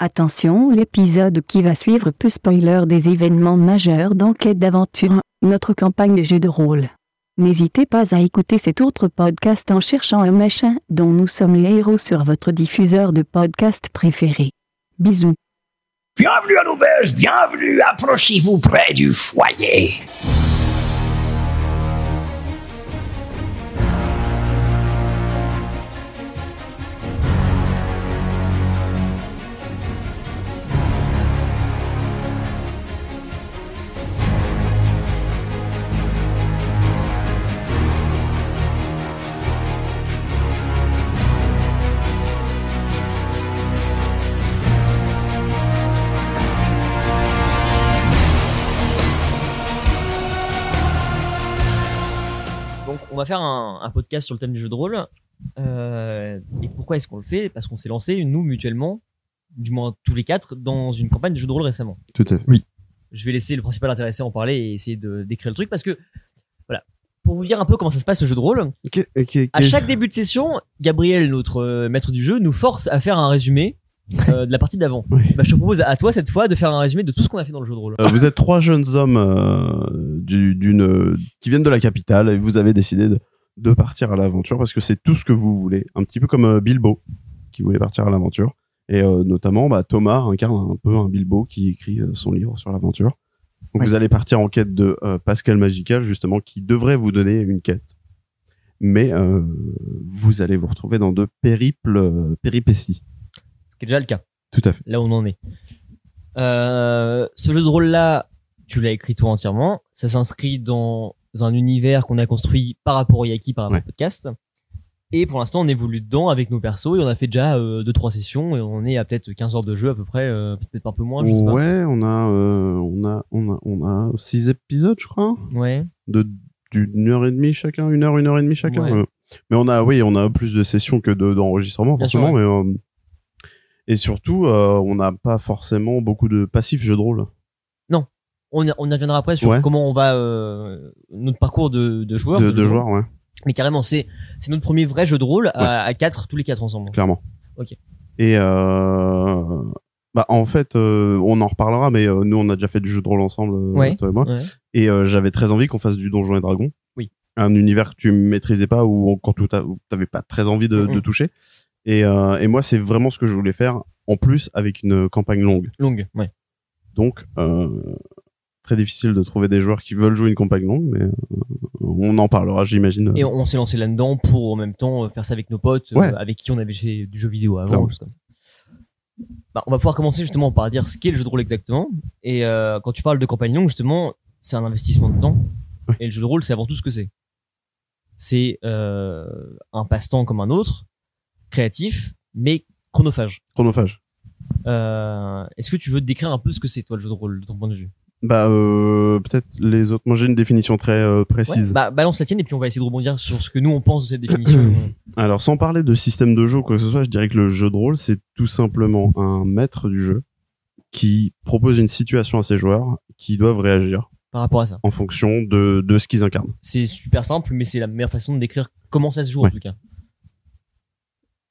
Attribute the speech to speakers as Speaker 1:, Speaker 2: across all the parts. Speaker 1: Attention, l'épisode qui va suivre peut spoiler des événements majeurs d'enquête d'aventure, notre campagne de jeu de rôle. N'hésitez pas à écouter cet autre podcast en cherchant un machin dont nous sommes les héros sur votre diffuseur de podcast préféré. Bisous.
Speaker 2: Bienvenue à l'auberge, bienvenue, approchez-vous près du foyer.
Speaker 3: Donc, on va faire un, un podcast sur le thème du jeu de rôle. Euh, et pourquoi est-ce qu'on le fait Parce qu'on s'est lancé, nous, mutuellement, du moins tous les quatre, dans une campagne de jeu de rôle récemment.
Speaker 4: Tout à fait.
Speaker 3: Je vais laisser le principal intéressé en parler et essayer de décrire le truc parce que, voilà. Pour vous dire un peu comment ça se passe ce jeu de rôle, à chaque début de session, Gabriel, notre euh, maître du jeu, nous force à faire un résumé euh, de la partie d'avant.
Speaker 4: Oui.
Speaker 3: Bah, je te propose à toi cette fois de faire un résumé de tout ce qu'on a fait dans le jeu de rôle.
Speaker 4: Euh, vous êtes trois jeunes hommes euh, du- d'une qui viennent de la capitale et vous avez décidé de, de partir à l'aventure parce que c'est tout ce que vous voulez. Un petit peu comme euh, Bilbo qui voulait partir à l'aventure et euh, notamment bah, Thomas incarne un peu un Bilbo qui écrit euh, son livre sur l'aventure. Donc vous allez partir en quête de euh, Pascal Magical justement qui devrait vous donner une quête. Mais euh, vous allez vous retrouver dans de périples euh, péripéties.
Speaker 3: Ce qui est déjà le cas.
Speaker 4: Tout à fait.
Speaker 3: là où on en est. Euh, ce jeu de rôle là, tu l'as écrit toi entièrement. Ça s'inscrit dans un univers qu'on a construit par rapport au Yaki, par rapport
Speaker 4: Ouais.
Speaker 3: au podcast. Et pour l'instant, on évolue dedans avec nos persos et on a fait déjà euh, deux trois sessions et on est à peut-être 15 heures de jeu à peu près, euh, peut-être un peu moins, je sais pas.
Speaker 4: ouais, on a, euh, on a, on a, on a six épisodes, je crois,
Speaker 3: Ouais.
Speaker 4: de d'une heure et demie chacun, une heure, une heure et demie chacun.
Speaker 3: Ouais.
Speaker 4: Euh, Mais on a, oui, on a plus de sessions que de- d'enregistrement,
Speaker 3: Bien sûr,
Speaker 4: forcément. mais, euh, et surtout, euh, on n'a pas forcément beaucoup de passifs jeux de rôle.
Speaker 3: On, y- on y reviendra après sur
Speaker 4: Ouais.
Speaker 3: comment on va euh, notre parcours de, de joueur.
Speaker 4: de, de joueurs, ouais,
Speaker 3: Mais carrément, c'est c'est notre premier vrai jeu de rôle à, à quatre, tous les quatre ensemble.
Speaker 4: clairement.
Speaker 3: Ok.
Speaker 4: Et euh, bah, en fait, euh, on en reparlera, mais euh, nous, on a déjà fait du jeu de rôle ensemble, euh,
Speaker 3: Ouais.
Speaker 4: toi et moi.
Speaker 3: Ouais.
Speaker 4: et euh, j'avais très envie qu'on fasse du Donjon et Dragon.
Speaker 3: Oui.
Speaker 4: Un univers que tu maîtrisais pas ou quand tu t'avais pas très envie de,
Speaker 3: Mhm.
Speaker 4: de toucher. Et, euh, et moi, c'est vraiment ce que je voulais faire, en plus avec une campagne longue.
Speaker 3: Longue. Ouais.
Speaker 4: Donc, euh, très difficile de trouver des joueurs qui veulent jouer une campagne longue, mais euh, on en parlera, j'imagine.
Speaker 3: Et on, on s'est lancé là-dedans pour en même temps euh, faire ça avec nos potes, euh,
Speaker 4: Ouais.
Speaker 3: avec qui on avait fait du jeu vidéo avant.
Speaker 4: Clairement.
Speaker 3: choses comme ça. Bah, on va pouvoir commencer justement par dire ce qu'est le jeu de rôle exactement. Et euh, quand tu parles de campagne longue, justement, c'est un investissement de temps.
Speaker 4: Ouais.
Speaker 3: Et le jeu de rôle, c'est avant tout ce que c'est. C'est euh, un passe-temps comme un autre, créatif, mais chronophage.
Speaker 4: Chronophage.
Speaker 3: Euh, Est-ce que tu veux décrire un peu ce que c'est, toi, le jeu de rôle, de ton point de vue
Speaker 4: Bah, euh, peut-être les autres. Moi, j'ai une définition très euh, précise.
Speaker 3: Ouais, bah, Balance la tienne, et puis on va essayer de rebondir sur ce que nous, on pense de cette définition. euh,
Speaker 4: Alors, sans parler de système de jeu ou quoi que ce soit, je dirais que le jeu de rôle, c'est tout simplement un maître du jeu qui propose une situation à ses joueurs qui doivent réagir
Speaker 3: par rapport à ça.
Speaker 4: en fonction de, de ce qu'ils incarnent.
Speaker 3: C'est super simple, mais c'est la meilleure façon de décrire comment ça se joue en
Speaker 4: Ouais.
Speaker 3: tout cas.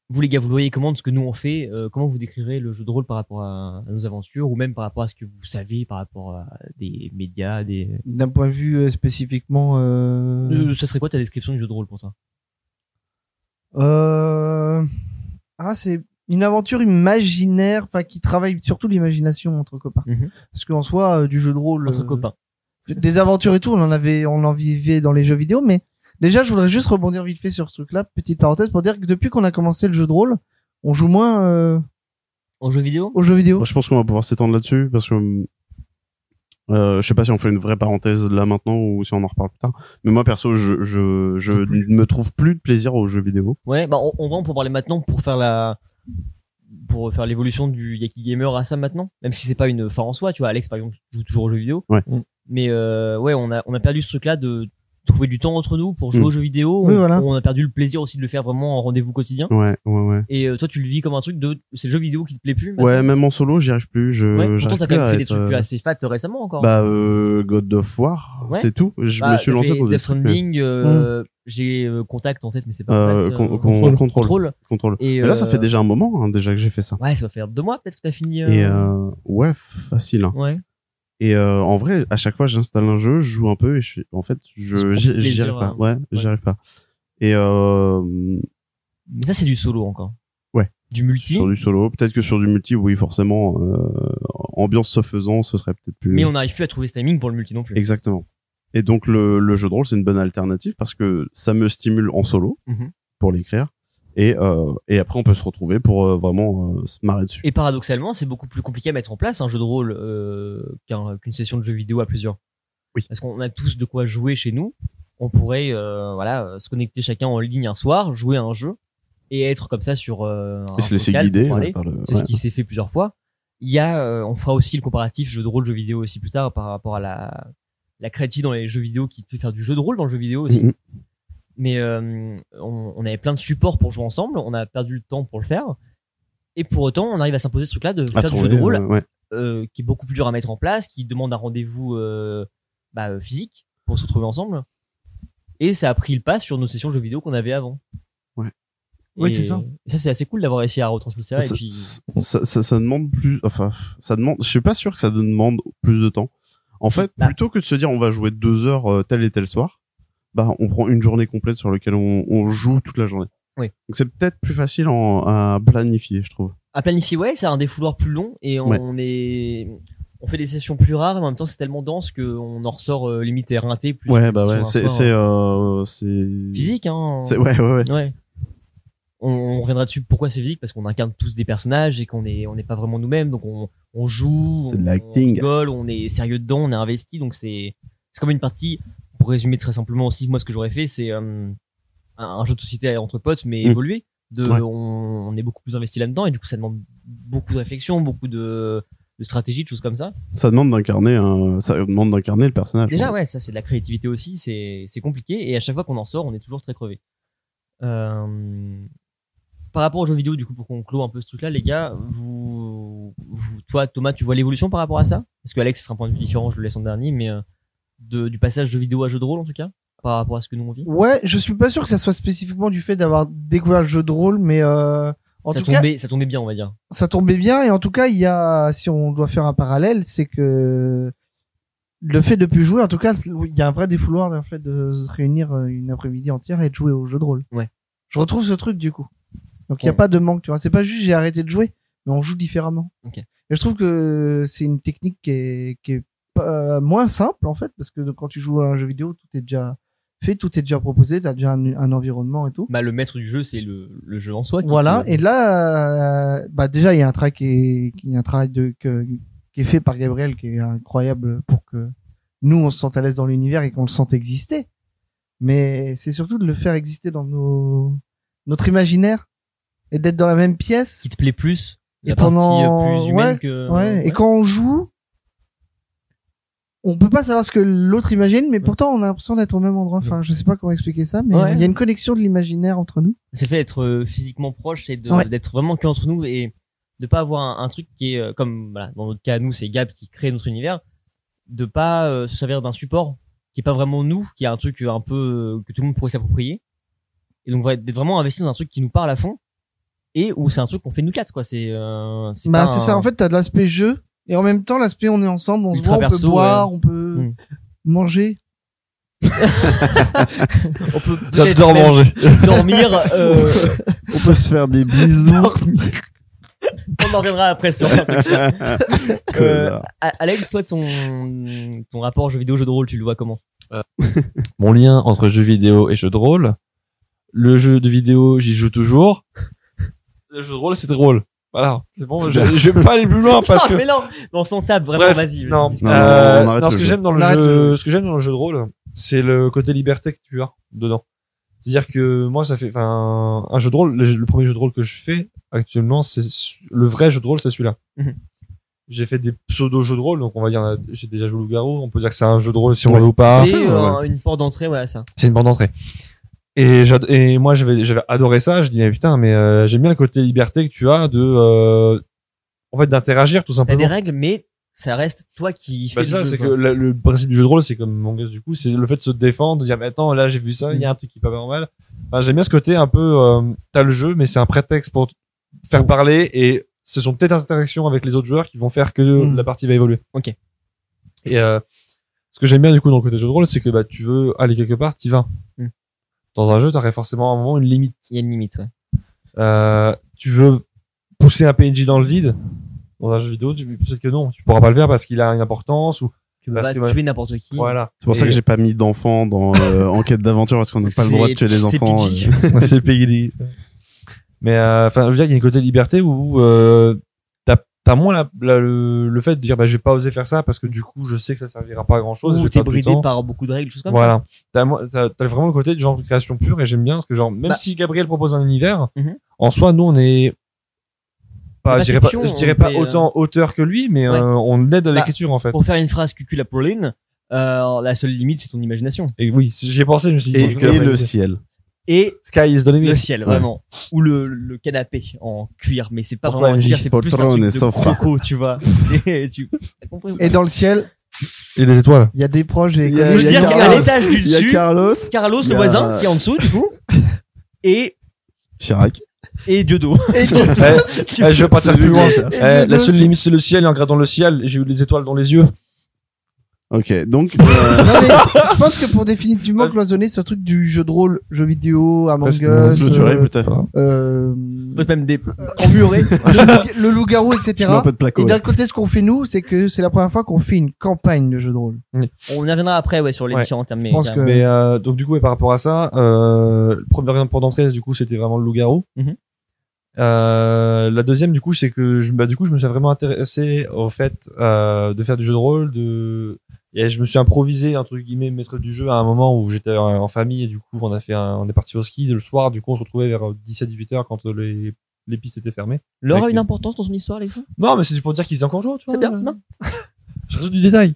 Speaker 3: Vous les gars, vous le voyez comment de ce que nous on fait euh, Comment vous décrirez le jeu de rôle par rapport à, à nos aventures ou même par rapport à ce que vous savez, par rapport à des médias, des.
Speaker 5: D'un point de vue euh, spécifiquement. Euh...
Speaker 3: Euh, ça serait quoi ta description du jeu de rôle pour toi
Speaker 5: euh, Ah, c'est une aventure imaginaire, enfin qui travaille surtout l'imagination entre copains.
Speaker 3: Mhm.
Speaker 5: Parce qu'en soi, euh, du jeu de rôle.
Speaker 3: Entre
Speaker 5: euh,
Speaker 3: copains.
Speaker 5: Des aventures et tout, on en avait, on en vivait dans les jeux vidéo, mais déjà, je voudrais juste rebondir vite fait sur ce truc-là, petite parenthèse pour dire que depuis qu'on a commencé le jeu de rôle, on joue moins euh,
Speaker 3: En jeu vidéo
Speaker 5: aux jeux vidéo.
Speaker 4: Moi, je pense qu'on va pouvoir s'étendre là-dessus parce que euh, je sais pas si on fait une vraie parenthèse là maintenant ou si on en reparle plus tard. Mais moi, perso, je, je, je ne me trouve plus de plaisir aux jeux vidéo.
Speaker 3: Ouais, bah on, on va en parler maintenant pour faire la. Pour faire l'évolution du Yaki Gamer à ça maintenant, même si c'est pas une fin en soi, tu vois. Alex par exemple joue toujours aux jeux vidéo. Mm.
Speaker 4: Ouais.
Speaker 3: Mais euh, ouais, on a, on a perdu ce truc-là de trouver du temps entre nous pour jouer
Speaker 4: Mm.
Speaker 3: aux jeux vidéo.
Speaker 5: Oui,
Speaker 3: on,
Speaker 5: voilà.
Speaker 3: on a perdu le plaisir aussi de le faire vraiment en rendez-vous quotidien.
Speaker 4: Ouais, ouais, ouais.
Speaker 3: Et euh, toi, tu le vis comme un truc de. C'est le jeu vidéo qui te plaît plus maintenant
Speaker 4: Ouais, même en solo, j'y arrive plus. Je,
Speaker 3: Ouais, pourtant,
Speaker 4: j'arrive
Speaker 3: t'as quand même
Speaker 4: plus à
Speaker 3: fait des
Speaker 4: être,
Speaker 3: trucs
Speaker 4: euh,
Speaker 3: assez fat récemment encore.
Speaker 4: Bah, euh, God of War,
Speaker 3: Ouais.
Speaker 4: c'est tout. Je
Speaker 3: Bah,
Speaker 4: me suis
Speaker 3: t'as
Speaker 4: lancé
Speaker 3: fait
Speaker 4: dans des
Speaker 3: Death
Speaker 4: trucs, mais-
Speaker 3: Stranding, euh, j'ai euh, contact en tête, mais c'est pas
Speaker 4: Euh,
Speaker 3: Contact,
Speaker 4: con- con-
Speaker 3: contrôle,
Speaker 4: contrôle. contrôle.
Speaker 3: Et,
Speaker 4: Et là, ça
Speaker 3: euh,
Speaker 4: fait déjà un moment hein, déjà que j'ai fait ça.
Speaker 3: Ouais, ça va faire deux mois peut-être que t'as fini. euh,
Speaker 4: Et euh, ouais, facile. hein.
Speaker 3: Ouais.
Speaker 4: Et euh, en vrai, à chaque fois, j'installe un jeu, je joue un peu et je suis. En fait,
Speaker 3: C'est
Speaker 4: je
Speaker 3: pour
Speaker 4: j'y- j'y
Speaker 3: plaisir,
Speaker 4: arrive pas.
Speaker 3: hein.
Speaker 4: Ouais, j'y arrive pas. Et euh,
Speaker 3: Mais ça, c'est du solo encore.
Speaker 4: Ouais.
Speaker 3: Du multi.
Speaker 4: sur du solo, peut-être que sur du multi, oui, forcément, euh, ambiance se faisant, ce serait peut-être plus.
Speaker 3: Mais on n'arrive plus à trouver ce timing pour le multi non plus.
Speaker 4: Exactement. Et donc le, le jeu de rôle, c'est une bonne alternative parce que ça me stimule en solo
Speaker 3: Mhm.
Speaker 4: pour l'écrire. Et, euh, et après, on peut se retrouver pour euh, vraiment euh, se marrer dessus.
Speaker 3: Et paradoxalement, c'est beaucoup plus compliqué à mettre en place un jeu de rôle euh, qu'un- qu'une session de jeu vidéo à plusieurs.
Speaker 4: Oui.
Speaker 3: Parce qu'on a tous de quoi jouer chez nous. On pourrait euh, voilà euh, se connecter chacun en ligne un soir, jouer à un jeu et être comme ça sur euh, un
Speaker 4: Et se laisser
Speaker 3: vocal
Speaker 4: guider
Speaker 3: pour
Speaker 4: euh,
Speaker 3: parler.
Speaker 4: par le.
Speaker 3: C'est ce
Speaker 4: ouais.
Speaker 3: qui s'est fait plusieurs fois. Il y a, euh, on fera aussi le comparatif jeu de rôle jeu vidéo aussi plus tard par rapport à la la créativité dans les jeux vidéo qui te fait faire du jeu de rôle dans le jeu vidéo aussi.
Speaker 4: Mhm.
Speaker 3: Mais euh, on, on avait plein de supports pour jouer ensemble, on a perdu le temps pour le faire. Et pour autant, on arrive à s'imposer ce truc-là de
Speaker 4: À
Speaker 3: faire du jeu
Speaker 4: trouver,
Speaker 3: de rôle
Speaker 4: euh, ouais.
Speaker 3: euh, qui est beaucoup plus dur à mettre en place, qui demande un rendez-vous euh, bah, euh, physique pour se retrouver ensemble. Et ça a pris le pas sur nos sessions jeux vidéo qu'on avait avant.
Speaker 4: Ouais.
Speaker 5: Oui,
Speaker 3: Et
Speaker 5: c'est ça.
Speaker 3: Ça, c'est assez cool d'avoir réussi à retransmettre ça. et
Speaker 4: ça,
Speaker 3: puis,
Speaker 4: ça, ça- ça demande plus. Enfin, ça demande. Je suis pas sûr que ça demande plus de temps. En fait,
Speaker 3: Bah.
Speaker 4: plutôt que de se dire on va jouer deux heures euh, tel et tel soir, bah on prend une journée complète sur laquelle on, on joue toute la journée.
Speaker 3: Oui.
Speaker 4: Donc c'est peut-être plus facile en- à planifier, je trouve.
Speaker 3: à planifier, ouais, c'est un défouloir plus long et on,
Speaker 4: Ouais.
Speaker 3: est. On fait des sessions plus rares, mais en même temps, c'est tellement dense qu'on en ressort euh, limite éreinté. Plus
Speaker 4: Ouais,
Speaker 3: qu'une
Speaker 4: bah
Speaker 3: session
Speaker 4: ouais.
Speaker 3: un
Speaker 4: C'est
Speaker 3: soir,
Speaker 4: c'est
Speaker 3: euh,
Speaker 4: euh, c'est
Speaker 3: physique, hein.
Speaker 4: C'est ouais, ouais, ouais.
Speaker 3: Ouais. On, on reviendra dessus pourquoi c'est physique parce qu'on incarne tous des personnages et qu'on est on n'est pas vraiment nous-mêmes donc on, on joue,
Speaker 4: C'est
Speaker 3: on,
Speaker 4: de l'acting.
Speaker 3: on rigole, on est sérieux dedans, on est investi donc c'est c'est comme une partie pour résumer très simplement aussi moi ce que j'aurais fait c'est euh, un, un jeu de société entre potes mais
Speaker 4: Mm.
Speaker 3: évolué de
Speaker 4: Ouais.
Speaker 3: on, on est beaucoup plus investi là-dedans et du coup ça demande beaucoup de réflexion, beaucoup de de stratégie, de choses comme ça.
Speaker 4: Ça demande d'incarner un. Ça demande d'incarner le personnage.
Speaker 3: Déjà, ouais, ça c'est de la créativité aussi, c'est c'est compliqué et à chaque fois qu'on en sort, on est toujours très crevé. Euh, par rapport aux jeux vidéo, du coup, pour qu'on clôt un peu ce truc-là, les gars, vous, vous- toi, Thomas, tu vois l'évolution par rapport à ça Parce que Alex ce sera un point de vue différent, je le laisse en dernier, mais euh, de, du passage jeu vidéo à jeu de rôle en tout cas, par rapport à ce que nous on vit.
Speaker 5: Ouais, je suis pas sûr que ça soit spécifiquement du fait d'avoir découvert le jeu de rôle, mais euh, en
Speaker 3: ça
Speaker 5: tout cas,
Speaker 3: tombait, ça tombait bien, on va dire.
Speaker 5: ça tombait bien. Et en tout cas, il y a, si on doit faire un parallèle, c'est que le fait de plus jouer, en tout cas, c'est- il y a un vrai défouloir en fait de se réunir euh, une après-midi entière et de jouer au jeu de rôle.
Speaker 3: Ouais.
Speaker 5: Je retrouve ce truc du coup. Donc il y a
Speaker 3: Ouais.
Speaker 5: pas de manque, tu vois. C'est pas juste j'ai arrêté de jouer, mais on joue différemment.
Speaker 3: Ok.
Speaker 5: Et je trouve que c'est une technique qui est, qui est pas- euh, moins simple en fait, parce que quand tu joues à un jeu vidéo, tout est déjà fait, tout est déjà proposé, t'as déjà un- un environnement et tout.
Speaker 3: Bah, le maître du jeu, c'est le, le jeu en soi. qui-
Speaker 5: Voilà.
Speaker 3: qui-
Speaker 5: Et là, euh, bah déjà, il y a un travail qui est, qui- il y a un travail de, que- qui est fait par Gabriel qui est incroyable pour que nous, on se sente à l'aise dans l'univers et qu'on le sente exister. Mais c'est surtout de le faire exister dans nos, notre imaginaire et d'être dans la même pièce.
Speaker 3: qui te plaît plus, la
Speaker 5: Et pendant-
Speaker 3: partie euh, plus humaine
Speaker 5: ouais,
Speaker 3: que.
Speaker 5: Ouais. Et
Speaker 3: ouais.
Speaker 5: quand on joue, on peut pas savoir ce que l'autre imagine, mais pourtant, on a l'impression d'être au même endroit. Enfin, je sais pas comment expliquer ça, mais il
Speaker 3: Ouais.
Speaker 5: y a une connexion de l'imaginaire entre nous.
Speaker 3: c'est le fait d'être euh, physiquement proche et de-
Speaker 5: Ouais.
Speaker 3: d'être vraiment que entre nous et de pas avoir un, un truc qui est euh, comme voilà, dans notre cas nous c'est Gab qui crée notre univers de pas euh, se servir d'un support qui est pas vraiment nous qui est un truc un peu euh, que tout le monde pourrait s'approprier et donc ouais, d'être vraiment investi dans un truc qui nous parle à fond et où c'est un truc qu'on fait nous quatre quoi c'est euh, c'est
Speaker 5: Bah,
Speaker 3: pas
Speaker 5: c'est
Speaker 3: un-
Speaker 5: ça. En fait, t'as de l'aspect jeu et en même temps l'aspect on est ensemble, on se
Speaker 3: Ultra
Speaker 5: voit,
Speaker 3: perso,
Speaker 5: on peut boire, on peut
Speaker 3: Hmm.
Speaker 5: manger.
Speaker 3: on peut peut-être même dormir euh,
Speaker 6: On peut se faire des bisous.
Speaker 3: on en reviendra après sur un truc Euh, A- Alex toi ton ton rapport jeu vidéo jeu de rôle tu le vois comment
Speaker 7: mon lien entre jeux vidéo et jeux de rôle. Le jeu de vidéo, j'y joue toujours. Le jeu de rôle, c'est drôle. Voilà. C'est bon,
Speaker 4: C'est
Speaker 7: je,
Speaker 4: bien.
Speaker 7: je vais pas aller plus loin parce
Speaker 3: Ah,
Speaker 7: que.
Speaker 3: mais non mais on s'en tape vraiment
Speaker 7: Bref,
Speaker 3: vas-y vas-y.
Speaker 7: non,
Speaker 4: Non, non, on
Speaker 7: euh,
Speaker 4: arrête
Speaker 7: non,
Speaker 4: le
Speaker 7: ce que
Speaker 4: jeu.
Speaker 7: j'aime dans
Speaker 5: On
Speaker 7: le
Speaker 5: arrête
Speaker 7: jeu,
Speaker 5: le-
Speaker 7: ce que j'aime dans le jeu de rôle, c'est le côté liberté que tu as dedans. C'est-à-dire que moi, ça fait, enfin, un jeu de rôle, le, le premier jeu de rôle que je fais actuellement, c'est su- le vrai jeu de rôle, c'est celui-là.
Speaker 3: Mhm.
Speaker 7: J'ai fait des pseudo jeux de rôle, donc on va dire, j'ai déjà joué au Loup-Garou, on peut dire que c'est un jeu de rôle si on
Speaker 4: Ah, Ouais.
Speaker 7: veut ou pas.
Speaker 3: c'est
Speaker 7: Enfin, ouais.
Speaker 3: euh, une porte d'entrée, ouais, ça.
Speaker 7: C'est une bande d'entrée. Et, j'ad- et moi, j'avais, j'avais adoré ça. Je dis, mais putain, mais euh, j'aime bien le côté liberté que tu as de, euh, en fait, d'interagir tout
Speaker 3: T'as
Speaker 7: simplement.
Speaker 3: des règles, mais ça reste toi qui fais
Speaker 7: Bah,
Speaker 3: le
Speaker 7: ça,
Speaker 3: jeu,
Speaker 7: c'est que
Speaker 3: quoi.
Speaker 7: la- le principe du jeu de rôle, c'est comme mon gars du coup, c'est le fait de se défendre, de dire, mais attends, là, j'ai vu ça, il y a un truc qui est pas normal. Enfin, j'aime bien ce côté un peu, euh, t'as le jeu, mais c'est un prétexte pour te faire parler et ce sont peut-être des interactions avec les autres joueurs qui vont faire que
Speaker 5: Mm.
Speaker 7: la partie va évoluer.
Speaker 3: Hmm. Ok.
Speaker 7: Et, euh, ce que j'aime bien, du coup, dans le côté jeu de rôle, c'est que, bah, tu veux aller quelque part, t'y vas.
Speaker 3: Mm.
Speaker 7: Dans un jeu, t'aurais forcément à un moment une limite.
Speaker 3: Il y a une limite, ouais.
Speaker 7: Euh, tu veux pousser un PNJ dans le vide dans un jeu vidéo, tu- peut-être que non, tu pourras pas le faire parce qu'il a une importance ou
Speaker 3: Tu peux
Speaker 7: Parce
Speaker 3: pas
Speaker 7: que, bah, ouais.
Speaker 3: tuer n'importe qui.
Speaker 7: voilà.
Speaker 4: C'est pour ça
Speaker 7: Et-
Speaker 4: que j'ai pas mis d'enfants dans euh, Enquête d'aventure parce qu'on n'a
Speaker 3: Parce
Speaker 4: pas
Speaker 3: que
Speaker 4: le droit de
Speaker 3: c'est-
Speaker 4: tuer les
Speaker 3: c'est
Speaker 4: enfants.
Speaker 3: piqué.
Speaker 4: euh.
Speaker 7: c'est Peggy. Mais euh, enfin, je veux dire, il y a un côté liberté où euh, t'as t'as moins la- la- le, le fait de dire bah j'ai pas osé faire ça parce que du coup je sais que ça servira pas à grand chose.
Speaker 3: Ou
Speaker 7: j'ai
Speaker 3: t'es
Speaker 7: perdu du
Speaker 3: bridé
Speaker 7: temps.
Speaker 3: par beaucoup de règles, choses comme ça.
Speaker 7: Voilà. T'as moins- t'as- t'as vraiment le côté de genre de création pure et j'aime bien parce que genre même
Speaker 3: Bah.
Speaker 7: si Gabriel propose un univers,
Speaker 3: Mhm.
Speaker 7: en soi nous on est pas,
Speaker 3: La
Speaker 7: je dirais pas,
Speaker 3: perception,
Speaker 7: je dirais
Speaker 3: on
Speaker 7: pas
Speaker 3: est, euh,
Speaker 7: autant auteur que lui, mais
Speaker 3: Ouais.
Speaker 7: euh, on l'aide à
Speaker 3: Bah,
Speaker 7: l'écriture en fait.
Speaker 3: Pour faire une phrase cucul à Pauline, euh, la seule limite, c'est ton imagination.
Speaker 7: Et oui, si j'y ai pensé, je me suis dit
Speaker 4: Et,
Speaker 7: c'est que
Speaker 4: et
Speaker 7: la
Speaker 4: le
Speaker 7: réalité.
Speaker 4: ciel.
Speaker 3: Et
Speaker 7: Sky is the limit.
Speaker 3: le ciel, vraiment. Ou le, le canapé en cuir, mais c'est pas
Speaker 7: Pourquoi
Speaker 3: vraiment en
Speaker 7: elle dit
Speaker 3: cuir, c'est plus un
Speaker 4: poltron
Speaker 3: truc
Speaker 4: et
Speaker 3: de
Speaker 4: sofa
Speaker 3: croco, tu vois. Et tu t'as compris ou pas
Speaker 5: Et dans le ciel,
Speaker 7: Et les étoiles.
Speaker 5: il y a des proches et
Speaker 6: Il y a-
Speaker 7: Euh,
Speaker 3: Je veux
Speaker 6: il y a
Speaker 3: dire qu'à
Speaker 6: Carlos,
Speaker 3: l'étage du
Speaker 6: Il y a
Speaker 3: dessus,
Speaker 6: Carlos.
Speaker 3: Carlos,
Speaker 6: il y
Speaker 3: le
Speaker 6: a-
Speaker 3: voisin, qui est en dessous, du coup, et,
Speaker 4: Chirac.
Speaker 3: et Diodo.
Speaker 7: Ouais. Eh, je veux pas dire plus loin.
Speaker 6: Et
Speaker 7: Eh,
Speaker 6: Dieu
Speaker 7: la
Speaker 6: de-
Speaker 7: seule limite, c'est le ciel. Et en regardant le ciel, j'ai eu les étoiles dans les yeux.
Speaker 4: Ok, donc euh,
Speaker 5: Non, mais je pense que pour définitivement cloisonner ce truc du jeu de rôle, jeu vidéo, Among Us,
Speaker 7: Reste
Speaker 4: clôturé
Speaker 5: euh,
Speaker 4: peut-être.
Speaker 5: euh,
Speaker 3: Peut-être même des, emmurés.
Speaker 5: le loup- le loup-garou,
Speaker 4: Je
Speaker 5: etc.
Speaker 4: mets un peu de placo.
Speaker 5: Et
Speaker 4: là.
Speaker 5: d'un côté, ce qu'on fait nous, c'est que c'est la première fois qu'on fait une campagne de jeu de rôle.
Speaker 3: On y reviendra après, ouais, sur les
Speaker 7: Ouais.
Speaker 3: différents termes. mais
Speaker 5: Je pense
Speaker 3: carrément.
Speaker 5: que
Speaker 7: Mais euh, donc du coup, et par rapport à ça, euh, le premier exemple pour d'entrée, du coup, c'était vraiment le loup-garou.
Speaker 3: Mhm.
Speaker 7: Euh, la deuxième, du coup, c'est que je, bah, du coup, je me suis vraiment intéressé au fait euh, de faire du jeu de rôle, de et je me suis improvisé entre guillemets maître du jeu à un moment où j'étais en en famille et du coup, on a fait, un- on est parti au ski le soir. Du coup, on se retrouvait vers 17-18 heures quand les les pistes étaient fermées.
Speaker 3: L'heure a
Speaker 7: Avec
Speaker 3: une
Speaker 7: les-
Speaker 3: importance dans son histoire, Alexandre
Speaker 7: Non, mais c'est pour dire qu'ils étaient encore joués, tu vois. euh.
Speaker 3: C'est bien, c'est bien.
Speaker 7: Je rajoute du détail.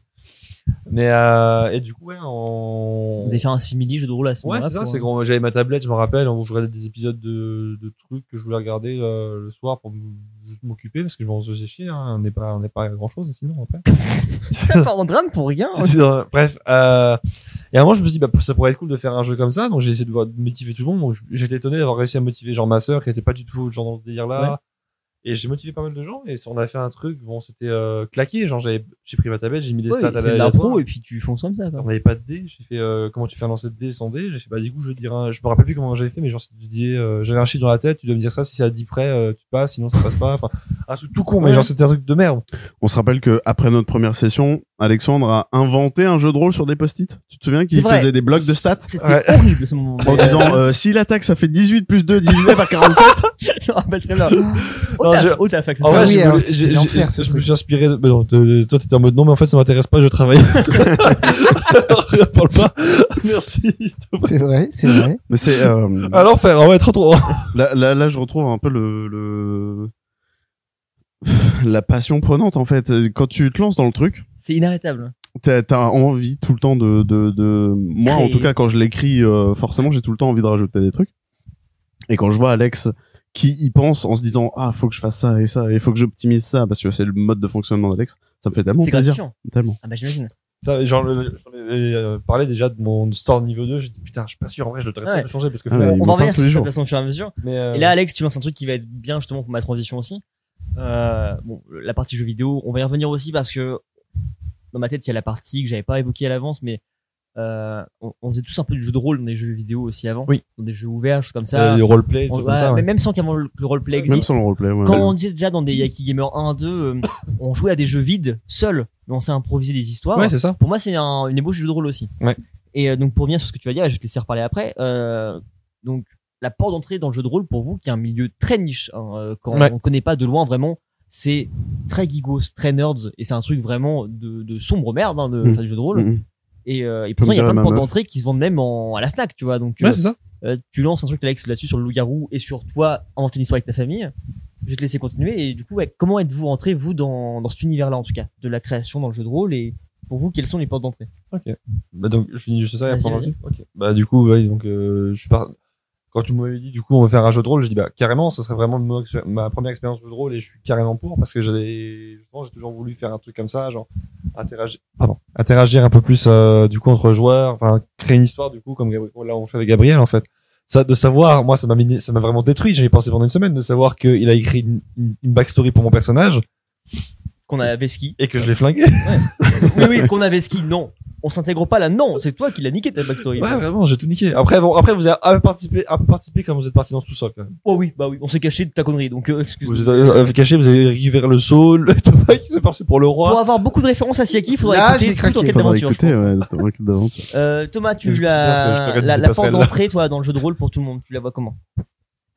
Speaker 7: Mais euh, et du coup, ouais, on.
Speaker 3: Vous avez fait un simili jeu de rôle à ce
Speaker 7: Ouais,
Speaker 3: moment-là.
Speaker 7: c'est ça,
Speaker 3: pour- euh,
Speaker 7: c'est quand j'avais ma tablette, je me rappelle, où je regardais des épisodes de, de trucs que je voulais regarder euh, le soir pour m- juste m'occuper, parce que je m'en faisais chier, hein, on n'est pas, on n'est pas à grand chose sinon après.
Speaker 3: Ça part en drame pour rien. hein.
Speaker 7: C'est- euh, Bref, euh, et à un moment je me suis dit, bah, ça pourrait être cool de faire un jeu comme ça, donc j'ai essayé de, voir- de motiver tout le monde, donc j- j'étais étonné d'avoir réussi à motiver genre ma sœur qui était pas du tout genre dans ce délire là. Et j'ai motivé pas mal de gens, et on a fait un truc, bon, c'était euh, claqué, genre j'avais, j'ai pris ma tablette, j'ai mis des
Speaker 3: Ouais,
Speaker 7: stats à
Speaker 3: c'est de
Speaker 7: la-
Speaker 3: l'impro et puis tu fonces comme ça. quoi.
Speaker 7: on n'avait pas de dés. J'ai fait euh, comment tu fais un lancer de dés sans dés. J'ai fait bah du coup je dirais un- je me rappelle plus comment j'avais fait mais genre si tu disais euh, j'avais un chiffre dans la tête, tu dois me dire ça si c'est à 10 près euh, tu passes sinon ça passe pas. Enfin un truc tout con mais
Speaker 3: Ouais.
Speaker 7: genre c'était un truc de merde.
Speaker 4: On se rappelle que après notre première session, Alexandre a inventé un jeu de rôle sur des post-it. Tu te souviens
Speaker 3: C'est
Speaker 4: qu'il
Speaker 3: vrai.
Speaker 4: faisait des blocs de stats
Speaker 3: C'était
Speaker 7: Ouais.
Speaker 3: horrible ce moment.
Speaker 4: en disant euh, si l'attaque ça fait 18 plus 2 divisé par 47.
Speaker 3: je me rappelle très bien. Au
Speaker 7: Non,
Speaker 3: taf,
Speaker 7: je-
Speaker 3: au taf, accessoire.
Speaker 7: En
Speaker 5: Ah
Speaker 7: vrai,
Speaker 5: oui,
Speaker 7: j'ai
Speaker 5: alors,
Speaker 7: voulu-
Speaker 5: c'était
Speaker 7: j'ai-
Speaker 5: l'enfer, ce
Speaker 7: j'ai- je me
Speaker 5: truc.
Speaker 7: suis inspiré. de- mais non, de- de- toi t'étais en mode non mais en fait ça m'intéresse pas je travaille. Je parle pas. Merci.
Speaker 5: C'est vrai, c'est vrai.
Speaker 4: Mais c'est euh,
Speaker 7: À l'enfer ouais trop trop.
Speaker 4: là, là là je retrouve un peu le, le la passion prenante en fait quand tu te lances dans le truc.
Speaker 3: C'est inarrêtable.
Speaker 4: T'as t'as envie tout le temps de, de, de... moi en
Speaker 3: Créer.
Speaker 4: tout cas quand je l'écris euh, forcément j'ai tout le temps envie de rajouter des trucs et quand je vois Alex qui y pense en se disant ah faut que je fasse ça et ça et faut que j'optimise ça parce que c'est le mode de fonctionnement d'Alex ça me fait tellement
Speaker 3: c'est
Speaker 4: plaisir
Speaker 3: gratifiant.
Speaker 4: tellement
Speaker 3: Ah bah j'imagine.
Speaker 7: Ça, genre le- j'en ai euh, parlé déjà de mon store niveau 2 j'ai dit putain je suis pas sûr en vrai je le traite
Speaker 3: Ouais.
Speaker 7: de changer parce que.
Speaker 4: Ah, ouais,
Speaker 3: on
Speaker 4: il
Speaker 3: on
Speaker 4: m'en
Speaker 3: va
Speaker 4: parle
Speaker 3: revenir
Speaker 4: tous
Speaker 3: sur
Speaker 4: les
Speaker 3: ça de toute
Speaker 4: jours.
Speaker 3: façon au fur et à mesure.
Speaker 7: Mais, euh,
Speaker 3: Et là, Alex, tu lances un truc qui va être bien justement pour ma transition aussi. Euh, bon, la partie jeux vidéo, on va y revenir aussi parce que dans ma tête, il y a la partie que j'avais pas évoquée à l'avance, mais euh, on, on faisait tous un peu du jeu de rôle dans des jeux vidéo aussi avant,
Speaker 7: Oui.
Speaker 3: dans des jeux ouverts, choses comme ça.
Speaker 7: euh, les roleplay et
Speaker 3: On-
Speaker 7: tout
Speaker 3: ouais,
Speaker 7: comme ça.
Speaker 3: mais
Speaker 7: ouais.
Speaker 3: Même sans qu'avant le le roleplay
Speaker 4: même
Speaker 3: existe.
Speaker 4: sans le roleplay ouais.
Speaker 3: Quand on disait déjà dans des Yaki Gamer 1, 2, euh, on jouait à des jeux vides, seuls, mais on s'est improvisé des histoires.
Speaker 7: Ouais c'est ça.
Speaker 3: pour moi, c'est un- une ébauche de jeu de rôle aussi.
Speaker 7: Ouais.
Speaker 3: Et euh, donc, pour revenir sur ce que tu as dit, je vais te laisser reparler après. euh, donc, la porte d'entrée dans le jeu de rôle, pour vous, qui est un milieu très niche, hein, euh, quand
Speaker 7: Ouais.
Speaker 3: on connaît pas de loin vraiment, c'est très gigos, très nerds, et c'est un truc vraiment de, de sombre merde hein, de
Speaker 4: Mm.
Speaker 3: faire du jeu de rôle.
Speaker 4: Mhm.
Speaker 3: Et, euh, et pourtant, il y a plein
Speaker 4: dirait
Speaker 3: de
Speaker 4: ma
Speaker 3: portes
Speaker 4: meuf.
Speaker 3: d'entrée qui se vendent même en- à la Fnac, tu vois. Donc, euh,
Speaker 7: Ouais c'est ça.
Speaker 3: euh, tu lances un truc, Alex, là-dessus sur le loup-garou et sur toi, inventer une histoire avec ta famille. Je vais te laisser continuer. Et du coup, ouais, comment êtes-vous rentré, vous, dans, dans cet univers-là, en tout cas, de la création dans le jeu de rôle et pour vous, quelles sont les portes d'entrée
Speaker 7: Bah donc je finis juste ça et
Speaker 3: Vas-y,
Speaker 7: après on
Speaker 3: vas-y.
Speaker 7: va- Ok. Bah du coup ouais, donc euh, je suis par... quand tu m'avais dit du coup on veut faire un jeu de rôle, je dis bah carrément, ça serait vraiment mon expé- ma première expérience de jeu de rôle et je suis carrément pour parce que j'avais je pense, j'ai toujours voulu faire un truc comme ça, genre interagir, pardon, interagir un peu plus euh, du coup entre joueurs, enfin créer une histoire du coup comme Gabriel, là on fait avec Gabriel en fait. Ça de savoir, moi ça m'a miné- ça m'a vraiment détruit, j'y ai pensé pendant une semaine de savoir qu'il a écrit une, une- une backstory pour mon personnage
Speaker 3: Qu'on avait ski.
Speaker 7: et que je l'ai flingué.
Speaker 3: Oui, oui, qu'on avait ski, non. On s'intègre pas là, non. C'est toi qui l'as niqué ta backstory.
Speaker 7: Ouais, vraiment, j'ai tout niqué. Après, bon, après, vous avez un peu participé, un peu participé quand vous êtes parti dans ce sous-sol, quand même.
Speaker 3: Oh oui, bah oui, on s'est caché de ta connerie, donc euh, excuse
Speaker 7: Vous êtes euh, caché, vous avez récupéré le saut, le tabac qui s'est passé pour le
Speaker 3: Pour
Speaker 7: roi.
Speaker 3: avoir beaucoup de références à Siaki, il faudrait
Speaker 5: Là, j'ai
Speaker 3: écouter toute enquête
Speaker 5: craqué.
Speaker 4: Faudra
Speaker 3: d'aventure. je
Speaker 4: écouter,
Speaker 3: pense.
Speaker 4: ouais, ton enquête d'aventure.
Speaker 3: Euh, Thomas,
Speaker 7: Je
Speaker 3: tu
Speaker 7: sais pas ce que- je
Speaker 3: l'as
Speaker 7: regarde
Speaker 3: la,
Speaker 7: ces
Speaker 3: la porte
Speaker 7: passerelles.
Speaker 3: d'entrée, toi, dans le jeu de rôle pour tout le monde. Tu la vois comment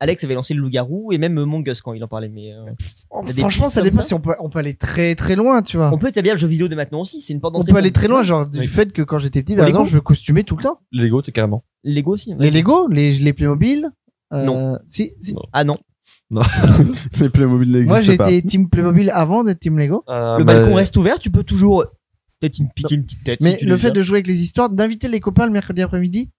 Speaker 3: Alex avait lancé le loup-garou et même euh, Mongus quand il en parlait. Mais euh,
Speaker 5: Oh,
Speaker 3: Il y a des
Speaker 5: franchement,
Speaker 3: pistes
Speaker 5: ça
Speaker 3: comme
Speaker 5: dépend
Speaker 3: ça
Speaker 5: si on peut, on peut aller très très loin, tu vois.
Speaker 3: on peut établir le jeu vidéo dès maintenant aussi. C'est une porte
Speaker 5: Ah. On
Speaker 3: d'entrée.
Speaker 5: peut aller très loin, genre
Speaker 7: Oui.
Speaker 5: du fait que quand j'étais petit,
Speaker 3: Pour
Speaker 5: par
Speaker 3: les
Speaker 5: exemple,
Speaker 3: cons
Speaker 5: je me costumais tout le temps.
Speaker 7: Le Lego, t'es carrément.
Speaker 3: Lego aussi. vas-y.
Speaker 5: Les Lego, les, les Playmobil. euh,
Speaker 3: Non.
Speaker 5: Si, si.
Speaker 3: Ah non.
Speaker 4: Les Playmobil
Speaker 5: Moi,
Speaker 4: n'existent pas.
Speaker 5: j'étais team Playmobil avant d'être team Lego.
Speaker 7: Ah Euh,
Speaker 3: Le
Speaker 7: bah,
Speaker 3: balcon reste ouvert. Tu peux toujours euh, peut-être une, piquer une petite tête.
Speaker 5: Mais
Speaker 3: si tu
Speaker 5: le
Speaker 3: le
Speaker 5: fait
Speaker 3: désires.
Speaker 5: de jouer avec les histoires, d'inviter les copains le mercredi après-midi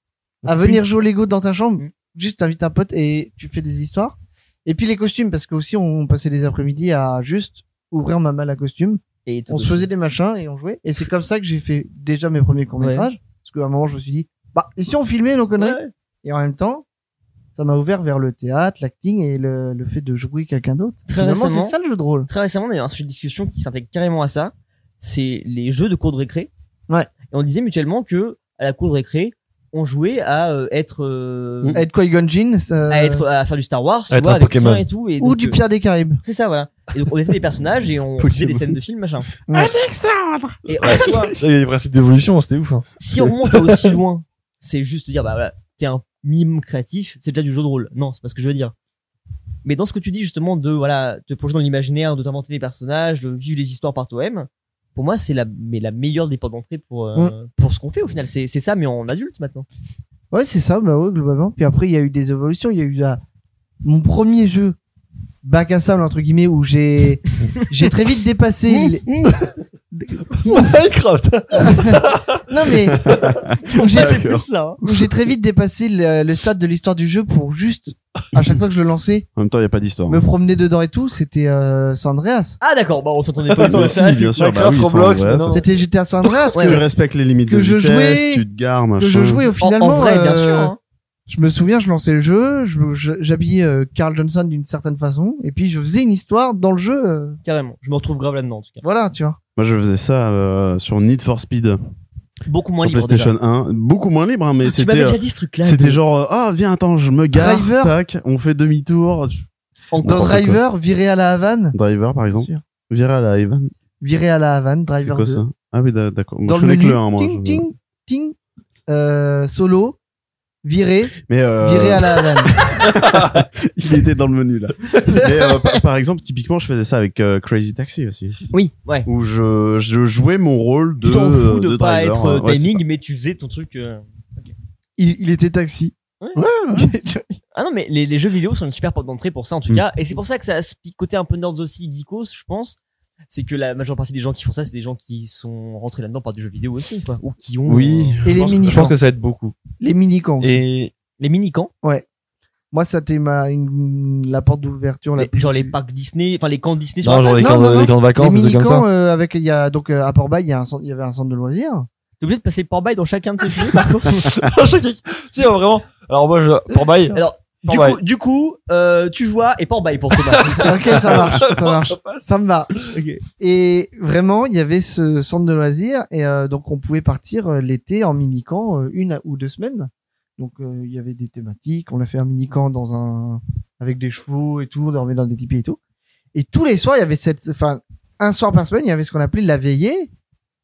Speaker 5: à venir jouer au Lego dans ta chambre,
Speaker 3: Mm.
Speaker 5: juste t'invites un pote et tu fais des histoires. Et puis les costumes, parce que aussi on passait les après-midi à juste ouvrir ma malle à costume.
Speaker 3: Et tout
Speaker 5: On se faisait des machins et on jouait. Et c'est comme ça que j'ai fait déjà mes premiers courts-métrages. Parce qu'à un moment, je me suis dit, bah, et si on filmait nos conneries Et en même temps, ça m'a ouvert vers le théâtre, l'acting et le, le fait de jouer quelqu'un d'autre.
Speaker 3: Très
Speaker 5: Finalement, c'est
Speaker 3: récemment-
Speaker 5: ça le jeu de rôle.
Speaker 3: Très récemment, d'ailleurs, c'est une discussion qui s'intègre carrément à ça. C'est les jeux de cours de récré.
Speaker 5: Ouais.
Speaker 3: Et on disait mutuellement que à la cour de récré, on jouait à euh, être, euh,
Speaker 5: Être Qui-Gon Jinn, ça-
Speaker 3: à être, à faire du Star Wars, tu
Speaker 7: être
Speaker 3: vois,
Speaker 7: un
Speaker 3: avec
Speaker 7: Pokémon.
Speaker 3: plein et tout. Et
Speaker 5: ou
Speaker 3: donc,
Speaker 5: du
Speaker 3: euh,
Speaker 5: Pierre des Caraïbes.
Speaker 3: C'est ça, voilà. Et donc on était des personnages et on faisait des scènes de films, machin.
Speaker 5: Ouais.
Speaker 3: Et en soi,
Speaker 7: Ça, il y a des principes d'évolution, c'était ouf. Hein.
Speaker 3: si on remonte à aussi loin, c'est juste de dire, bah voilà, t'es un mime créatif, c'est déjà du jeu de rôle. Non, c'est pas ce que je veux dire. Mais dans ce que tu dis justement de voilà, te plonger dans l'imaginaire, de t'inventer des personnages, de vivre les histoires par toi-même, pour moi c'est la mais la meilleure des portes d'entrée pour euh,
Speaker 5: Mm.
Speaker 3: pour ce qu'on fait au final. C'est c'est ça mais en adulte maintenant.
Speaker 5: Ouais, c'est ça, bah ouais, globalement. Puis après, il y a eu des évolutions. Il y a eu la... mon premier jeu, bac à sable, entre guillemets, où j'ai, j'ai très vite dépassé. les-
Speaker 7: Minecraft
Speaker 5: Non, mais, où j'ai,
Speaker 3: Ah, c'est plus ça. hein.
Speaker 5: où j'ai très vite dépassé le, le stade de l'histoire du jeu pour juste, à chaque fois que je le lançais,
Speaker 4: En même temps, il n'y a pas d'histoire.
Speaker 5: me promener dedans et tout. C'était, euh, San Andreas.
Speaker 3: Ah d'accord, bah on s'entendait pas du tout.
Speaker 4: Toi aussi, bien sûr.
Speaker 7: Minecraft,
Speaker 4: bah oui,
Speaker 7: Roblox,
Speaker 4: sans- ouais,
Speaker 7: maintenant.
Speaker 4: ça-
Speaker 5: C'était, j'étais à San Andreas.
Speaker 3: Ouais,
Speaker 4: Tu
Speaker 3: ouais.
Speaker 4: respectes les limites
Speaker 5: Que
Speaker 4: de
Speaker 5: je
Speaker 4: vitesse,
Speaker 5: jouais-
Speaker 4: tu te gares, machin.
Speaker 5: que je jouais au
Speaker 3: En,
Speaker 5: finalement.
Speaker 3: en vrai, bien
Speaker 5: euh,
Speaker 3: sûr. hein.
Speaker 5: Je me souviens, je lançais le jeu, je- je- j'habillais euh, Carl Johnson d'une certaine façon, et puis je faisais une histoire dans le jeu. euh,
Speaker 3: Carrément. Je me retrouve grave là-dedans en tout cas.
Speaker 5: voilà, tu vois.
Speaker 4: Moi, je faisais ça euh, sur Need for Speed,
Speaker 3: Beaucoup moins
Speaker 4: sur
Speaker 3: libre.
Speaker 4: PlayStation 1. Beaucoup moins libre, hein, mais
Speaker 3: déjà. Tu
Speaker 4: c'était...
Speaker 3: m'avais
Speaker 4: euh,
Speaker 3: déjà dit ce truc là.
Speaker 4: C'était genre, euh, ah, viens, attends, je me gare,
Speaker 5: Driver.
Speaker 4: tac, on fait demi-tour.
Speaker 5: Dans
Speaker 4: N'importe
Speaker 5: Driver, viré à la Havane.
Speaker 4: Driver, par exemple.
Speaker 5: Sûr.
Speaker 4: Vira la Evan.
Speaker 5: Viré à la Havane,
Speaker 4: C'est
Speaker 5: Driver
Speaker 4: quoi
Speaker 5: 2.
Speaker 4: ça Ah oui, d'a- d'accord. Moi,
Speaker 5: Dans
Speaker 4: je
Speaker 5: le
Speaker 4: connais
Speaker 5: menu,
Speaker 4: que le 1, moi.
Speaker 5: ting,
Speaker 4: Je-
Speaker 5: ting, ting, euh, solo, viré,
Speaker 4: Mais euh,
Speaker 5: viré à la Havane.
Speaker 4: il était dans le menu, là. Mais, euh, par- par exemple, typiquement, je faisais ça avec euh, Crazy Taxi aussi.
Speaker 3: Oui, ouais.
Speaker 4: Où je, je jouais mon rôle de.
Speaker 3: tu t'en
Speaker 4: euh,
Speaker 3: fous de, pas
Speaker 4: driver,
Speaker 3: être
Speaker 4: hein.
Speaker 3: euh,
Speaker 4: Ouais, c'est
Speaker 3: timing, mais tu faisais ton truc. euh.
Speaker 5: il, il était taxi.
Speaker 3: Ah non, mais les, les jeux vidéo sont une super porte d'entrée pour ça en tout
Speaker 4: Mm.
Speaker 3: cas, et c'est pour ça que ça a ce petit côté un peu nerds aussi, geekos, je pense. C'est que la majeure partie des gens qui font ça, c'est des gens qui sont rentrés là-dedans par des jeux vidéo aussi, quoi. Ou qui ont
Speaker 4: Oui.
Speaker 3: euh,
Speaker 5: Et les
Speaker 7: Je pense- Je pense
Speaker 5: minicans.
Speaker 7: que ça aide beaucoup.
Speaker 5: Les minicans. aussi.
Speaker 7: Et
Speaker 3: les mini-camps,
Speaker 5: Moi, c'était ma, une- la porte d'ouverture. la
Speaker 3: les-
Speaker 5: plus-
Speaker 3: genre les parcs Disney, enfin les camps Disney.
Speaker 7: non, genre les
Speaker 5: non,
Speaker 7: camps,
Speaker 5: non, non.
Speaker 7: les camps de vacances,
Speaker 5: les
Speaker 7: des trucs comme
Speaker 5: minicans,
Speaker 7: ça.
Speaker 5: euh, avec, il y a, donc, euh, à Port-Bail, il y, a un centre- il y avait un centre de loisirs.
Speaker 3: T'es obligé de passer par bail dans chacun de ces jeux, par contre.
Speaker 7: si, vraiment. Alors moi, je... pour bail,
Speaker 3: Alors, du
Speaker 7: Port-Bail.
Speaker 3: coup, du coup euh, tu vois, et par bail pour Thomas.
Speaker 5: ok, ça marche, ça marche.
Speaker 7: ça passe.
Speaker 5: Ça me va. Et vraiment, il y avait ce centre de loisirs et euh, donc on pouvait partir euh, l'été en mini-camp euh, une à- ou deux semaines. Donc euh, il y avait des thématiques, on a fait un mini-camp dans un avec des chevaux et tout, on dormait dans des tipis et tout. Et tous les soirs, il y avait cette enfin un soir par semaine, il y avait ce qu'on appelait la veillée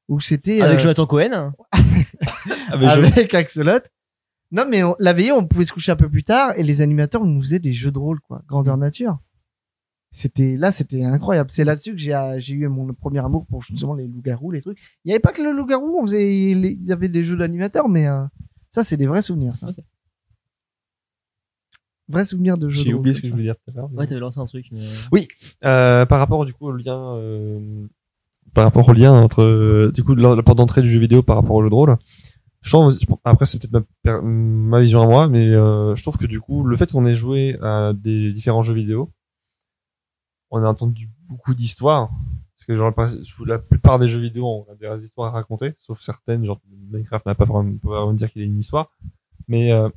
Speaker 5: où c'était
Speaker 3: Avec
Speaker 5: euh,
Speaker 3: Jonathan Cohen.
Speaker 7: Ah, mais je-
Speaker 5: avec Axolot. Non, mais on- la veillée, on pouvait se coucher un peu plus tard et les animateurs nous faisaient des jeux de rôle, quoi. Grandeur
Speaker 7: Mm.
Speaker 5: nature. C'était, là, c'était incroyable. C'est là-dessus que j'ai, euh, j'ai eu mon premier amour pour justement les loups-garous, les trucs. Il n'y avait pas que le loup-garou, on faisait, les- il y avait des jeux d'animateurs, mais euh, ça, c'est des vrais souvenirs, ça.
Speaker 3: Ok.
Speaker 5: Vrais souvenirs de jeux de
Speaker 7: J'ai
Speaker 5: rôle.
Speaker 7: oublié ce que
Speaker 5: comme
Speaker 7: je voulais dire tout à l'heure. mais-
Speaker 3: Ouais, t'avais lancé un truc. mais-
Speaker 7: Euh, par rapport du coup au lien euh, par rapport au lien entre euh, du coup la, la porte d'entrée du jeu vidéo par rapport au jeu de rôle je je trouve, je- après c'est peut-être ma, per- ma vision à moi, mais euh, je trouve que du coup, le fait qu'on ait joué à des différents jeux vidéo, on a entendu beaucoup d'histoires. Parce que genre, par- sous la plupart des jeux vidéo, on a des histoires à raconter, sauf certaines, genre Minecraft n'a pas vraiment, on peut pas vraiment dire qu'il a une histoire. Mais euh,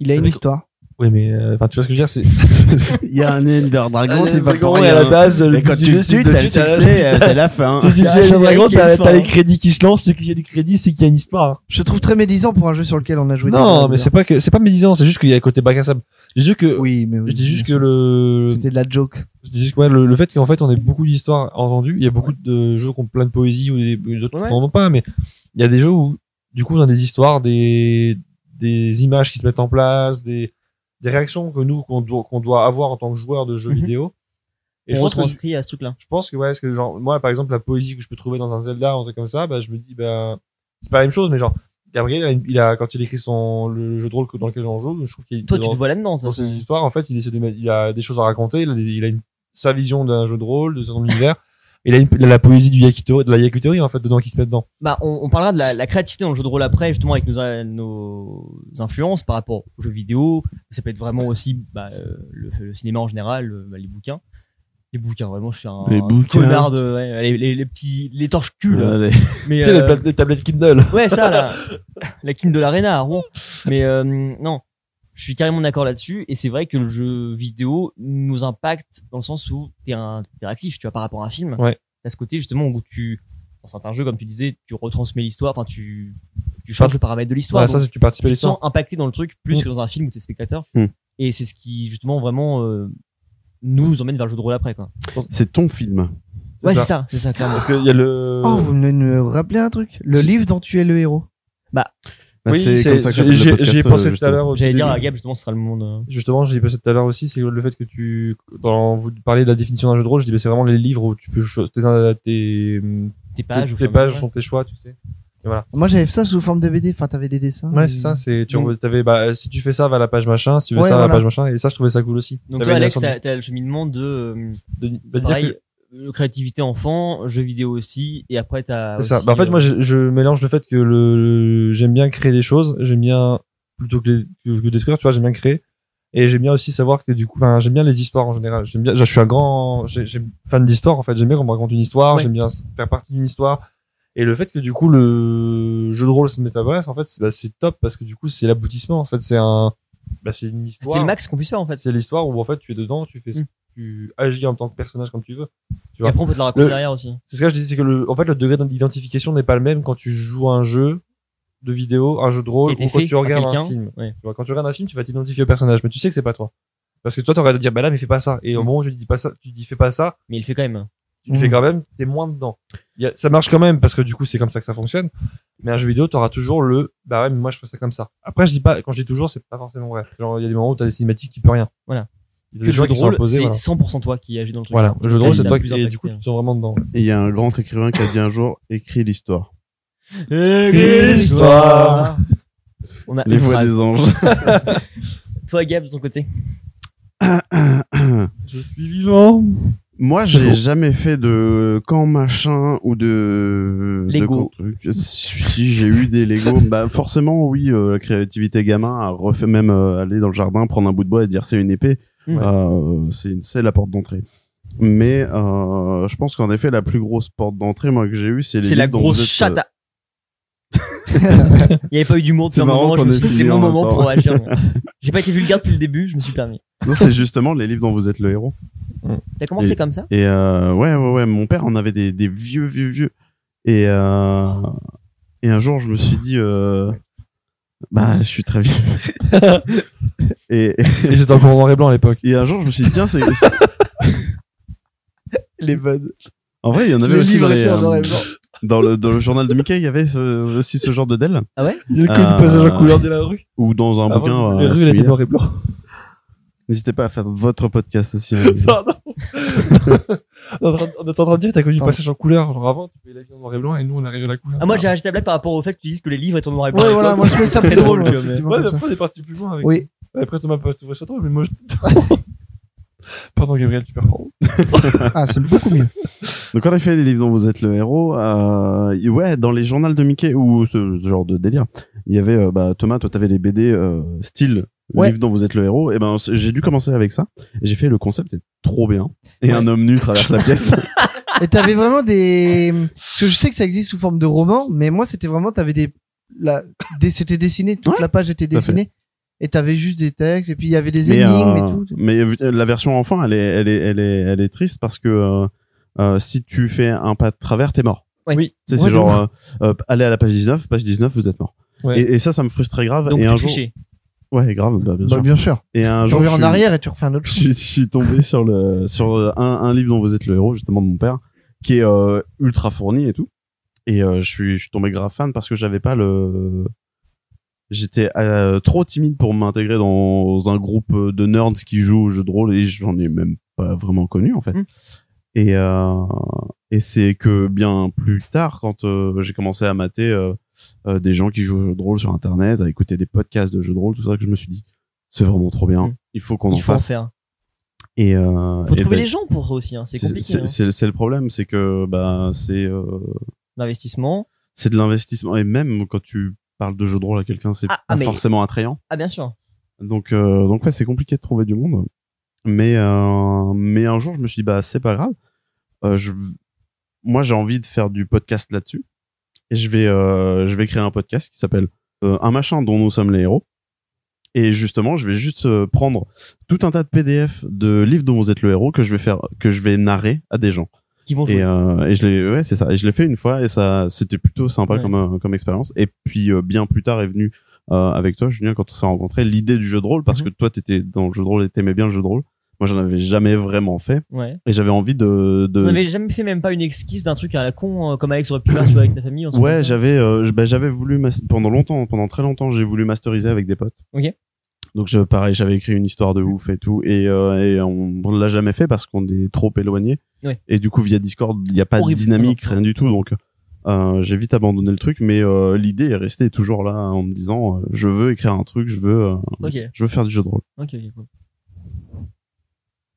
Speaker 5: Il a une
Speaker 7: Avec-
Speaker 5: histoire.
Speaker 7: oui, mais euh, enfin, tu vois ce que je veux dire, c'est
Speaker 6: Il y a un Ender Dragon,
Speaker 7: Euh,
Speaker 6: Ah, c'est pas
Speaker 7: Dragon,
Speaker 6: pour
Speaker 7: et à
Speaker 6: rien.
Speaker 7: la base, le
Speaker 6: Mais quand
Speaker 7: but
Speaker 6: tu
Speaker 7: du
Speaker 6: le
Speaker 7: jeu, c'est
Speaker 6: tues,
Speaker 7: de
Speaker 6: t'as le
Speaker 7: tuer ta-
Speaker 6: succès, euh, c'est la fin.
Speaker 7: Tu dis,
Speaker 3: Ah, c'est
Speaker 7: j'ai le
Speaker 3: vrai
Speaker 7: dragon,
Speaker 3: qu'il y a
Speaker 7: t'as
Speaker 3: une fin,
Speaker 7: t'as les
Speaker 3: hein.
Speaker 7: crédits qui se lancent, c'est qu'il y a des crédits, c'est qu'il y a une histoire. hein.
Speaker 5: Je le trouve très médisant pour un jeu sur lequel on a joué.
Speaker 7: Non,
Speaker 5: des
Speaker 7: mais
Speaker 5: heures.
Speaker 7: c'est pas que, c'est pas médisant, c'est juste qu'il y a le côté bac à sable. Je dis que,
Speaker 5: Oui, mais oui,
Speaker 7: je dis juste que
Speaker 5: bien sûr.
Speaker 7: le,
Speaker 5: C'était de la joke.
Speaker 7: je dis juste que, ouais, le, le fait qu'en fait on ait beaucoup d'histoires entendues, il y a beaucoup de jeux qui ont plein de poésie ou des, d'autres
Speaker 3: Ouais.
Speaker 7: qui n'en ont pas, mais il y a des jeux où, du coup, on a des histoires, des, des images qui se mettent en place, des, des réactions que nous, qu'on doit, qu'on doit avoir en tant que joueur de jeux
Speaker 3: Mhm.
Speaker 7: vidéo. Et
Speaker 3: on
Speaker 7: je pense que-
Speaker 3: retranscrit à ce truc-là.
Speaker 7: je pense que ouais, parce que genre moi par exemple la poésie que je peux trouver dans un Zelda ou un truc comme ça, bah je me dis bah c'est pas la même chose, mais genre Gabriel il a, une- il a- quand il écrit son le jeu de rôle que- dans lequel on joue, je trouve qu'il
Speaker 3: Toi, tu
Speaker 7: dans,
Speaker 3: te vois là-dedans. de
Speaker 7: dans
Speaker 3: toute façon.
Speaker 7: ses histoires en fait il essaie de mettre- il a des choses à raconter, il a, des- il a une, sa vision d'un jeu de rôle, de son univers, il a, une- il a la poésie du yakitori, de la yakitori en fait dedans qui se met dedans.
Speaker 3: Bah, on, on parlera de la, la créativité dans le jeu de rôle après, justement, avec nos, nos influences par rapport aux jeux vidéo. Ça peut être vraiment aussi bah, euh, le, le cinéma en général, le- bah, les bouquins. Les bouquins, vraiment, je suis un,
Speaker 4: Les
Speaker 3: un
Speaker 4: bouquins.
Speaker 3: connard de. ouais, les, les- les petits. Les torches cul. là.
Speaker 4: Allez.
Speaker 3: Mais,
Speaker 7: Tu sais, les
Speaker 3: euh,
Speaker 7: pla- les tablettes Kindle.
Speaker 3: ouais, ça, la, la Kindle Arena à Rouen. Mais euh, non, je suis carrément d'accord là-dessus. Et c'est vrai que le jeu vidéo nous impacte dans le sens où t'es un- t'es interactif, tu vois, par rapport à un film.
Speaker 7: Ouais.
Speaker 3: T'as ce côté justement où tu, dans certains jeux, comme tu disais, tu retransmets l'histoire, enfin, tu, tu changes le paramètre de l'histoire.
Speaker 7: Voilà, ça
Speaker 3: Donc,
Speaker 7: c'est tu participes à
Speaker 3: tu te
Speaker 7: l'histoire.
Speaker 3: sens impacté dans le truc plus
Speaker 7: Mm.
Speaker 3: que dans un film où t'es spectateur.
Speaker 4: Mm.
Speaker 3: Et c'est ce qui, justement, vraiment euh, nous emmène vers le jeu de rôle après, quoi.
Speaker 4: C'est ton film.
Speaker 7: C'est
Speaker 3: Ouais,
Speaker 7: ça.
Speaker 3: c'est ça, c'est ça, clairement.
Speaker 7: Parce qu'il y a le
Speaker 5: Oh, vous venez de me rappeler un truc. Le
Speaker 7: Si.
Speaker 5: livre dont tu es le héros.
Speaker 4: Bah,
Speaker 7: Oui,
Speaker 4: c'est
Speaker 7: c'est-
Speaker 4: comme ça que
Speaker 7: j'ai-
Speaker 4: j'appelle le
Speaker 7: j'ai
Speaker 4: podcast,
Speaker 7: j'y ai pensé
Speaker 4: euh,
Speaker 7: tout à l'heure au
Speaker 3: J'allais
Speaker 7: début.
Speaker 3: dire à Gab, justement, ce sera le monde. euh,
Speaker 7: Justement, j'ai passé tout à l'heure aussi, c'est le fait que tu, dans, vous parlez de la définition d'un jeu de rôle, je dis, bah, c'est vraiment les livres où tu peux, cho- tes, tes,
Speaker 3: tes
Speaker 7: tes,
Speaker 3: pages. au
Speaker 7: tes
Speaker 3: fur et à
Speaker 7: pages
Speaker 3: mesure.
Speaker 7: sont tes choix, tu sais.
Speaker 5: Moi, j'avais fait ça sous forme de BD. Enfin, t'avais des dessins.
Speaker 7: Ouais, c'est ça, c'est, tu,
Speaker 3: Donc-
Speaker 7: t'avais, bah, si tu fais ça, va à la page machin, si tu fais
Speaker 5: Ouais,
Speaker 7: ça, va à la
Speaker 5: voilà.
Speaker 7: page machin, et ça, je trouvais ça cool aussi.
Speaker 3: Donc
Speaker 7: T'avais
Speaker 3: toi,
Speaker 7: une
Speaker 3: Alex,
Speaker 7: notion
Speaker 3: t'as t'as le cheminement de, euh,
Speaker 7: de, de- de dire
Speaker 3: pareil,
Speaker 7: que-
Speaker 3: euh, créativité enfant, jeux vidéo aussi, et après t'as.
Speaker 7: c'est ça.
Speaker 3: aussi,
Speaker 7: Bah, en fait,
Speaker 3: euh,
Speaker 7: moi, je, je mélange le fait que le, j'aime bien créer des choses, j'aime bien, plutôt que, les- que, que détruire, tu vois, j'aime bien créer. Et j'aime bien aussi savoir que du coup, enfin, j'aime bien les histoires en général. J'aime bien, je suis un grand, j'ai- j'ai- fan d'histoire en fait. J'aime bien qu'on me raconte une histoire.
Speaker 3: Ouais.
Speaker 7: J'aime bien s- faire partie d'une histoire. Et le fait que du coup le jeu de rôle se mette à place, en fait, c'est bah, c'est top parce que du coup c'est l'aboutissement. En fait, c'est un, bah, c'est une histoire.
Speaker 3: c'est le max qu'on puisse faire en fait.
Speaker 7: C'est l'histoire où en fait tu es dedans, tu fais, ce-
Speaker 3: Mm.
Speaker 7: tu agis en tant que personnage comme tu veux.
Speaker 3: Et après on peut te la raconter
Speaker 7: Le-
Speaker 3: derrière aussi.
Speaker 7: C'est ce que je disais, c'est que le, en fait le degré d'identification n'est pas le même quand tu joues à un jeu de vidéo, un jeu de rôle
Speaker 3: Et t'es
Speaker 7: ou quand
Speaker 3: fait
Speaker 7: tu
Speaker 3: par
Speaker 7: regardes un
Speaker 3: quelqu'un.
Speaker 7: film.
Speaker 3: Ouais.
Speaker 7: Tu vois, quand tu regardes un film, tu vas t'identifier au personnage, mais tu sais que c'est pas toi. Parce que toi, t'aurais de dire, bah là, mais fais pas ça. Et au
Speaker 3: Mm.
Speaker 7: moment où tu dis pas ça, tu dis fais pas ça,
Speaker 3: Mais il le fait quand même.
Speaker 7: tu le fais
Speaker 5: Mm.
Speaker 7: quand même, t'es moins dedans. Il y a- ça marche quand même parce que du coup, c'est comme ça que ça fonctionne. Mais un jeu vidéo, t'auras toujours le, bah ouais, mais moi je fais ça comme ça. Après, je dis pas, quand je dis toujours, c'est pas forcément vrai. Genre, il y a des moments où t'as des cinématiques qui peut rien.
Speaker 3: Voilà.
Speaker 7: Il y
Speaker 3: Que le
Speaker 7: a des
Speaker 3: jeu
Speaker 7: choix
Speaker 3: de
Speaker 7: qui sont
Speaker 3: rôle,
Speaker 7: imposés.
Speaker 3: c'est
Speaker 7: Voilà.
Speaker 3: 100% toi qui agis dans le truc.
Speaker 7: Voilà. Le jeu de
Speaker 3: Là,
Speaker 7: rôle,
Speaker 3: il
Speaker 7: c'est
Speaker 3: t'a
Speaker 7: toi
Speaker 3: plus
Speaker 7: qui, et
Speaker 3: impacté,
Speaker 7: du coup,
Speaker 3: hein.
Speaker 7: tu te sens vraiment dedans.
Speaker 4: Et il y a un grand écrivain qui a dit un jour écris l'histoire.
Speaker 7: l'histoire.
Speaker 3: On a
Speaker 4: Les
Speaker 3: une
Speaker 4: voix
Speaker 3: phrase.
Speaker 4: des anges.
Speaker 3: Toi Gab de ton côté.
Speaker 7: Je suis vivant.
Speaker 4: Moi, j'ai jamais fait de camp camp-machin ou de de
Speaker 3: Lego.
Speaker 4: camp truc. Si j'ai eu des Lego, bah forcément oui, euh, la créativité gamin a refait même euh, aller dans le jardin, prendre un bout de bois et dire c'est une épée,
Speaker 3: Ouais.
Speaker 4: Euh, c'est une- c'est la porte d'entrée. Mais euh, je pense qu'en effet la plus grosse porte d'entrée moi que j'ai eue c'est les
Speaker 3: C'est la
Speaker 4: livres dont vous
Speaker 3: grosse
Speaker 4: êtes, euh,
Speaker 3: chatte. à- il y avait pas eu du monde.
Speaker 4: C'est
Speaker 3: C'est un
Speaker 4: marrant
Speaker 3: moment. Je
Speaker 4: qu'on
Speaker 3: me suis dit
Speaker 4: ait
Speaker 3: c'est
Speaker 4: fini
Speaker 3: mon
Speaker 4: en
Speaker 3: moment
Speaker 4: même temps.
Speaker 3: pour agir. J'ai pas été vulgaire depuis le début. Je me suis permis.
Speaker 4: euh, Non, c'est justement les livres dont vous êtes le héros.
Speaker 3: T'as commencé
Speaker 4: Et-
Speaker 3: comme ça.
Speaker 4: Et euh, ouais, ouais, ouais, mon père en avait des, des vieux, vieux, vieux. Et, euh, et un jour, je me suis dit, euh, bah, je suis très vieux. et,
Speaker 7: Et c'était encore en noir et blanc à l'époque.
Speaker 4: et un jour, je me suis dit, tiens, c'est. c'est-
Speaker 5: Les bonnes.
Speaker 4: En vrai, il y en avait
Speaker 5: Les
Speaker 4: aussi dans,
Speaker 5: livres
Speaker 4: les,
Speaker 5: étaient en
Speaker 4: euh,
Speaker 5: noir et blanc.
Speaker 4: dans, le, dans le journal de Mickey, il y avait ce- aussi ce genre de Dell.
Speaker 7: Il y
Speaker 4: que du passage en couleur
Speaker 7: de la rue.
Speaker 4: Ou dans un
Speaker 7: Avant,
Speaker 4: bouquin.
Speaker 7: les
Speaker 4: euh,
Speaker 7: rues, elles étaient
Speaker 4: similaire.
Speaker 7: noir et blanc.
Speaker 4: N'hésitez pas à faire votre podcast aussi. hein.
Speaker 7: Pardon. on est en train- on est en train de dire que t'as connu le
Speaker 5: Pardon.
Speaker 7: passage en couleur. Genre avant, tu payais la vie en noir et blanc et nous, on arrive à la couleur.
Speaker 3: Ah, moi j'ai arrêté la blague par rapport au fait que tu dises que les livres étaient en noir et blanc.
Speaker 5: Ouais, voilà, moi je trouvais ça
Speaker 3: Très
Speaker 5: très drôle.
Speaker 3: drôle,
Speaker 5: effectivement,
Speaker 7: Ouais,
Speaker 5: comme
Speaker 7: mais
Speaker 5: ça.
Speaker 7: après, on est parti plus loin avec.
Speaker 5: Oui.
Speaker 7: Après, Thomas peut trouver ça drôle, mais moi, je- Pardon, Gabriel, tu peux reprendre.
Speaker 5: Ah, c'est beaucoup mieux.
Speaker 4: Donc en effet, les livres dont vous êtes le héros, euh, y- ouais, dans les journaux de Mickey ou ce, ce genre de délire, il y avait euh, bah, Thomas, toi t'avais les BD euh, style
Speaker 5: Ouais.
Speaker 4: livre dont vous êtes le héros. Et ben c'est- j'ai dû commencer avec ça. Et J'ai fait le concept est trop bien. Et
Speaker 5: Ouais.
Speaker 4: un homme nu traverse la pièce.
Speaker 5: Et t'avais vraiment des. Parce que je sais que ça existe sous forme de roman, mais moi c'était vraiment t'avais des. La... des... C'était dessiné, toute la page était
Speaker 4: tout à fait.
Speaker 5: dessinée. Et t'avais juste des textes, et puis il y avait des
Speaker 4: mais,
Speaker 5: énigmes
Speaker 4: euh,
Speaker 5: et tout.
Speaker 4: mais, euh, la version enfant, elle est, elle est, elle est, elle est triste parce que euh, euh, si tu fais un pas de travers, t'es mort.
Speaker 3: Ouais.
Speaker 7: Oui.
Speaker 4: Tu sais,
Speaker 5: Ouais,
Speaker 4: c'est
Speaker 5: de
Speaker 4: genre euh, euh, allez à la page 19, page 19, vous êtes mort.
Speaker 7: Ouais.
Speaker 4: Et, et ça, ça me frustrait grave.
Speaker 3: Donc
Speaker 4: et
Speaker 3: tu
Speaker 4: un jour,
Speaker 3: trichais.
Speaker 4: ouais, grave, bah, bien
Speaker 5: Bah,
Speaker 4: sûr.
Speaker 5: bien sûr.
Speaker 4: Et un
Speaker 5: Tu
Speaker 4: jour,
Speaker 5: reviens
Speaker 4: je
Speaker 5: en
Speaker 4: suis-
Speaker 5: arrière et tu refais un autre.
Speaker 4: je suis- je suis tombé sur le sur euh, un, un livre dont vous êtes le héros justement de mon père qui est euh, ultra fourni et tout et euh, je suis je suis tombé grave fan parce que j'avais pas le j'étais euh, trop timide pour m'intégrer dans un groupe euh, de nerds qui jouent aux jeux de rôle et j'en ai même pas vraiment connu en fait
Speaker 3: Mm.
Speaker 4: et euh, et c'est que bien plus tard quand euh, j'ai commencé à mater euh, euh, des gens qui jouent aux jeux de rôle sur internet à écouter des podcasts de jeux de rôle tout ça que je me suis dit c'est vraiment trop bien
Speaker 3: Mm.
Speaker 4: il faut qu'on en
Speaker 3: Il faut en
Speaker 4: fasse
Speaker 3: faire.
Speaker 4: et euh,
Speaker 3: Faut
Speaker 4: et
Speaker 3: trouver
Speaker 4: ben,
Speaker 3: les gens pour aussi, hein. c'est compliqué.
Speaker 4: c'est-
Speaker 3: hein.
Speaker 4: C'est c'est le problème, c'est que bah c'est euh,
Speaker 3: L'investissement.
Speaker 4: c'est de l'investissement et même quand tu parles de jeu de rôle à quelqu'un, c'est
Speaker 3: Ah, ah,
Speaker 4: pas
Speaker 3: mais-
Speaker 4: forcément attrayant.
Speaker 3: Ah, bien sûr.
Speaker 4: Donc euh, donc ouais, c'est compliqué de trouver du monde. Mais euh, mais un jour, je me suis dit bah c'est pas grave. Euh, je moi j'ai envie de faire du podcast là-dessus et je vais euh, je vais créer un podcast qui s'appelle euh, un machin dont nous sommes les héros. Et justement, je vais juste euh, prendre tout un tas de PDF de livres dont vous êtes le héros que je vais faire que je vais narrer à des gens.
Speaker 3: Qui vont jouer.
Speaker 4: Et, euh, et je l'ai, ouais, c'est ça. Et je l'ai fait une fois et ça, c'était plutôt sympa
Speaker 3: Ouais.
Speaker 4: comme euh, comme expérience. Et puis euh, bien plus tard est venu euh, avec toi, Julien, quand on s'est rencontré, l'idée du jeu de rôle parce
Speaker 3: Mhm.
Speaker 4: que toi t'étais dans le jeu de rôle et t'aimais bien le jeu de rôle. Moi, j'en avais jamais vraiment fait
Speaker 3: Ouais.
Speaker 4: et j'avais envie de. de...
Speaker 3: On avait jamais fait même pas une esquisse d'un truc à la con, euh, comme Alex aurait pu faire, tu vois, avec sa famille. on se
Speaker 4: Ouais,
Speaker 3: fait ça.
Speaker 4: j'avais, euh, je- bah, j'avais voulu mas- pendant longtemps, pendant très longtemps, j'ai voulu masteriser avec des potes.
Speaker 3: Ok.
Speaker 4: Donc je, pareil, j'avais écrit une histoire de ouf et tout, et, euh, et on, on l'a jamais fait parce qu'on est trop éloigné.
Speaker 3: Ouais.
Speaker 4: Et du coup, via Discord, il n'y a pas
Speaker 3: Horrible.
Speaker 4: de dynamique,
Speaker 3: Non.
Speaker 4: rien du tout, donc euh, j'ai vite abandonné le truc, mais euh, l'idée est restée toujours là en me disant, euh, je veux écrire un truc, je veux, euh,
Speaker 3: Ok.
Speaker 4: je veux faire du jeu de rôle.
Speaker 3: Ok, ok, cool.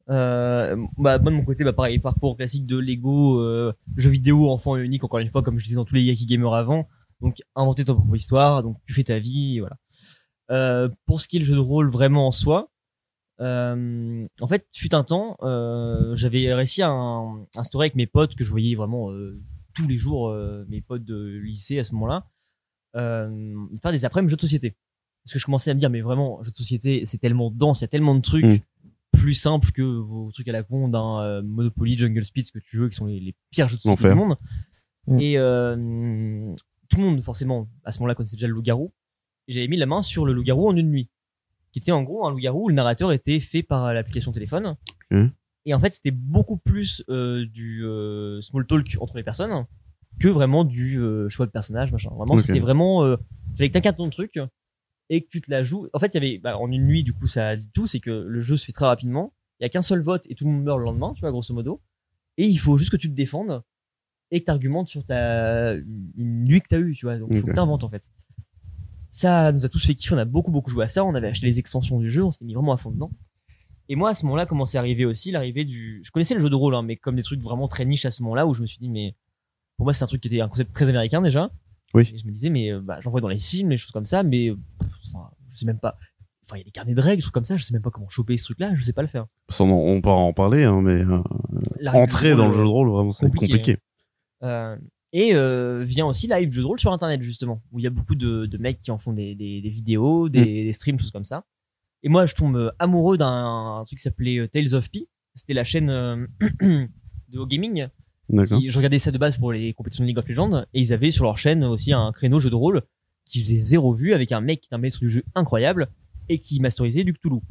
Speaker 3: Euh, bah, moi de mon côté, bah, pareil, parcours classique de Lego, euh, jeux vidéo, enfant unique, encore une fois, comme je disais dans tous les Yaki Gamer avant. Donc, inventer ton propre histoire, donc tu fais ta vie, et voilà. Euh, pour ce qui est le jeu de rôle vraiment en soi, euh, en fait, fut un temps, euh, j'avais réussi à un, un story avec mes potes que je voyais vraiment euh, tous les jours, euh, mes potes de lycée à ce moment-là, euh, faire des après-midi jeux de société. Parce que je commençais à me dire, mais vraiment, jeux de société, c'est tellement dense, il y a tellement de trucs
Speaker 4: Mm.
Speaker 3: plus simples que vos trucs à la con d'un euh, Monopoly, Jungle Speed, ce que tu veux, qui sont les, les pires jeux de société
Speaker 4: L'enfer.
Speaker 3: du monde.
Speaker 5: Mm.
Speaker 3: Et euh, tout le monde, forcément, à ce moment-là, connaissait déjà le loup-garou. Et J'avais mis la main sur le loup-garou en une nuit. Qui était en gros un loup-garou où le narrateur était fait par euh, l'application téléphone.
Speaker 4: Ok.
Speaker 3: Et en fait, c'était beaucoup plus euh, du euh, small talk entre les personnes que vraiment du euh, choix de personnage, machin. Vraiment,
Speaker 4: Ok.
Speaker 3: c'était vraiment. Euh, fallait que t'incarnes ton truc et que tu te la joues. En fait, il y avait bah, en une nuit, du coup, ça dit tout, c'est que le jeu se fait très rapidement. Il y a qu'un seul vote et tout le monde meurt le lendemain, tu vois, grosso modo. Et il faut juste que tu te défendes et que t'argumentes sur ta une nuit que t'as eue, tu vois. Donc, il faut
Speaker 4: Ok.
Speaker 3: que t'inventes en fait. Ça nous a tous fait kiffer. On a beaucoup beaucoup joué à ça. On avait acheté les extensions du jeu. On s'était mis vraiment à fond dedans. Et moi, à ce moment-là, commençait à arriver aussi l'arrivée du. Je connaissais le jeu de rôle, hein, mais comme des trucs vraiment très niches à ce moment-là, où je me suis dit, mais pour moi, c'est un truc qui était un concept très américain déjà.
Speaker 4: Oui.
Speaker 3: Et je me disais, mais euh, bah, j'en vois dans les films, les choses comme ça, mais euh, pff, enfin, je sais même pas. Enfin, il y a des carnets de règles, des trucs comme ça. Je sais même pas comment choper ce truc-là. Je sais pas le faire.
Speaker 4: Sans- On, on pourra en parler, hein, mais euh,
Speaker 3: L'arrivée Bah, du euh,
Speaker 4: entrer dans le jeu de rôle, vraiment, c'est
Speaker 3: compliqué, hein.
Speaker 4: compliqué.
Speaker 3: Euh, et euh, vient aussi live jeu de rôle sur internet justement où il y a beaucoup de, de mecs qui en font des, des, des vidéos
Speaker 4: Mm.
Speaker 3: des, des streams choses comme ça et moi je tombe euh, amoureux d'un truc qui s'appelait euh, Tales of Pi c'était la chaîne euh, de Haut Gaming
Speaker 4: D'accord.
Speaker 3: qui- je regardais ça de base pour les compétitions de League of Legends et ils avaient sur leur chaîne aussi un créneau jeu de rôle qui faisait zéro vue avec un mec qui est un maître du jeu incroyable et qui masterisait du Cthulhu.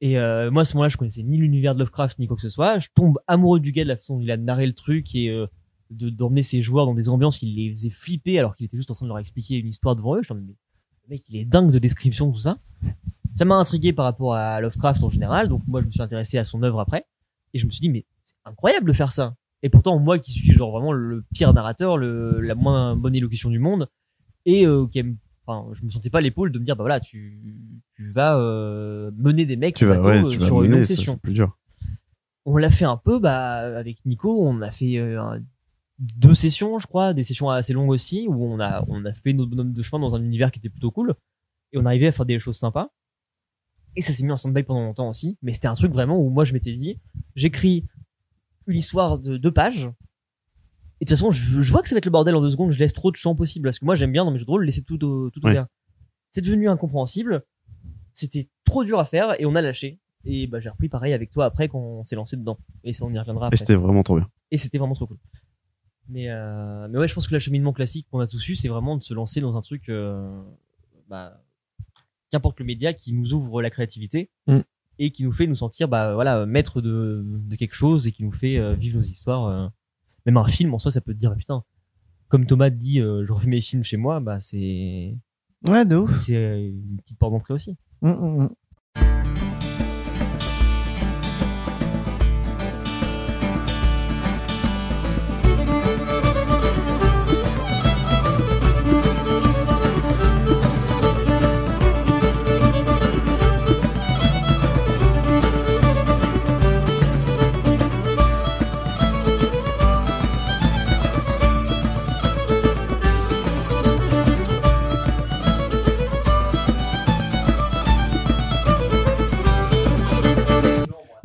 Speaker 3: Et euh, moi à ce moment-là, je connaissais ni l'univers de Lovecraft ni quoi que ce soit. Je tombe amoureux du gars de la façon dont il a narré le truc et euh, de d'emmener ses joueurs dans des ambiances qui les faisaient flipper alors qu'il était juste en train de leur expliquer une histoire devant eux. Je me dis, le mec, il est dingue de description, tout ça. Ça m'a intrigué par rapport à Lovecraft en général. Donc moi, je me suis intéressé à son œuvre après et je me suis dit, mais c'est incroyable de faire ça. Et pourtant, moi qui suis genre vraiment le pire narrateur, le, la moins bonne élocution du monde, et euh, qui aime enfin, je me sentais pas l'épaule de me dire, bah voilà, tu, tu vas euh, mener des mecs
Speaker 4: Tu
Speaker 3: à
Speaker 4: vas,
Speaker 3: dos,
Speaker 4: ouais,
Speaker 3: euh,
Speaker 4: tu vas
Speaker 3: sur une
Speaker 4: mener,
Speaker 3: longue
Speaker 4: ça,
Speaker 3: session.
Speaker 4: c'est plus dur.
Speaker 3: On l'a fait un peu, bah, avec Nico, on a fait euh, un- deux sessions, je crois, des sessions assez longues aussi, où on a, on a fait notre bonhomme de chemin dans un univers qui était plutôt cool, et on arrivait à faire des choses sympas. Et ça s'est mis en stand-by pendant longtemps aussi, mais c'était un truc vraiment où moi je m'étais dit, j'écris une histoire de deux pages, et de toute façon, je, je vois que ça va être le bordel en deux secondes, je laisse trop de champs possibles, parce que moi j'aime bien dans mes jeux de rôle laisser tout, au- tout
Speaker 4: Ouais.
Speaker 3: ouvert. C'est devenu incompréhensible, c'était trop dur à faire, et on a lâché. Et bah, j'ai repris pareil avec toi après quand on s'est lancé dedans. Et ça, on y reviendra
Speaker 4: Et
Speaker 3: après
Speaker 4: c'était vraiment trop bien.
Speaker 3: et c'était vraiment trop cool. Mais, euh, mais ouais, je pense que l'acheminement classique qu'on a tous eu, c'est vraiment de se lancer dans un truc, euh, bah, qu'importe le média, qui nous ouvre la créativité
Speaker 7: Mm.
Speaker 3: et qui nous fait nous sentir bah, voilà, maître de, de quelque chose et qui nous fait euh, vivre nos histoires. euh. Même un film en soi, ça peut te dire, ah, putain, comme Thomas dit, euh, je refais mes films chez moi, bah, c'est
Speaker 5: Ouais, de ouf.
Speaker 3: c'est, euh, une petite porte d'entrée aussi.
Speaker 5: Mm, mm, mm.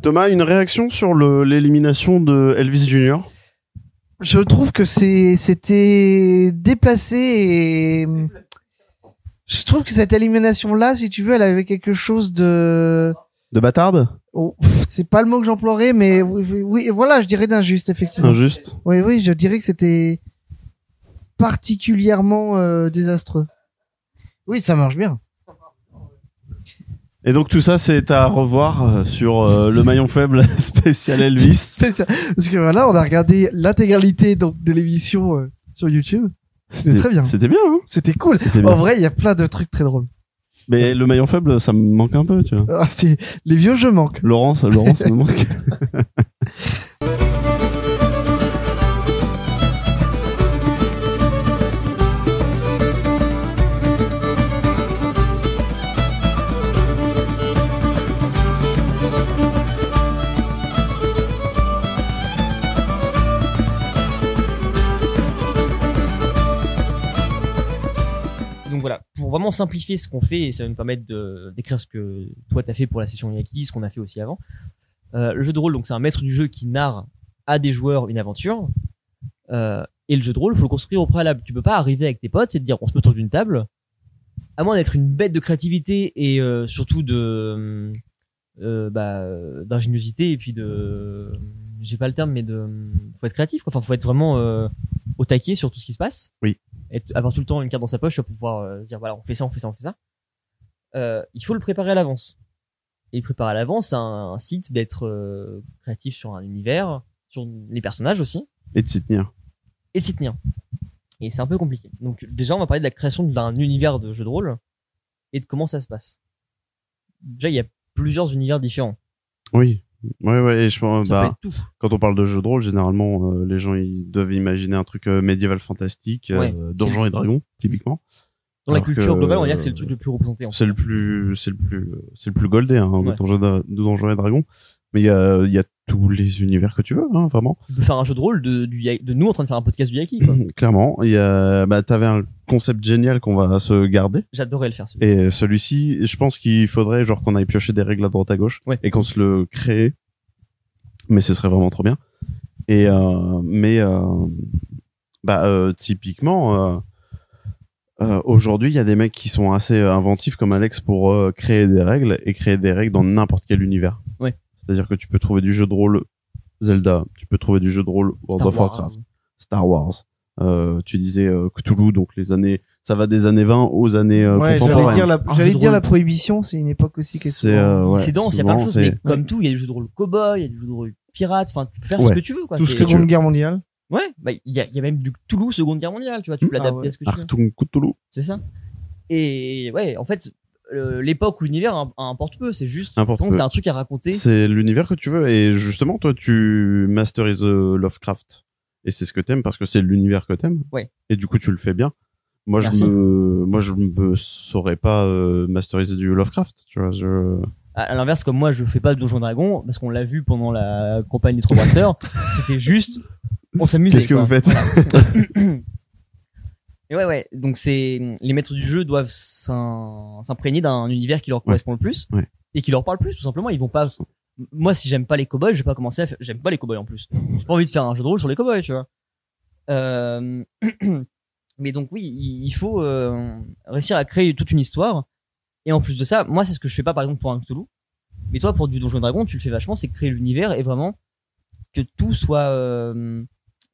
Speaker 4: Thomas, une réaction sur le- l'élimination de Elvis Junior
Speaker 5: Je trouve que c'est c'était déplacé et je trouve que cette élimination là, si tu veux, elle avait quelque chose de
Speaker 4: De bâtarde
Speaker 5: oh, pff, c'est pas le mot que j'emploierais, mais oui, oui, oui, voilà, je dirais d'injuste effectivement.
Speaker 4: Injuste
Speaker 5: Oui, oui, je dirais que c'était particulièrement euh, désastreux. Oui, ça marche bien.
Speaker 4: Et donc tout ça, c'est à revoir euh, sur euh, le maillon faible spécial Elvis.
Speaker 5: C'est ça. Parce que voilà, on a regardé l'intégralité donc de l'émission euh, sur YouTube. C'était très bien.
Speaker 4: C'était bien, hein
Speaker 5: C'était cool.
Speaker 4: C'était bien.
Speaker 5: En vrai, il y a plein de trucs très drôles.
Speaker 4: Mais le maillon faible, ça me manque un peu, tu vois.
Speaker 5: Ah, si, les vieux jeux manquent.
Speaker 4: Laurence, Laurence me manque.
Speaker 3: Donc voilà, pour vraiment simplifier ce qu'on fait, et ça va nous permettre de- d'écrire ce que toi t'as fait pour la session Yaki, ce qu'on a fait aussi avant. Euh, le jeu de rôle, donc c'est un maître du jeu qui narre à des joueurs une aventure. Euh, et le jeu de rôle, faut le construire au préalable. Tu peux pas arriver avec tes potes et te dire on se met autour d'une table. À moins d'être une bête de créativité et euh, surtout de euh, bah, d'ingéniosité et puis de j'ai pas le terme mais de faut être créatif quoi. Enfin faut être vraiment euh, au taquet sur tout ce qui se passe être- avoir tout le temps une carte dans sa poche pour pouvoir euh, se dire voilà on fait ça on fait ça on fait ça Euh, il faut le préparer à l'avance et préparer à l'avance un, un site d'être euh, créatif sur un univers sur les personnages aussi
Speaker 4: Et de s'y tenir.
Speaker 3: et de s'y tenir. Et c'est un peu compliqué. Donc déjà, on va parler de la création d'un univers de jeu de rôle et de comment ça se passe. Déjà, il y a plusieurs univers différents.
Speaker 4: Oui. Ouais, ouais, et je pense,
Speaker 3: Ça
Speaker 4: bah,
Speaker 3: peut être tout.
Speaker 4: quand on parle de jeu de rôle, généralement, euh, les gens, ils doivent imaginer un truc euh, médiéval fantastique, euh,
Speaker 3: Ouais.
Speaker 4: Donjons et Dragons, typiquement.
Speaker 3: Dans la
Speaker 4: alors
Speaker 3: culture
Speaker 4: que-
Speaker 3: globale, on va dire que c'est le truc le plus représenté. En fait.
Speaker 4: C'est le plus, c'est le plus, c'est le plus goldé, hein,
Speaker 3: Ouais.
Speaker 4: Donjons et- Donjons et Dragons. Mais il y a, il y a tous les univers que tu veux, hein, vraiment.
Speaker 3: Tu peux faire un jeu de rôle de, du, ya- de nous en train de faire un podcast du Yaki.
Speaker 4: Mm.
Speaker 3: quoi.
Speaker 4: Clairement, il y a, bah, t'avais un concept génial qu'on va se garder.
Speaker 3: J'adorais le faire. celui-là.
Speaker 4: Et celui-ci, je pense qu'il faudrait genre qu'on aille piocher des règles à droite à gauche
Speaker 3: Ouais.
Speaker 4: et qu'on se le crée. Mais ce serait vraiment trop bien. Et euh, mais euh, bah euh, typiquement euh, euh, aujourd'hui, il y a des mecs qui sont assez euh, inventifs comme Alex pour euh, créer des règles et créer des règles dans n'importe quel univers.
Speaker 3: Ouais.
Speaker 4: C'est-à-dire que tu peux trouver du jeu de rôle Zelda, tu peux trouver du jeu de rôle World
Speaker 3: Star
Speaker 4: of
Speaker 3: Wars.
Speaker 4: Warcraft. Star Wars. Euh, tu disais euh, Cthulhu, donc les années, ça va des années 20 aux années euh,
Speaker 5: Ouais, j'allais
Speaker 4: contemporaines.
Speaker 5: dire la,
Speaker 3: Un
Speaker 5: j'allais
Speaker 3: jeu de
Speaker 5: dire
Speaker 3: rôle.
Speaker 5: la prohibition, c'est une époque aussi qui est
Speaker 4: C'est
Speaker 5: souvent-
Speaker 4: euh, ouais,
Speaker 3: c'est dense, il y a plein de
Speaker 4: souvent,
Speaker 3: choses, mais
Speaker 4: c'est-
Speaker 3: comme tout, il y a des jeux de rôle cow-boy, il y a des jeux de rôle pirate, enfin, tu peux faire ce
Speaker 4: Ouais.
Speaker 3: que tu veux, quoi.
Speaker 5: Tout
Speaker 3: C'est-
Speaker 5: Seconde Guerre mondiale.
Speaker 3: Ouais, bah, il y a, il y a même du Toulouse, Seconde Guerre mondiale, tu vois, tu
Speaker 4: Hmm.
Speaker 3: peux
Speaker 5: Ah
Speaker 3: l'adapter
Speaker 5: ouais.
Speaker 3: à ce que tu veux.
Speaker 4: Artung Cthulhu.
Speaker 3: C'est ça. Et ouais, en fait, euh, l'époque ou l'univers im- importe peu. C'est juste
Speaker 4: Importe
Speaker 3: tant que
Speaker 4: peu.
Speaker 3: t'as un truc à raconter.
Speaker 4: C'est l'univers que tu veux et justement toi tu masterises euh, Lovecraft et c'est ce que t'aimes parce que c'est l'univers que t'aimes
Speaker 3: Ouais.
Speaker 4: et du coup tu le fais bien. Moi, je
Speaker 3: Merci.
Speaker 4: me, moi, je me saurais pas euh, masteriser du Lovecraft, tu vois. Je...
Speaker 3: À, à l'inverse, comme moi, je fais pas de Donjon Dragon parce qu'on l'a vu pendant la campagne des trois brasseurs. C'était juste, on s'amusait.
Speaker 4: Qu'est-ce que
Speaker 3: quoi.
Speaker 4: vous faites
Speaker 5: hein.
Speaker 3: Et ouais, ouais. Donc c'est les maîtres du jeu doivent s'im- s'imprégner d'un univers qui leur correspond le plus
Speaker 4: Ouais.
Speaker 3: et qui leur parle le plus, tout simplement. Ils vont pas. Moi, si j'aime pas les cowboys, je vais pas commencer à. faire- J'aime pas les cowboys en plus. J'ai pas envie de faire un jeu de rôle sur les cowboys, tu vois. Euh... Mais donc oui, il il faut euh, réussir à créer toute une histoire. Et en plus de ça, moi, c'est ce que je fais pas par exemple pour un Cthulhu. Mais toi, pour du Donjon Dragon, tu le fais vachement, c'est créer l'univers et vraiment que tout soit euh,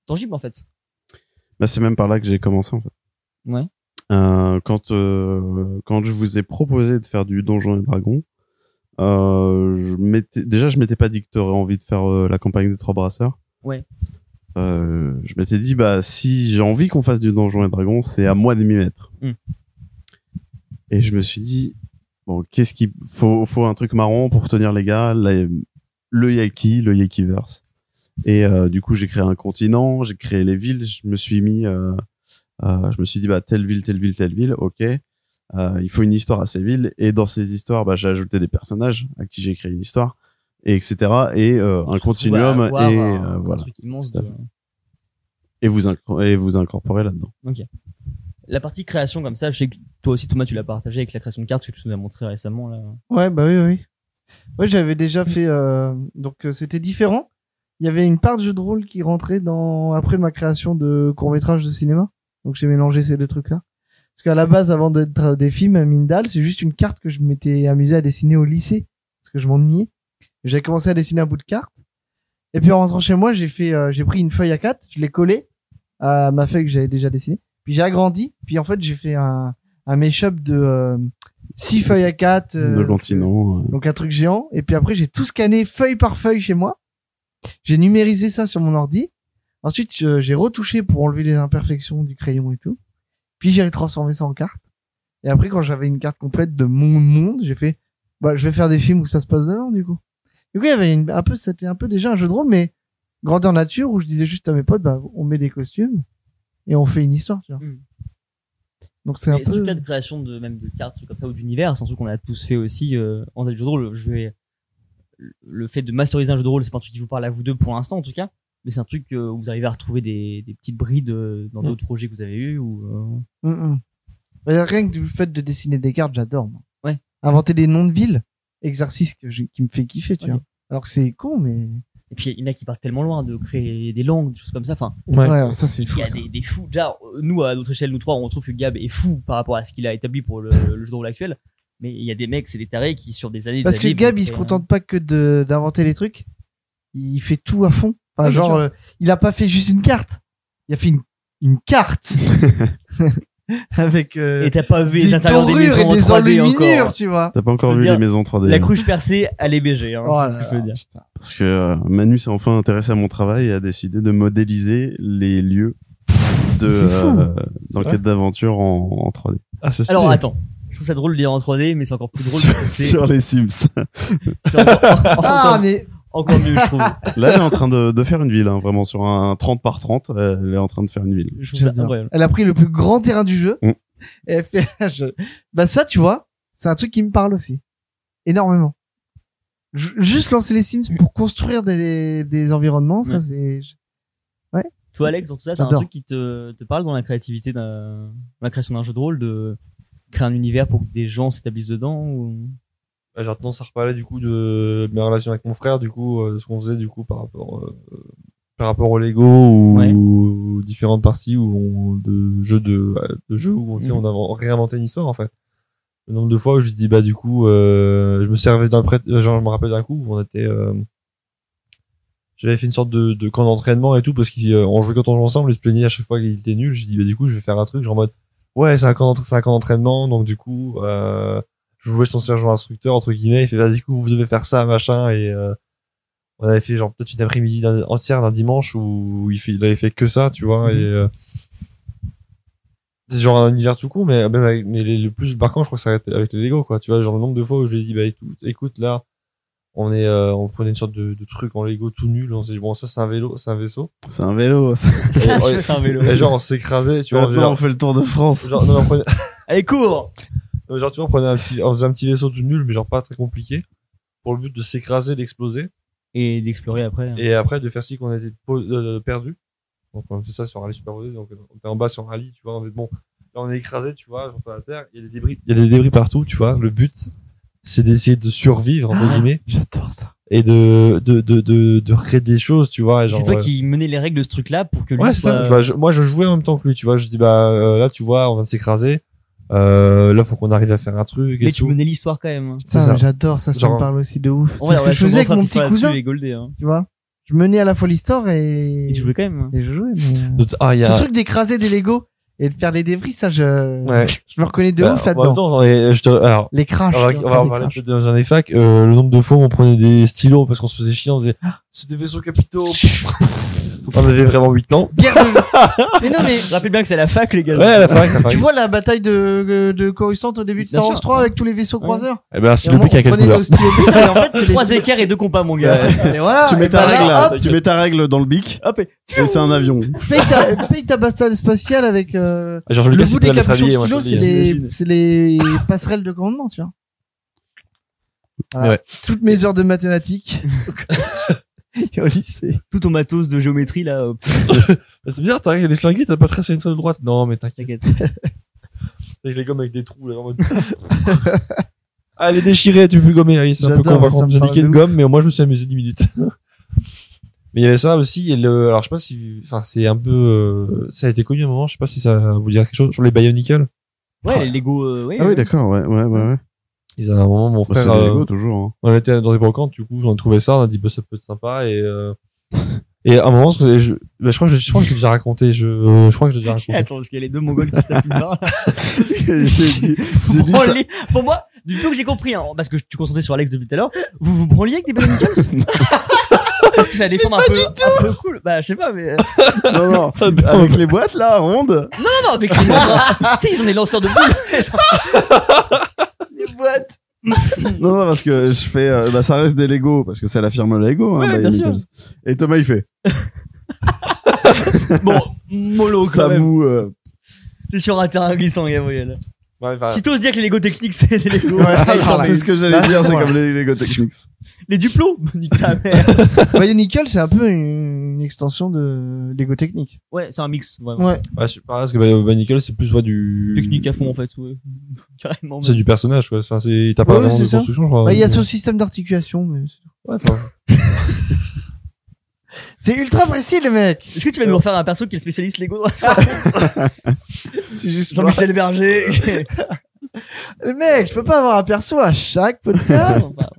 Speaker 3: tangible en fait.
Speaker 4: Bah, c'est même par là que j'ai commencé en fait.
Speaker 3: Ouais.
Speaker 4: Euh, quand euh, quand je vous ai proposé de faire du Donjon et Dragon, euh, je m'étais déjà je m'étais pas dit que t'aurais envie de faire euh, la campagne des trois brasseurs.
Speaker 3: Ouais.
Speaker 4: Euh, je m'étais dit bah si j'ai envie qu'on fasse du Donjon et Dragon, c'est à moi de m'y mettre.
Speaker 3: Hmm.
Speaker 4: Et je me suis dit bon qu'est-ce qu'il faut faut un truc marrant pour tenir les gars les- le Yaki le Yakiverse. Et euh, du coup, j'ai créé un continent, j'ai créé les villes, je me suis mis, euh, euh, je me suis dit, bah, telle ville, telle ville, telle ville, ok. Euh, il faut une histoire à ces villes. Et dans ces histoires, bah, j'ai ajouté des personnages à qui j'ai créé une histoire, et etc. Et euh, un continuum,
Speaker 3: Ou à avoir
Speaker 4: et,
Speaker 3: un,
Speaker 4: euh,
Speaker 3: un
Speaker 4: voilà.
Speaker 3: truc immense
Speaker 4: Tout à
Speaker 3: de-
Speaker 4: et, vous inc- et vous incorporez là-dedans.
Speaker 3: La partie création comme ça, je sais que toi aussi Thomas tu l'as partagé avec la création de cartes que tu nous as montré récemment là.
Speaker 5: Ouais, bah oui, oui. Ouais, j'avais déjà fait. euh, Donc, euh, c'était différent. Il y avait une part de jeu de rôle qui rentrait dans après ma création de court métrage de cinéma. Donc, j'ai mélangé ces deux trucs-là. Parce qu'à la base, avant d'être euh, des films, euh, Mindal, c'est juste une carte que je m'étais amusé à dessiner au lycée parce que je m'ennuyais. J'avais commencé à dessiner un bout de carte. Et puis en rentrant chez moi, j'ai fait, euh, j'ai pris une feuille à 4 je l'ai collée à ma feuille que j'avais déjà dessinée. Puis j'ai agrandi. Puis en fait, j'ai fait un, un mash-up de euh, six feuilles à 4
Speaker 4: de continent. euh.
Speaker 5: donc un truc géant. Et puis après, j'ai tout scanné feuille par feuille chez moi. J'ai numérisé ça sur mon ordi. Ensuite, je- j'ai retouché pour enlever les imperfections du crayon et tout. Puis j'ai transformé ça en carte. Et après, quand j'avais une carte complète de mon monde, j'ai fait, bah, je vais faire des films où ça se passe dedans, du coup. Du coup, il y avait une- un peu, c'était un peu déjà un jeu de rôle, mais grandeur nature où je disais juste à mes potes, bah, on met des costumes et on fait une histoire, tu vois.
Speaker 3: Mm.
Speaker 5: Donc c'est un
Speaker 3: Mais ce
Speaker 5: peu.
Speaker 3: truc-là de création de même de cartes comme ça ou d'univers, c'est un truc qu'on a tous fait aussi euh, en tant que jeu de rôle. Je vais le fait de masteriser un jeu de rôle, c'est pas un truc qui vous parle à vous deux pour l'instant en tout cas, mais c'est un truc euh, où vous arrivez à retrouver des, des petites brides euh, dans
Speaker 7: Mm.
Speaker 3: d'autres projets que vous avez eu ou euh,
Speaker 5: Mm, mm. Bah, rien que du fait de dessiner des cartes, j'adore. moi.
Speaker 3: Ouais.
Speaker 5: Inventer des noms de villes, exercice que j'ai- qui me fait kiffer, tu
Speaker 3: Ok.
Speaker 5: vois. Alors que c'est con, mais
Speaker 3: et puis il y en a qui partent tellement loin de créer des langues, des choses comme ça. Enfin,
Speaker 5: ouais, alors ça c'est
Speaker 3: il
Speaker 5: fou.
Speaker 3: y a
Speaker 5: ça.
Speaker 3: des, des fous. Déjà, euh, nous à notre échelle, nous trois, on trouve que Gab est fou par rapport à ce qu'il a établi pour le, le jeu de rôle actuel. Mais il y a des mecs, c'est des tarés qui sur des années. des
Speaker 5: Parce que
Speaker 3: années,
Speaker 5: Gab,
Speaker 3: vont
Speaker 5: il se
Speaker 3: créer un-
Speaker 5: contente pas que de- d'inventer les trucs. Il fait tout à fond. Enfin,
Speaker 3: Ouais, bien
Speaker 5: genre,
Speaker 3: sûr.
Speaker 5: euh, il a pas fait juste une carte. Il a fait une, une carte avec euh,
Speaker 3: Et t'as pas vu
Speaker 5: des
Speaker 3: les intérieurs des
Speaker 5: dorures
Speaker 3: maisons en
Speaker 5: et des
Speaker 3: 3D
Speaker 5: enluminures,
Speaker 3: encore.
Speaker 5: tu vois.
Speaker 4: T'as pas encore
Speaker 3: Je veux
Speaker 4: vu
Speaker 3: dire,
Speaker 4: les maisons 3D
Speaker 3: La
Speaker 4: hein,
Speaker 3: cruche percée à l'EBG, hein,
Speaker 5: Oh
Speaker 3: c'est ce
Speaker 5: là
Speaker 3: que je veux dire.
Speaker 4: parce que euh, Manu s'est enfin intéressé à mon travail et a décidé de modéliser les lieux de
Speaker 5: c'est fou.
Speaker 4: euh, d'enquête d'aventure en, en 3D
Speaker 7: Ah, c'est
Speaker 3: Alors
Speaker 7: stylé.
Speaker 3: attends, je trouve ça drôle de dire en 3D, mais c'est encore plus drôle de penser-
Speaker 4: sur les Sims.
Speaker 3: c'est encore,
Speaker 5: Ah,
Speaker 3: encore-
Speaker 5: mais
Speaker 3: encore mieux, je trouve.
Speaker 4: Là, elle est en train de, de faire une ville, hein, vraiment sur un 30 par 30, euh, elle est en train de faire une ville.
Speaker 3: Je trouve ça
Speaker 5: J'adore.
Speaker 3: incroyable.
Speaker 5: Elle a pris le plus grand terrain du jeu.
Speaker 4: Mm.
Speaker 5: Et elle fait, je- bah ça, tu vois, c'est un truc qui me parle aussi. Énormément. Ju- juste lancer les Sims pour construire des, des environnements, ça
Speaker 3: Ouais.
Speaker 5: c'est...
Speaker 3: Toi, Alex, dans tout ça, t'as un
Speaker 5: J'adore.
Speaker 3: truc qui te, te parle dans la créativité, d'un- dans la création d'un jeu de rôle, de créer un univers pour que des gens s'établissent dedans ou...
Speaker 7: Bah, J'ai tendance à reparler du coup de mes relations avec mon frère, du coup, euh, de ce qu'on faisait du coup par rapport, euh, par rapport au Lego
Speaker 4: Oh,
Speaker 7: ou,
Speaker 3: Ouais.
Speaker 7: ou différentes parties où on, de jeux de, de jeux où on, tu sais,
Speaker 3: Mhm.
Speaker 7: on a inven- réinventé une histoire en fait. Le nombre de fois où je dis bah du coup, euh, je me servais d'un prêt, euh, genre je me rappelle d'un coup où on était, euh, j'avais fait une sorte de, de camp d'entraînement et tout parce qu'on on jouait quand on jouait ensemble, ils se plaignaient à chaque fois qu'il était nul. J'ai dit bah du coup je vais faire un truc genre en mode ouais c'est un camp d'entra- c'est un camp d'entraînement donc du coup euh, je voulais son sergent instructeur entre guillemets il fait bah du coup vous devez faire ça machin et euh, on avait fait genre peut-être une après-midi d'un- entière d'un dimanche où il, fait, il avait fait que ça tu vois et euh, c'est genre un univers tout con mais même avec- mais les- le plus marquant je crois que ça a été avec les Lego quoi tu vois genre le nombre de fois où je lui ai dit bah écoute, écoute là on est, euh, on prenait une sorte de, de truc en Lego tout nul. On s'est dit bon, ça c'est un vélo, c'est un vaisseau.
Speaker 6: C'est un vélo. ça.
Speaker 3: C'est un
Speaker 7: Et-
Speaker 3: euh, jeu, c'est un vélo.
Speaker 7: Et genre on s'écrasait, tu vois.
Speaker 6: Maintenant, on
Speaker 7: Genre,
Speaker 6: fait le tour de France.
Speaker 7: genre, non, on prenait-
Speaker 3: Allez, cours
Speaker 7: Euh, genre, tu vois, on, prenait un petit, on faisait un petit vaisseau tout nul, mais genre pas très compliqué, pour le but de s'écraser, d'exploser,
Speaker 3: Et d'explorer après.
Speaker 7: et après de faire ci qu'on était po- euh, perdu. Donc on faisait ça sur un rallye superposé, donc euh, on était en bas sur un rallye, tu vois, on est bon. Là, on est écrasé, tu vois, genre par la terre, il y a des débris, il y a des débris partout, tu vois. Le but, c'est d'essayer de survivre, entre
Speaker 3: Ah.
Speaker 7: guillemets,
Speaker 6: J'adore ça.
Speaker 7: et de, de, de, de, de recréer des choses, tu vois. et genre,
Speaker 3: C'est toi
Speaker 7: euh,
Speaker 3: qui euh, menais les règles de ce truc-là pour que lui
Speaker 7: Ouais, c'est ça.
Speaker 3: soit.
Speaker 7: Tu vois, je- moi, je jouais en même temps que lui, tu vois. Je dis, bah, euh, là, tu vois, on vient de s'écraser. Euh, là, faut qu'on arrive à faire un truc. Et
Speaker 3: Mais tu
Speaker 7: tout.
Speaker 3: menais l'histoire quand même. hein.
Speaker 7: C'est
Speaker 5: Putain,
Speaker 7: ça.
Speaker 5: Ah, mais J'adore ça, ça
Speaker 7: Genre-
Speaker 5: me parle aussi de ouf.
Speaker 3: On
Speaker 5: C'est
Speaker 3: va-
Speaker 5: ce
Speaker 3: on
Speaker 5: que
Speaker 3: va
Speaker 5: je faisais avec
Speaker 3: sûrement
Speaker 5: mon
Speaker 3: faire
Speaker 5: petit
Speaker 3: un là-dessus,
Speaker 5: cousin,
Speaker 3: les Goldés, hein.
Speaker 5: tu vois. Je menais à la folie store et,
Speaker 3: Et tu jouais quand même. hein.
Speaker 5: et je jouais. mais-
Speaker 7: Ah, il y
Speaker 5: Ce
Speaker 7: a...
Speaker 5: truc d'écraser des Lego et de faire des débris, ça je,
Speaker 7: Ouais.
Speaker 5: je me reconnais de
Speaker 7: Bah,
Speaker 5: ouf
Speaker 7: en même
Speaker 5: là-dedans.
Speaker 7: temps, j'en ai- je te- alors,
Speaker 5: Les crashs.
Speaker 7: on va,
Speaker 5: les
Speaker 7: on va en
Speaker 5: crashs,
Speaker 7: parler
Speaker 5: les crashs.
Speaker 7: peut-être dans un EFAC. Euh, le nombre de fois où on prenait des stylos parce qu'on se faisait chier, on faisait, Ah, c'est des vaisseaux capitaux. on avait vraiment 8 ans.
Speaker 5: Guerre de... mais non mais
Speaker 3: Je rappelle bien que c'est à la fac, les gars.
Speaker 7: Ouais, à la fac, à la
Speaker 5: tu
Speaker 7: fac.
Speaker 5: vois la bataille de, de Coruscant au début de
Speaker 3: Bien
Speaker 5: Star
Speaker 3: sûr.
Speaker 5: Wars 3 avec tous les vaisseaux
Speaker 3: Ouais.
Speaker 5: croiseurs.
Speaker 7: Eh ben, c'est
Speaker 5: Et
Speaker 7: le
Speaker 5: on-
Speaker 7: bec à
Speaker 5: on
Speaker 7: quelle
Speaker 5: prenait
Speaker 7: couleur?
Speaker 5: nos stylos Bic, et en fait, c'est les-
Speaker 3: Trois écarts et deux compas, mon gars.
Speaker 5: Et voilà,
Speaker 6: tu, mets
Speaker 5: et
Speaker 6: ta
Speaker 5: bah
Speaker 6: règle,
Speaker 5: là, hop,
Speaker 6: tu mets ta règle dans le bic
Speaker 3: Hop et-
Speaker 6: et c'est un avion.
Speaker 5: paye ta, paye ta bastade spatiale avec euh,
Speaker 7: Genre, je
Speaker 5: le
Speaker 7: lui
Speaker 5: bout
Speaker 7: casse
Speaker 5: des
Speaker 7: les
Speaker 5: capuchons de
Speaker 7: raviers, moi,
Speaker 5: stylo,
Speaker 7: je te
Speaker 5: c'est
Speaker 7: le dis.
Speaker 5: les, c'est les passerelles de commandement, tu vois. Voilà.
Speaker 7: Ouais.
Speaker 5: Toutes mes heures de mathématiques et au lycée.
Speaker 3: Tout ton matos de géométrie, là. euh, pff,
Speaker 7: C'est bizarre, t'as les flingués, t'as pas tracé une seule droite. Non, mais t'inquiète.
Speaker 3: T'inquiète.
Speaker 7: Avec les gommes avec des trous, là, en mode. ah, elle est déchirée, tu peux gommer. Oui, c'est un peu
Speaker 5: J'adore,
Speaker 7: con, par
Speaker 5: ça
Speaker 7: contre.
Speaker 5: me
Speaker 7: J'ai
Speaker 5: parle
Speaker 7: niqué
Speaker 5: de
Speaker 7: une
Speaker 5: ouf.
Speaker 7: gomme, mais au moins, je me suis amusé 10 minutes. mais il y avait ça aussi, et le, alors, je sais pas si, enfin, c'est un peu, euh, ça a été connu à un moment, je sais pas si ça vous dire quelque chose, sur les Bionicle.
Speaker 3: Ouais, les Lego, euh, ouais.
Speaker 4: Ah oui,
Speaker 3: ouais.
Speaker 4: d'accord, ouais, ouais, ouais. ouais.
Speaker 7: Ils avaient un moment, mon
Speaker 4: Bah, c'est
Speaker 7: frère,
Speaker 4: des
Speaker 7: euh,
Speaker 4: Lego toujours. hein.
Speaker 7: on était dans des brocantes, du coup, on a trouvé ça, on a dit, bah, ça peut être sympa, et, euh, et à un moment, je, je, bah, je crois que je, je crois que j'ai déjà raconté, je, je crois que j'ai déjà raconté.
Speaker 3: Attends, parce qu'il y a les deux mongols qui se tapent une barre. là.
Speaker 6: J'ai dit- j'ai dit
Speaker 3: Vous
Speaker 6: ça-
Speaker 3: branlez- Pour moi, du peu que j'ai compris, hein, parce que je suis concentré sur Alex depuis tout à l'heure, vous vous branliez avec des Bellingcams Parce que ça a des formes un peu, un peu cool. Bah, je sais pas, mais. euh,
Speaker 6: Non, non.
Speaker 7: Ça me-
Speaker 6: Avec les boîtes là, rondes.
Speaker 3: Non, non, avec les Tu sais, ils ont des lanceurs de boules.
Speaker 6: Non, non, parce que je fais, euh, bah, ça reste des Lego, parce que c'est la firme Lego. hein,
Speaker 3: Ouais,
Speaker 6: Bionicle.
Speaker 3: bien
Speaker 6: Et Thomas, il fait,
Speaker 3: bon,
Speaker 4: Oh,
Speaker 3: mollo quand
Speaker 6: ça
Speaker 3: même.
Speaker 6: moue. euh,
Speaker 3: T'es sur un terrain glissant, Gabriel.
Speaker 7: Ouais, bah,
Speaker 3: Si t'oses dire que les Lego techniques, c'est des Lego.
Speaker 4: Ah,
Speaker 5: Ouais,
Speaker 3: Attends,
Speaker 5: alors,
Speaker 6: c'est ce que j'allais
Speaker 5: Bah,
Speaker 6: dire, c'est
Speaker 5: voilà.
Speaker 6: comme les Lego Technics.
Speaker 3: Les duplos Nique ta mère.
Speaker 5: Bionicle, c'est un peu une extension de Lego technique.
Speaker 3: Ouais, c'est un mix, vraiment.
Speaker 5: Ouais.
Speaker 7: Ouais, je sais pas, parce que bah, bah, Nickel, c'est plus ouais, du.
Speaker 3: Technique à fond, en fait, ouais. Carrément.
Speaker 7: C'est
Speaker 3: même.
Speaker 7: du personnage, quoi. Enfin, c'est, t'as pas
Speaker 5: Ouais,
Speaker 7: vraiment
Speaker 5: c'est
Speaker 7: de
Speaker 5: ça.
Speaker 7: construction, je crois.
Speaker 5: Bah, Il y a ce système d'articulation. mais c'est-
Speaker 7: Ouais, enfin,
Speaker 5: C'est ultra précis, les mecs.
Speaker 3: Est-ce que tu vas nous refaire un perso qui est le spécialiste Lego dans ça
Speaker 5: C'est juste.
Speaker 3: Jean-Michel Berger.
Speaker 5: Les mecs, je peux pas avoir un perso à chaque podcast.
Speaker 3: Non, bah.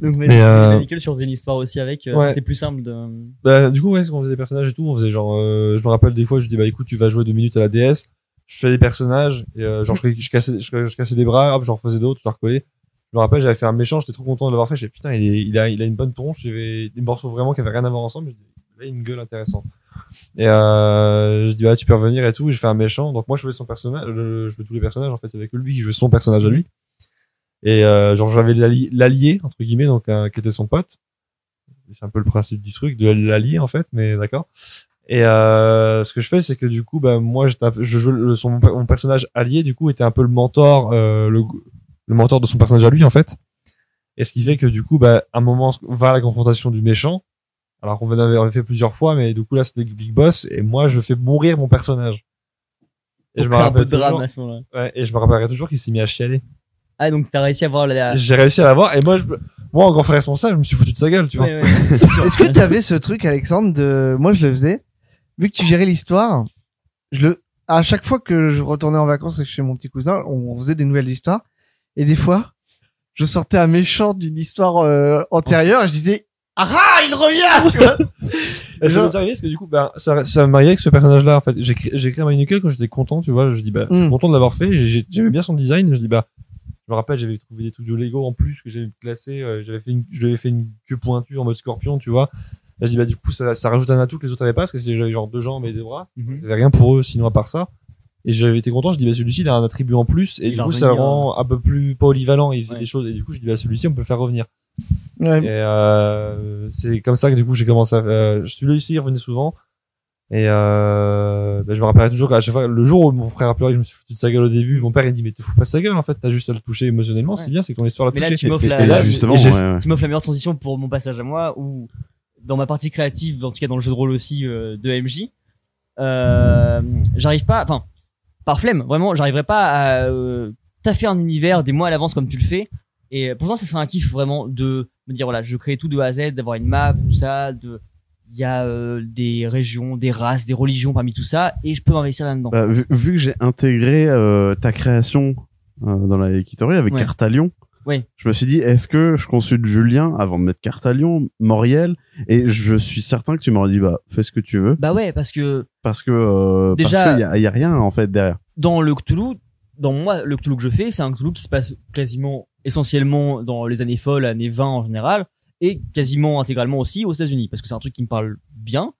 Speaker 3: Donc, mais
Speaker 7: Et,
Speaker 3: c'est
Speaker 7: euh,
Speaker 3: Nickel sur une histoire aussi avec. euh,
Speaker 7: Ouais.
Speaker 3: C'était plus simple de.
Speaker 7: bah, du coup, ouais, quand on faisait des personnages et tout, on faisait genre, euh, je me rappelle des fois, je dis, bah, écoute, tu vas jouer deux minutes à la DS, je fais des personnages, et euh, genre, je, je cassais, je, je cassais des bras, hop, j'en refaisais d'autres, je leur recollais. Je me rappelle, j'avais fait un méchant, j'étais trop content de l'avoir fait, j'ai dit, putain, il, est- il a, il a une bonne tronche, il avait des morceaux vraiment qui avaient rien à voir ensemble, j'ai dit, il a une gueule intéressante. Et euh, je dis, bah, tu peux revenir et tout, et je fais un méchant, donc moi, je jouais son personnage, le- je jouais tous les personnages, en fait, avec lui, qui jouait son personnage à lui. Et euh, genre j'avais l'alli- l'allié entre guillemets donc euh, qui était son pote. C'est un peu le principe du truc de l'allié en fait, mais d'accord. Et euh, ce que je fais c'est que du coup bah moi j'étais un peu- je joue le- son mon personnage allié du coup était un peu le mentor euh, le le mentor de son personnage à lui en fait. Et ce qui fait que du coup bah à un moment on va à la confrontation du méchant. Alors qu'on avait on l'avait fait plusieurs fois mais du coup là c'était Big Boss et moi je fais mourir mon personnage. Et je me
Speaker 3: Après, un peu
Speaker 7: rappelle
Speaker 3: de drame
Speaker 7: toujours,
Speaker 3: à ce moment-là.
Speaker 7: ouais, et je me rappellerai toujours qu'il s'est mis à chialer.
Speaker 3: Ah, donc t'as réussi à voir la.
Speaker 7: J'ai réussi à l'avoir et moi, je, moi en grand frère responsable, je me suis foutu de sa gueule, tu vois.
Speaker 3: Ouais, ouais.
Speaker 5: Est-ce que tu avais ce truc, Alexandre, de moi je le faisais, vu que tu gérais l'histoire, je le à chaque fois que je retournais en vacances chez mon petit cousin, on faisait des nouvelles histoires et des fois, je sortais un méchant d'une histoire euh, antérieure et je disais ah ah, il revient, tu vois.
Speaker 7: Et ça m'est arrivé parce que du coup, ben, ça, ça m'est arrivé avec ce personnage-là, en fait. J'ai cré- j'ai créé un manuel quand j'étais content, tu vois. Je dis, bah, je
Speaker 3: Hmm.
Speaker 7: suis
Speaker 5: Mm.
Speaker 7: content de l'avoir fait. j'ai- J'aimais bien son design. Je dis, bah, je me rappelle, j'avais trouvé des trucs de Lego en plus que j'avais classé. euh, j'avais fait une, je lui avais fait une queue pointue en mode scorpion, tu vois. Là, je dis, bah, du coup, ça, ça rajoute un atout que les autres avaient pas parce que c'est- j'avais genre deux jambes et des bras.
Speaker 3: Mhm.
Speaker 7: J'avais rien pour eux sinon à part ça. Et j'avais été content, je dis bah celui-ci il a un attribut en plus et
Speaker 3: Il
Speaker 7: du
Speaker 3: va
Speaker 7: coup ça le
Speaker 3: revenir.
Speaker 7: rend un peu plus polyvalent, il fait
Speaker 3: Ouais.
Speaker 7: des choses et du coup je dis bah ben, celui-ci on peut le faire revenir.
Speaker 5: Ouais.
Speaker 7: Et euh, c'est comme ça que du coup j'ai commencé à. Euh, je suis là ici, il revenait souvent. Et euh, bah, je me rappellerai toujours qu'à chaque fois, le jour où mon frère a pleuré, je me suis foutu de sa gueule au début. Mon père il dit mais te fous pas de sa gueule en fait, t'as juste à le toucher émotionnellement,
Speaker 3: Ouais.
Speaker 7: c'est bien, c'est que ton histoire
Speaker 3: Mais
Speaker 7: l'a
Speaker 3: là,
Speaker 7: touché.
Speaker 3: tu m'offres la,
Speaker 4: Et là,
Speaker 3: la-
Speaker 4: justement,
Speaker 3: et j'ai-
Speaker 4: ouais, ouais.
Speaker 3: tu m'offres la meilleure transition pour mon passage à moi, ou dans ma partie créative, en tout cas dans le jeu de rôle aussi euh, de MJ, euh, j'arrive pas, enfin, par flemme, vraiment, j'arriverai pas à euh, taffer un univers des mois à l'avance comme tu le fais. Et pourtant, ce serait un kiff vraiment de me dire voilà, je crée tout de A à Z, d'avoir une map, tout ça, de il y a euh, des régions, des races, des religions parmi tout ça, et je peux m'investir là-dedans.
Speaker 4: Bah, vu, vu que j'ai intégré euh, ta création euh, dans la Equitori avec
Speaker 3: Ouais.
Speaker 4: Cartalion,
Speaker 3: Ouais.
Speaker 4: je me suis dit, est-ce que je consulte Julien avant de mettre Cartalion, Moriel Et je suis certain que tu m'aurais dit, bah, fais ce que tu veux,
Speaker 3: Bah ouais, parce que
Speaker 4: parce que euh, parce
Speaker 3: Déjà-
Speaker 4: qu'il y, a- il y a rien en fait derrière.
Speaker 3: dans le Cthulhu, dans moi, le Cthulhu que je fais, c'est un Cthulhu qui se passe quasiment essentiellement dans les années folles, années 20 en général, et quasiment intégralement aussi aux États-Unis, parce que c'est un truc qui me parle bien,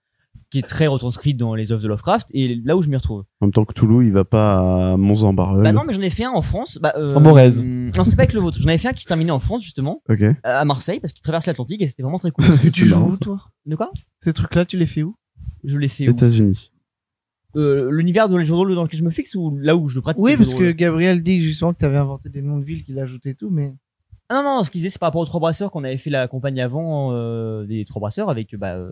Speaker 3: qui est très retranscrit dans les œuvres de Lovecraft, et là où je m'y retrouve.
Speaker 4: En même temps que Toulouse, il va pas à mons en barœul
Speaker 3: Bah non, mais j'en ai fait un en France. Bah, euh,
Speaker 7: En Morez.
Speaker 3: hum, Non, c'était pas avec le vôtre. J'en avais fait un qui se terminait en France, justement,
Speaker 4: Ok.
Speaker 3: à Marseille, parce qu'il traverse l'Atlantique, et c'était vraiment très cool.
Speaker 4: Parce que tu
Speaker 5: joues
Speaker 4: marrant,
Speaker 5: où,
Speaker 4: ça.
Speaker 5: toi
Speaker 3: De quoi
Speaker 5: Ces trucs-là, tu les fais où
Speaker 3: Je l'ai fait où
Speaker 4: États-Unis.
Speaker 3: Euh, L'univers dans les jeux de rôle dans lequel je me fixe, ou là où je le pratique
Speaker 5: Oui,
Speaker 3: les jeux de
Speaker 5: parce
Speaker 3: rôle
Speaker 5: que Gabriel dit justement que t'avais inventé des noms de villes qu'il ajoutait et tout, mais
Speaker 3: Ah non, non, ce qu'il disait, c'est par rapport aux trois brasseurs qu'on avait fait la campagne avant euh, des trois brasseurs avec bah. Euh,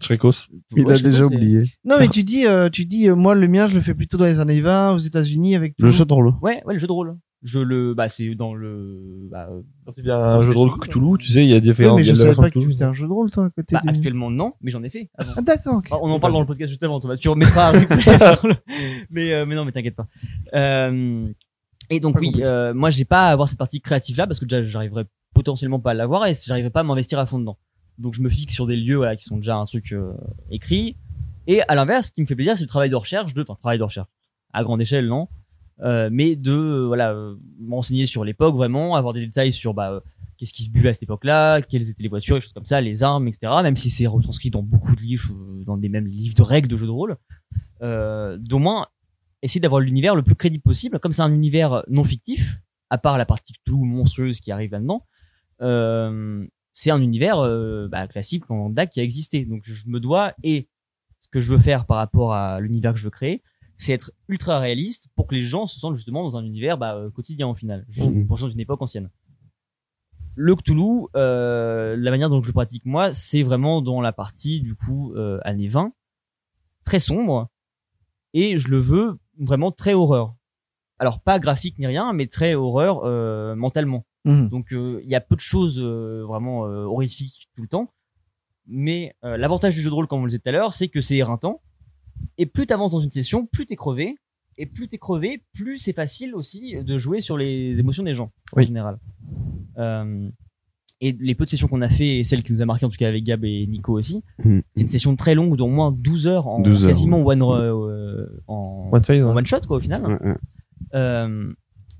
Speaker 7: Chrécos.
Speaker 4: Il
Speaker 3: ouais,
Speaker 4: a
Speaker 3: je sais pas,
Speaker 4: déjà
Speaker 3: c'est-
Speaker 4: oublié.
Speaker 5: non, mais tu dis, euh, tu dis, euh, moi le mien, je le fais plutôt dans les années 20 aux États-Unis avec.
Speaker 4: Le
Speaker 5: tout.
Speaker 4: jeu de rôle.
Speaker 3: Ouais, ouais, le jeu de rôle. Je le, bah, c'est dans le, bah, euh,
Speaker 7: Quand il y a un jeu de rôle Cthulhu, tu sais, il y a
Speaker 5: Ouais,
Speaker 7: différents.
Speaker 5: mais
Speaker 7: il y
Speaker 5: je
Speaker 7: a de
Speaker 5: savais
Speaker 7: la version
Speaker 5: pas que tu
Speaker 7: Cthulhu.
Speaker 5: faisais un jeu de rôle toi à côté.
Speaker 3: bah,
Speaker 5: des-
Speaker 3: actuellement non, mais j'en ai fait. avant.
Speaker 5: Ah d'accord. ok.
Speaker 3: Ah, on en parle dans le podcast juste avant, Thomas. Tu remettras un replay sur le- mais, euh, mais non, mais t'inquiète pas. Euh, et donc
Speaker 5: Pas
Speaker 3: oui,
Speaker 5: compris.
Speaker 3: euh, moi j'ai pas à avoir cette partie créative là parce que déjà j'arriverais potentiellement pas à l'avoir et j'arriverais pas à m'investir à fond dedans. Donc je me fixe sur des lieux voilà, qui sont déjà un truc euh, écrit. Et à l'inverse, ce qui me fait plaisir, c'est le travail de recherche, de, enfin travail de recherche à grande échelle, non, Euh, mais de euh, voilà euh, m'enseigner sur l'époque vraiment, avoir des détails sur bah euh, qu'est-ce qui se buvait à cette époque-là, quelles étaient les voitures, les choses comme ça, les armes, etc. Même si c'est retranscrit dans beaucoup de livres, euh, dans des mêmes livres de règles de jeux de rôle, euh, d'au moins essayer d'avoir l'univers le plus crédible possible. Comme c'est un univers non fictif, à part la partie tout monstrueuse qui arrive là-dedans, euh, c'est un univers euh, bah, classique en lambda qui a existé. Donc je me dois et ce que je veux faire par rapport à l'univers que je veux créer, c'est être ultra réaliste pour que les gens se sentent justement dans un univers bah, euh, quotidien au final, juste
Speaker 4: Mhm.
Speaker 3: pour gens d'une époque ancienne. Le Cthulhu, euh, la manière dont je le pratique moi, c'est vraiment dans la partie du coup euh, années 20, très sombre, et je le veux vraiment très horreur. Alors pas graphique ni rien, mais très horreur euh, mentalement.
Speaker 5: Mhm.
Speaker 3: Donc euh, il y a peu de choses euh, vraiment euh, horrifiques tout le temps. Mais euh, l'avantage du jeu de rôle, comme on le disait tout à l'heure, c'est que c'est éreintant. Et plus t'avances dans une session, plus t'es crevé. Et plus t'es crevé, plus c'est facile aussi de jouer sur les émotions des gens, en
Speaker 7: Oui.
Speaker 3: général. Euh, et les peu de sessions qu'on a fait, et celles qui nous a marqué en tout cas avec Gab et Nico aussi,
Speaker 4: Mhm.
Speaker 3: c'est une session très longue, d'au moins 12 heures, en
Speaker 4: 12 heures.
Speaker 3: quasiment one, euh, en,
Speaker 7: One Face,
Speaker 3: en
Speaker 7: hein.
Speaker 3: one shot quoi au final.
Speaker 4: Ouais, ouais.
Speaker 3: Euh,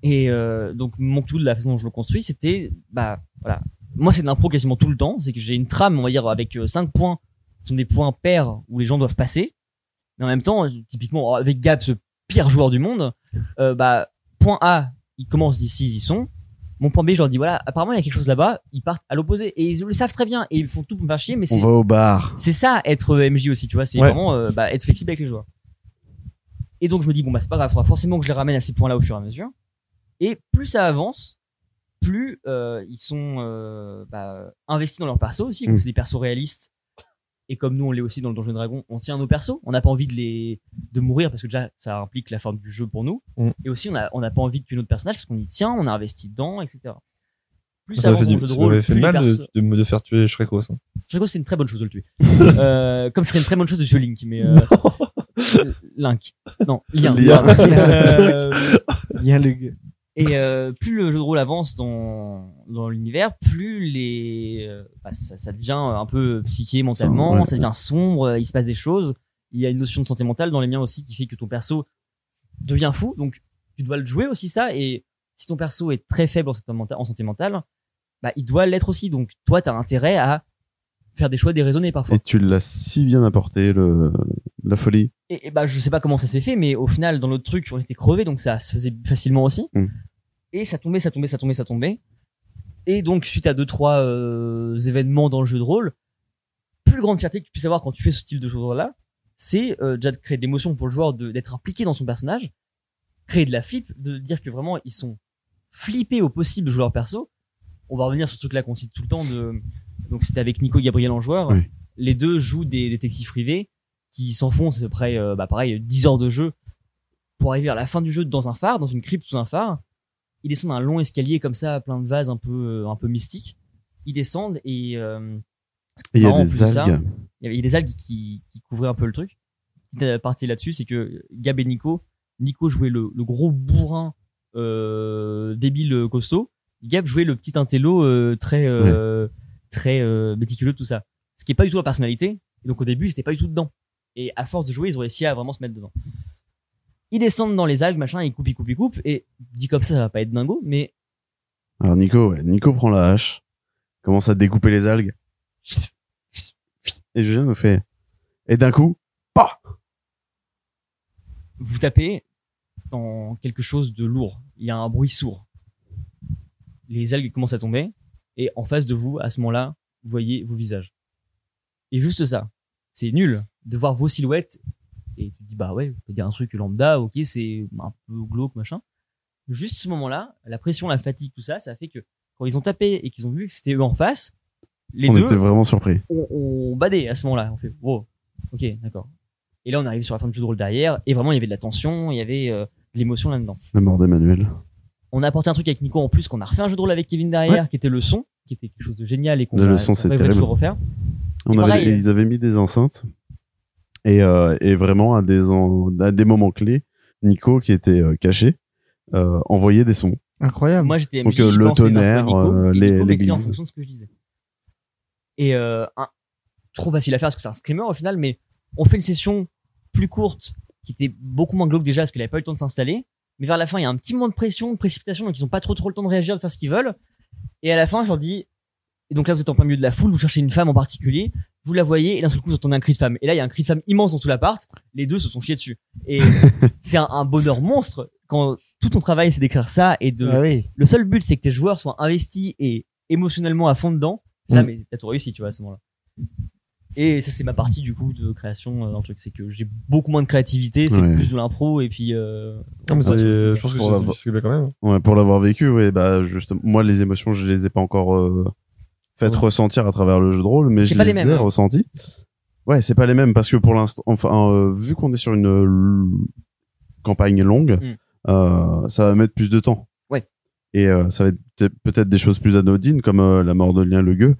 Speaker 3: et euh, donc mon tout de la façon dont je le construis, c'était bah voilà. Moi c'est de l'impro quasiment tout le temps, c'est que j'ai une trame on va dire avec euh, cinq points, ce sont des points pairs où les gens doivent passer. Mais en même temps, euh, typiquement avec Gab ce pire joueur du monde, euh, bah point A, ils commencent d'ici, ils y sont. Mon point B, je leur dis voilà, apparemment il y a quelque chose là-bas, ils partent à l'opposé et ils le savent très bien et ils font tout pour me faire chier mais
Speaker 4: On
Speaker 3: c'est
Speaker 4: va au bar.
Speaker 3: c'est ça être euh, MJ aussi, tu vois, c'est
Speaker 7: Ouais.
Speaker 3: vraiment euh, bah, être flexible avec les joueurs. Et donc je me dis bon bah c'est pas grave, faudra forcément que je les ramène à ces points-là au fur et à mesure. Et plus ça avance, plus euh, ils sont euh, bah, investis dans leur perso aussi, comme
Speaker 4: Mm.
Speaker 3: c'est des persos réalistes. Et comme nous on l'est aussi dans le Donjon et Dragon, on tient à nos persos, on n'a pas envie de les de mourir parce que déjà ça implique la fin du jeu pour nous.
Speaker 7: Mm.
Speaker 3: Et aussi on a on n'a pas envie de tuer notre personnage parce qu'on y tient, on a investi dedans, etc. Plus ça
Speaker 7: Ça m'avait
Speaker 3: avance dans
Speaker 7: fait,
Speaker 3: le
Speaker 7: du-
Speaker 3: jeu de
Speaker 7: ça
Speaker 3: rôle,
Speaker 7: m'avait fait
Speaker 3: plus les
Speaker 7: mal
Speaker 3: persos-
Speaker 7: de, de me de faire tuer Shrekos. hein.
Speaker 3: Chicago, c'est une très bonne chose de le tuer. euh, comme ce serait une très bonne chose de tuer Link, mais. Euh... Link. Non, Lien.
Speaker 4: Lien.
Speaker 3: pardon. Euh,
Speaker 5: Il y a le gueux.
Speaker 3: et euh, plus le jeu de rôle avance dans, dans l'univers, plus les. euh, bah, ça, ça devient un peu psyché mentalement,
Speaker 4: Ça, ouais.
Speaker 3: ça devient sombre, il se passe des choses. Il y a une notion de santé mentale dans les miens aussi qui fait que ton perso devient fou, donc tu dois le jouer aussi ça. Et si ton perso est très faible en santé mentale, en santé mentale bah, il doit l'être aussi. Donc toi, t'as intérêt à faire des choix déraisonnés parfois.
Speaker 4: Et tu l'as si bien apporté, le... la folie.
Speaker 3: et, et bah je sais pas comment ça s'est fait mais au final dans l'autre truc on était crevés donc ça se faisait facilement aussi
Speaker 4: Mm.
Speaker 3: et ça tombait ça tombait ça tombait ça tombait Et donc, suite à deux, trois euh, événements dans le jeu de rôle, plus grande fierté que tu puisses avoir quand tu fais ce type de choses-là, c'est euh, déjà de créer de l'émotion pour le joueur, de- d'être impliqué dans son personnage, créer de la flip, de dire que vraiment, ils sont flippés au possible, joueurs perso. On va revenir sur ce truc-là qu'on cite tout le temps. De... Donc, c'était avec Nico et Gabriel en joueur.
Speaker 4: Oui.
Speaker 3: Les deux jouent des détectives privés qui s'enfoncent après, euh, bah, pareil, 10 heures de jeu pour arriver à la fin du jeu dans un phare, dans une crypte sous un phare. Ils descendent un long escalier comme ça, plein de vases un peu, euh, un peu mystiques. Ils descendent et euh, ce qui est
Speaker 4: Et il y a
Speaker 3: marrant, en
Speaker 4: des
Speaker 3: plus de ça,
Speaker 4: algues.
Speaker 3: il y avait des algues qui, qui couvraient un peu le truc. Petite euh, partie là-dessus, c'est que Gab et Nico, Nico jouait le, le gros bourrin euh, débile costaud. Gab jouait le petit intello euh, très euh, très euh, méticuleux tout ça. Ce qui est pas du tout la personnalité. Et donc au début, ils étaient pas du tout dedans. Et à force de jouer, ils ont réussi à vraiment se mettre dedans. Ils descendent dans les algues, machin, ils coupent, ils coupent, ils coupent. Et dit comme ça, ça va pas être dingo, mais
Speaker 4: Alors Nico, ouais, Nico prend la hache, commence à découper les algues. Et Julien me fait. Et d'un coup,
Speaker 3: vous tapez dans quelque chose de lourd. Il y a un bruit sourd. Les algues commencent à tomber et en face de vous, à ce moment-là, vous voyez vos visages. Et juste ça, c'est nul de voir vos silhouettes et tu te dis bah ouais, il y a un truc lambda, ok, c'est un peu glauque machin. Juste ce moment-là, la pression, la fatigue, tout ça, ça fait que quand ils ont tapé et qu'ils ont vu que c'était eux en face, les
Speaker 4: on
Speaker 3: deux
Speaker 4: était vraiment surpris.
Speaker 3: on, on badait à ce moment-là. On fait, wow, ok, d'accord. Et là, on arrive sur la fin du jeu de rôle derrière, et vraiment, il y avait de la tension, il y avait euh, de l'émotion là-dedans.
Speaker 4: La mort d'Emmanuel.
Speaker 3: On a apporté un truc avec Nico en plus, qu'on a refait un jeu de rôle avec Kevin derrière, qui était le son, qui était quelque chose de génial et qu'on
Speaker 4: Le
Speaker 3: va-
Speaker 4: son,
Speaker 3: qu'on
Speaker 4: c'est
Speaker 3: devrait
Speaker 4: terrible.
Speaker 3: toujours refaire.
Speaker 4: On
Speaker 3: Et
Speaker 4: avait,
Speaker 3: pareil.
Speaker 4: Ils avaient mis des enceintes. Et, euh, et vraiment, à des, en- à des moments clés, Nico, qui était euh, caché, euh, envoyait des sons.
Speaker 5: Incroyable.
Speaker 3: Moi, j'étais
Speaker 4: Donc,
Speaker 3: MJ,
Speaker 4: euh,
Speaker 3: je
Speaker 4: le
Speaker 3: lançais les infos à
Speaker 4: tonnerre,
Speaker 3: Nico,
Speaker 4: euh,
Speaker 3: et
Speaker 4: les-
Speaker 3: Nico m'écrit en
Speaker 4: l'église.
Speaker 3: fonction de ce que je disais. Et euh, un- trop facile à faire parce que c'est un screamer au final, mais on fait une session plus courte qui était beaucoup moins glauque déjà parce qu'il avait pas eu le temps de s'installer. Mais vers la fin, il y a un petit moment de pression, de précipitation, donc ils ont pas trop trop le temps de réagir, de faire ce qu'ils veulent. Et à la fin, je leur dis. Et donc là, vous êtes en plein milieu de la foule, vous cherchez une femme en particulier, vous la voyez, et d'un seul coup, vous entendez un cri de femme. Et là, il y a un cri de femme immense dans tout l'appart. Les deux se sont chiés dessus. Et c'est un, un bonheur monstre quand tout ton travail, c'est d'écrire ça et de
Speaker 5: Ah oui.
Speaker 3: le seul but, c'est que tes joueurs soient investis et émotionnellement à fond dedans. Ça,
Speaker 5: Mm.
Speaker 3: mais t'as tout réussi, tu vois, à ce moment-là. Et ça, c'est ma partie, du coup, de création euh, dans le truc. C'est que j'ai beaucoup moins de créativité, c'est
Speaker 4: Ouais.
Speaker 3: plus de l'impro, et puis... euh,
Speaker 7: Non, mais
Speaker 3: on passe
Speaker 7: c'est-
Speaker 3: au-
Speaker 7: je pense que
Speaker 4: On va voir.
Speaker 7: c'est- c'est bien quand même.
Speaker 4: Ouais, pour l'avoir vécu, ouais, bah, juste, moi, les émotions, je les ai pas encore euh, faites
Speaker 3: Ouais.
Speaker 4: ressentir à travers le jeu de rôle, mais
Speaker 3: C'est
Speaker 4: je
Speaker 3: pas
Speaker 4: les,
Speaker 3: les mêmes,
Speaker 4: ai
Speaker 3: hein.
Speaker 4: ressenties. Ouais, c'est pas les mêmes parce que pour l'instant, enfin, euh, vu qu'on est sur une euh, campagne longue,
Speaker 3: Mm.
Speaker 4: euh, ça va mettre plus de temps.
Speaker 3: Ouais.
Speaker 4: Et euh, ça va être peut- peut-être des choses plus anodines comme euh, la mort de Lien le gueux.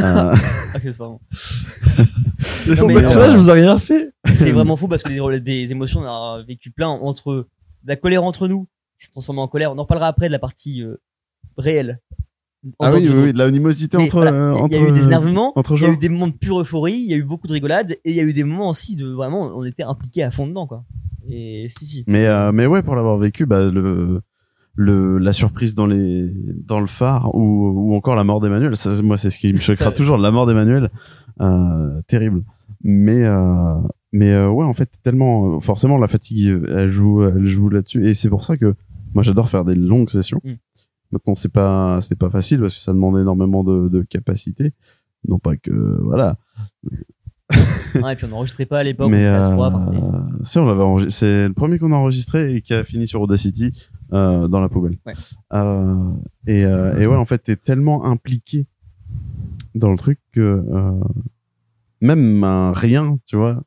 Speaker 4: Euh,
Speaker 3: Ah, accessoirement.
Speaker 7: Non,
Speaker 3: mais,
Speaker 7: mais
Speaker 3: euh,
Speaker 7: ça, je vous ai rien fait.
Speaker 3: c'est vraiment fou parce que des, des émotions, on en a vécu plein entre de la colère entre nous, qui s'est transformée en colère. On en reparlera après de la partie euh, réelle.
Speaker 4: ah oui,
Speaker 3: Entendue.
Speaker 4: oui, oui, de la animosité
Speaker 3: Mais
Speaker 4: entre,
Speaker 3: voilà,
Speaker 4: euh,
Speaker 3: Il
Speaker 4: entre.
Speaker 3: y a eu des énervements, il
Speaker 4: entre
Speaker 3: y a
Speaker 4: joueurs.
Speaker 3: eu des moments de pure euphorie, il y a eu beaucoup de rigolade, et il y a eu des moments aussi de vraiment, on était impliqués à fond dedans, quoi. Et si, si.
Speaker 4: Mais euh, mais ouais, pour l'avoir vécu, bah le le la surprise dans les dans le phare ou ou encore la mort d'Emmanuel. Ça, moi, c'est ce qui me choquera
Speaker 3: Ça-
Speaker 4: toujours, la mort d'Emmanuel, euh, terrible. Mais euh, mais euh, ouais, en fait, tellement euh, forcément la fatigue, elle joue elle joue là-dessus et c'est pour ça que moi j'adore faire des longues sessions.
Speaker 3: Mm.
Speaker 4: Maintenant, c'est pas c'est pas facile parce que ça demande énormément de, de capacité. Non pas que voilà,
Speaker 3: Ah, et puis on n'enregistrait pas à l'époque, on
Speaker 4: mais
Speaker 3: était à
Speaker 4: euh,
Speaker 3: trois, enfin, c'était-
Speaker 4: si, on l'avait enregistré. C'est le premier qu'on a enregistré et qui a fini sur Audacity euh, dans la poubelle.
Speaker 3: Ouais.
Speaker 4: Euh, et, euh, et ouais, en fait, t'es tellement impliqué dans le truc que euh, même un rien, tu vois,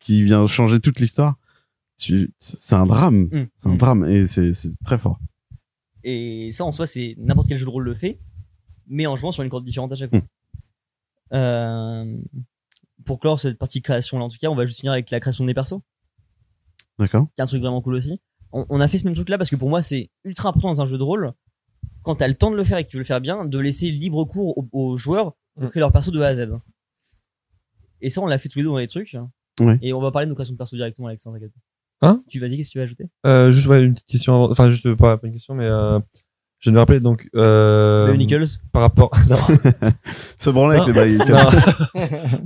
Speaker 4: qui vient changer toute l'histoire, tu- c'est un drame.
Speaker 3: Mm.
Speaker 4: C'est un drame et c'est c'est très fort.
Speaker 3: Et ça, en soi, c'est n'importe quel jeu de rôle le fait, mais en jouant sur une corde différente à chaque
Speaker 4: Hum.
Speaker 3: fois. Euh, pour clore cette partie création-là, en tout cas, on va juste finir avec la création des persos,
Speaker 4: D'accord.
Speaker 3: qui est un truc vraiment cool aussi. On, on a fait ce même truc-là parce que pour moi, c'est ultra important dans un jeu de rôle, quand t'as le temps de le faire et que tu veux le faire bien, de laisser libre cours aux, aux joueurs
Speaker 7: Mm.
Speaker 3: pour créer leur perso de A à Z. Et ça, on l'a fait tous les deux dans les trucs.
Speaker 4: Ouais.
Speaker 3: Et on va parler de nos créations de perso directement, Alexandre. t'inquiète pas.
Speaker 7: Hein
Speaker 3: Tu vas dire qu'est-ce que tu vas ajouter
Speaker 7: Euh, juste ouais, une petite question, avant- enfin juste euh, pas, pas une question, mais euh, je viens de me rappeler donc euh,
Speaker 3: Le Nichols
Speaker 7: par rapport non,
Speaker 4: Se branler avec les bails.
Speaker 7: non.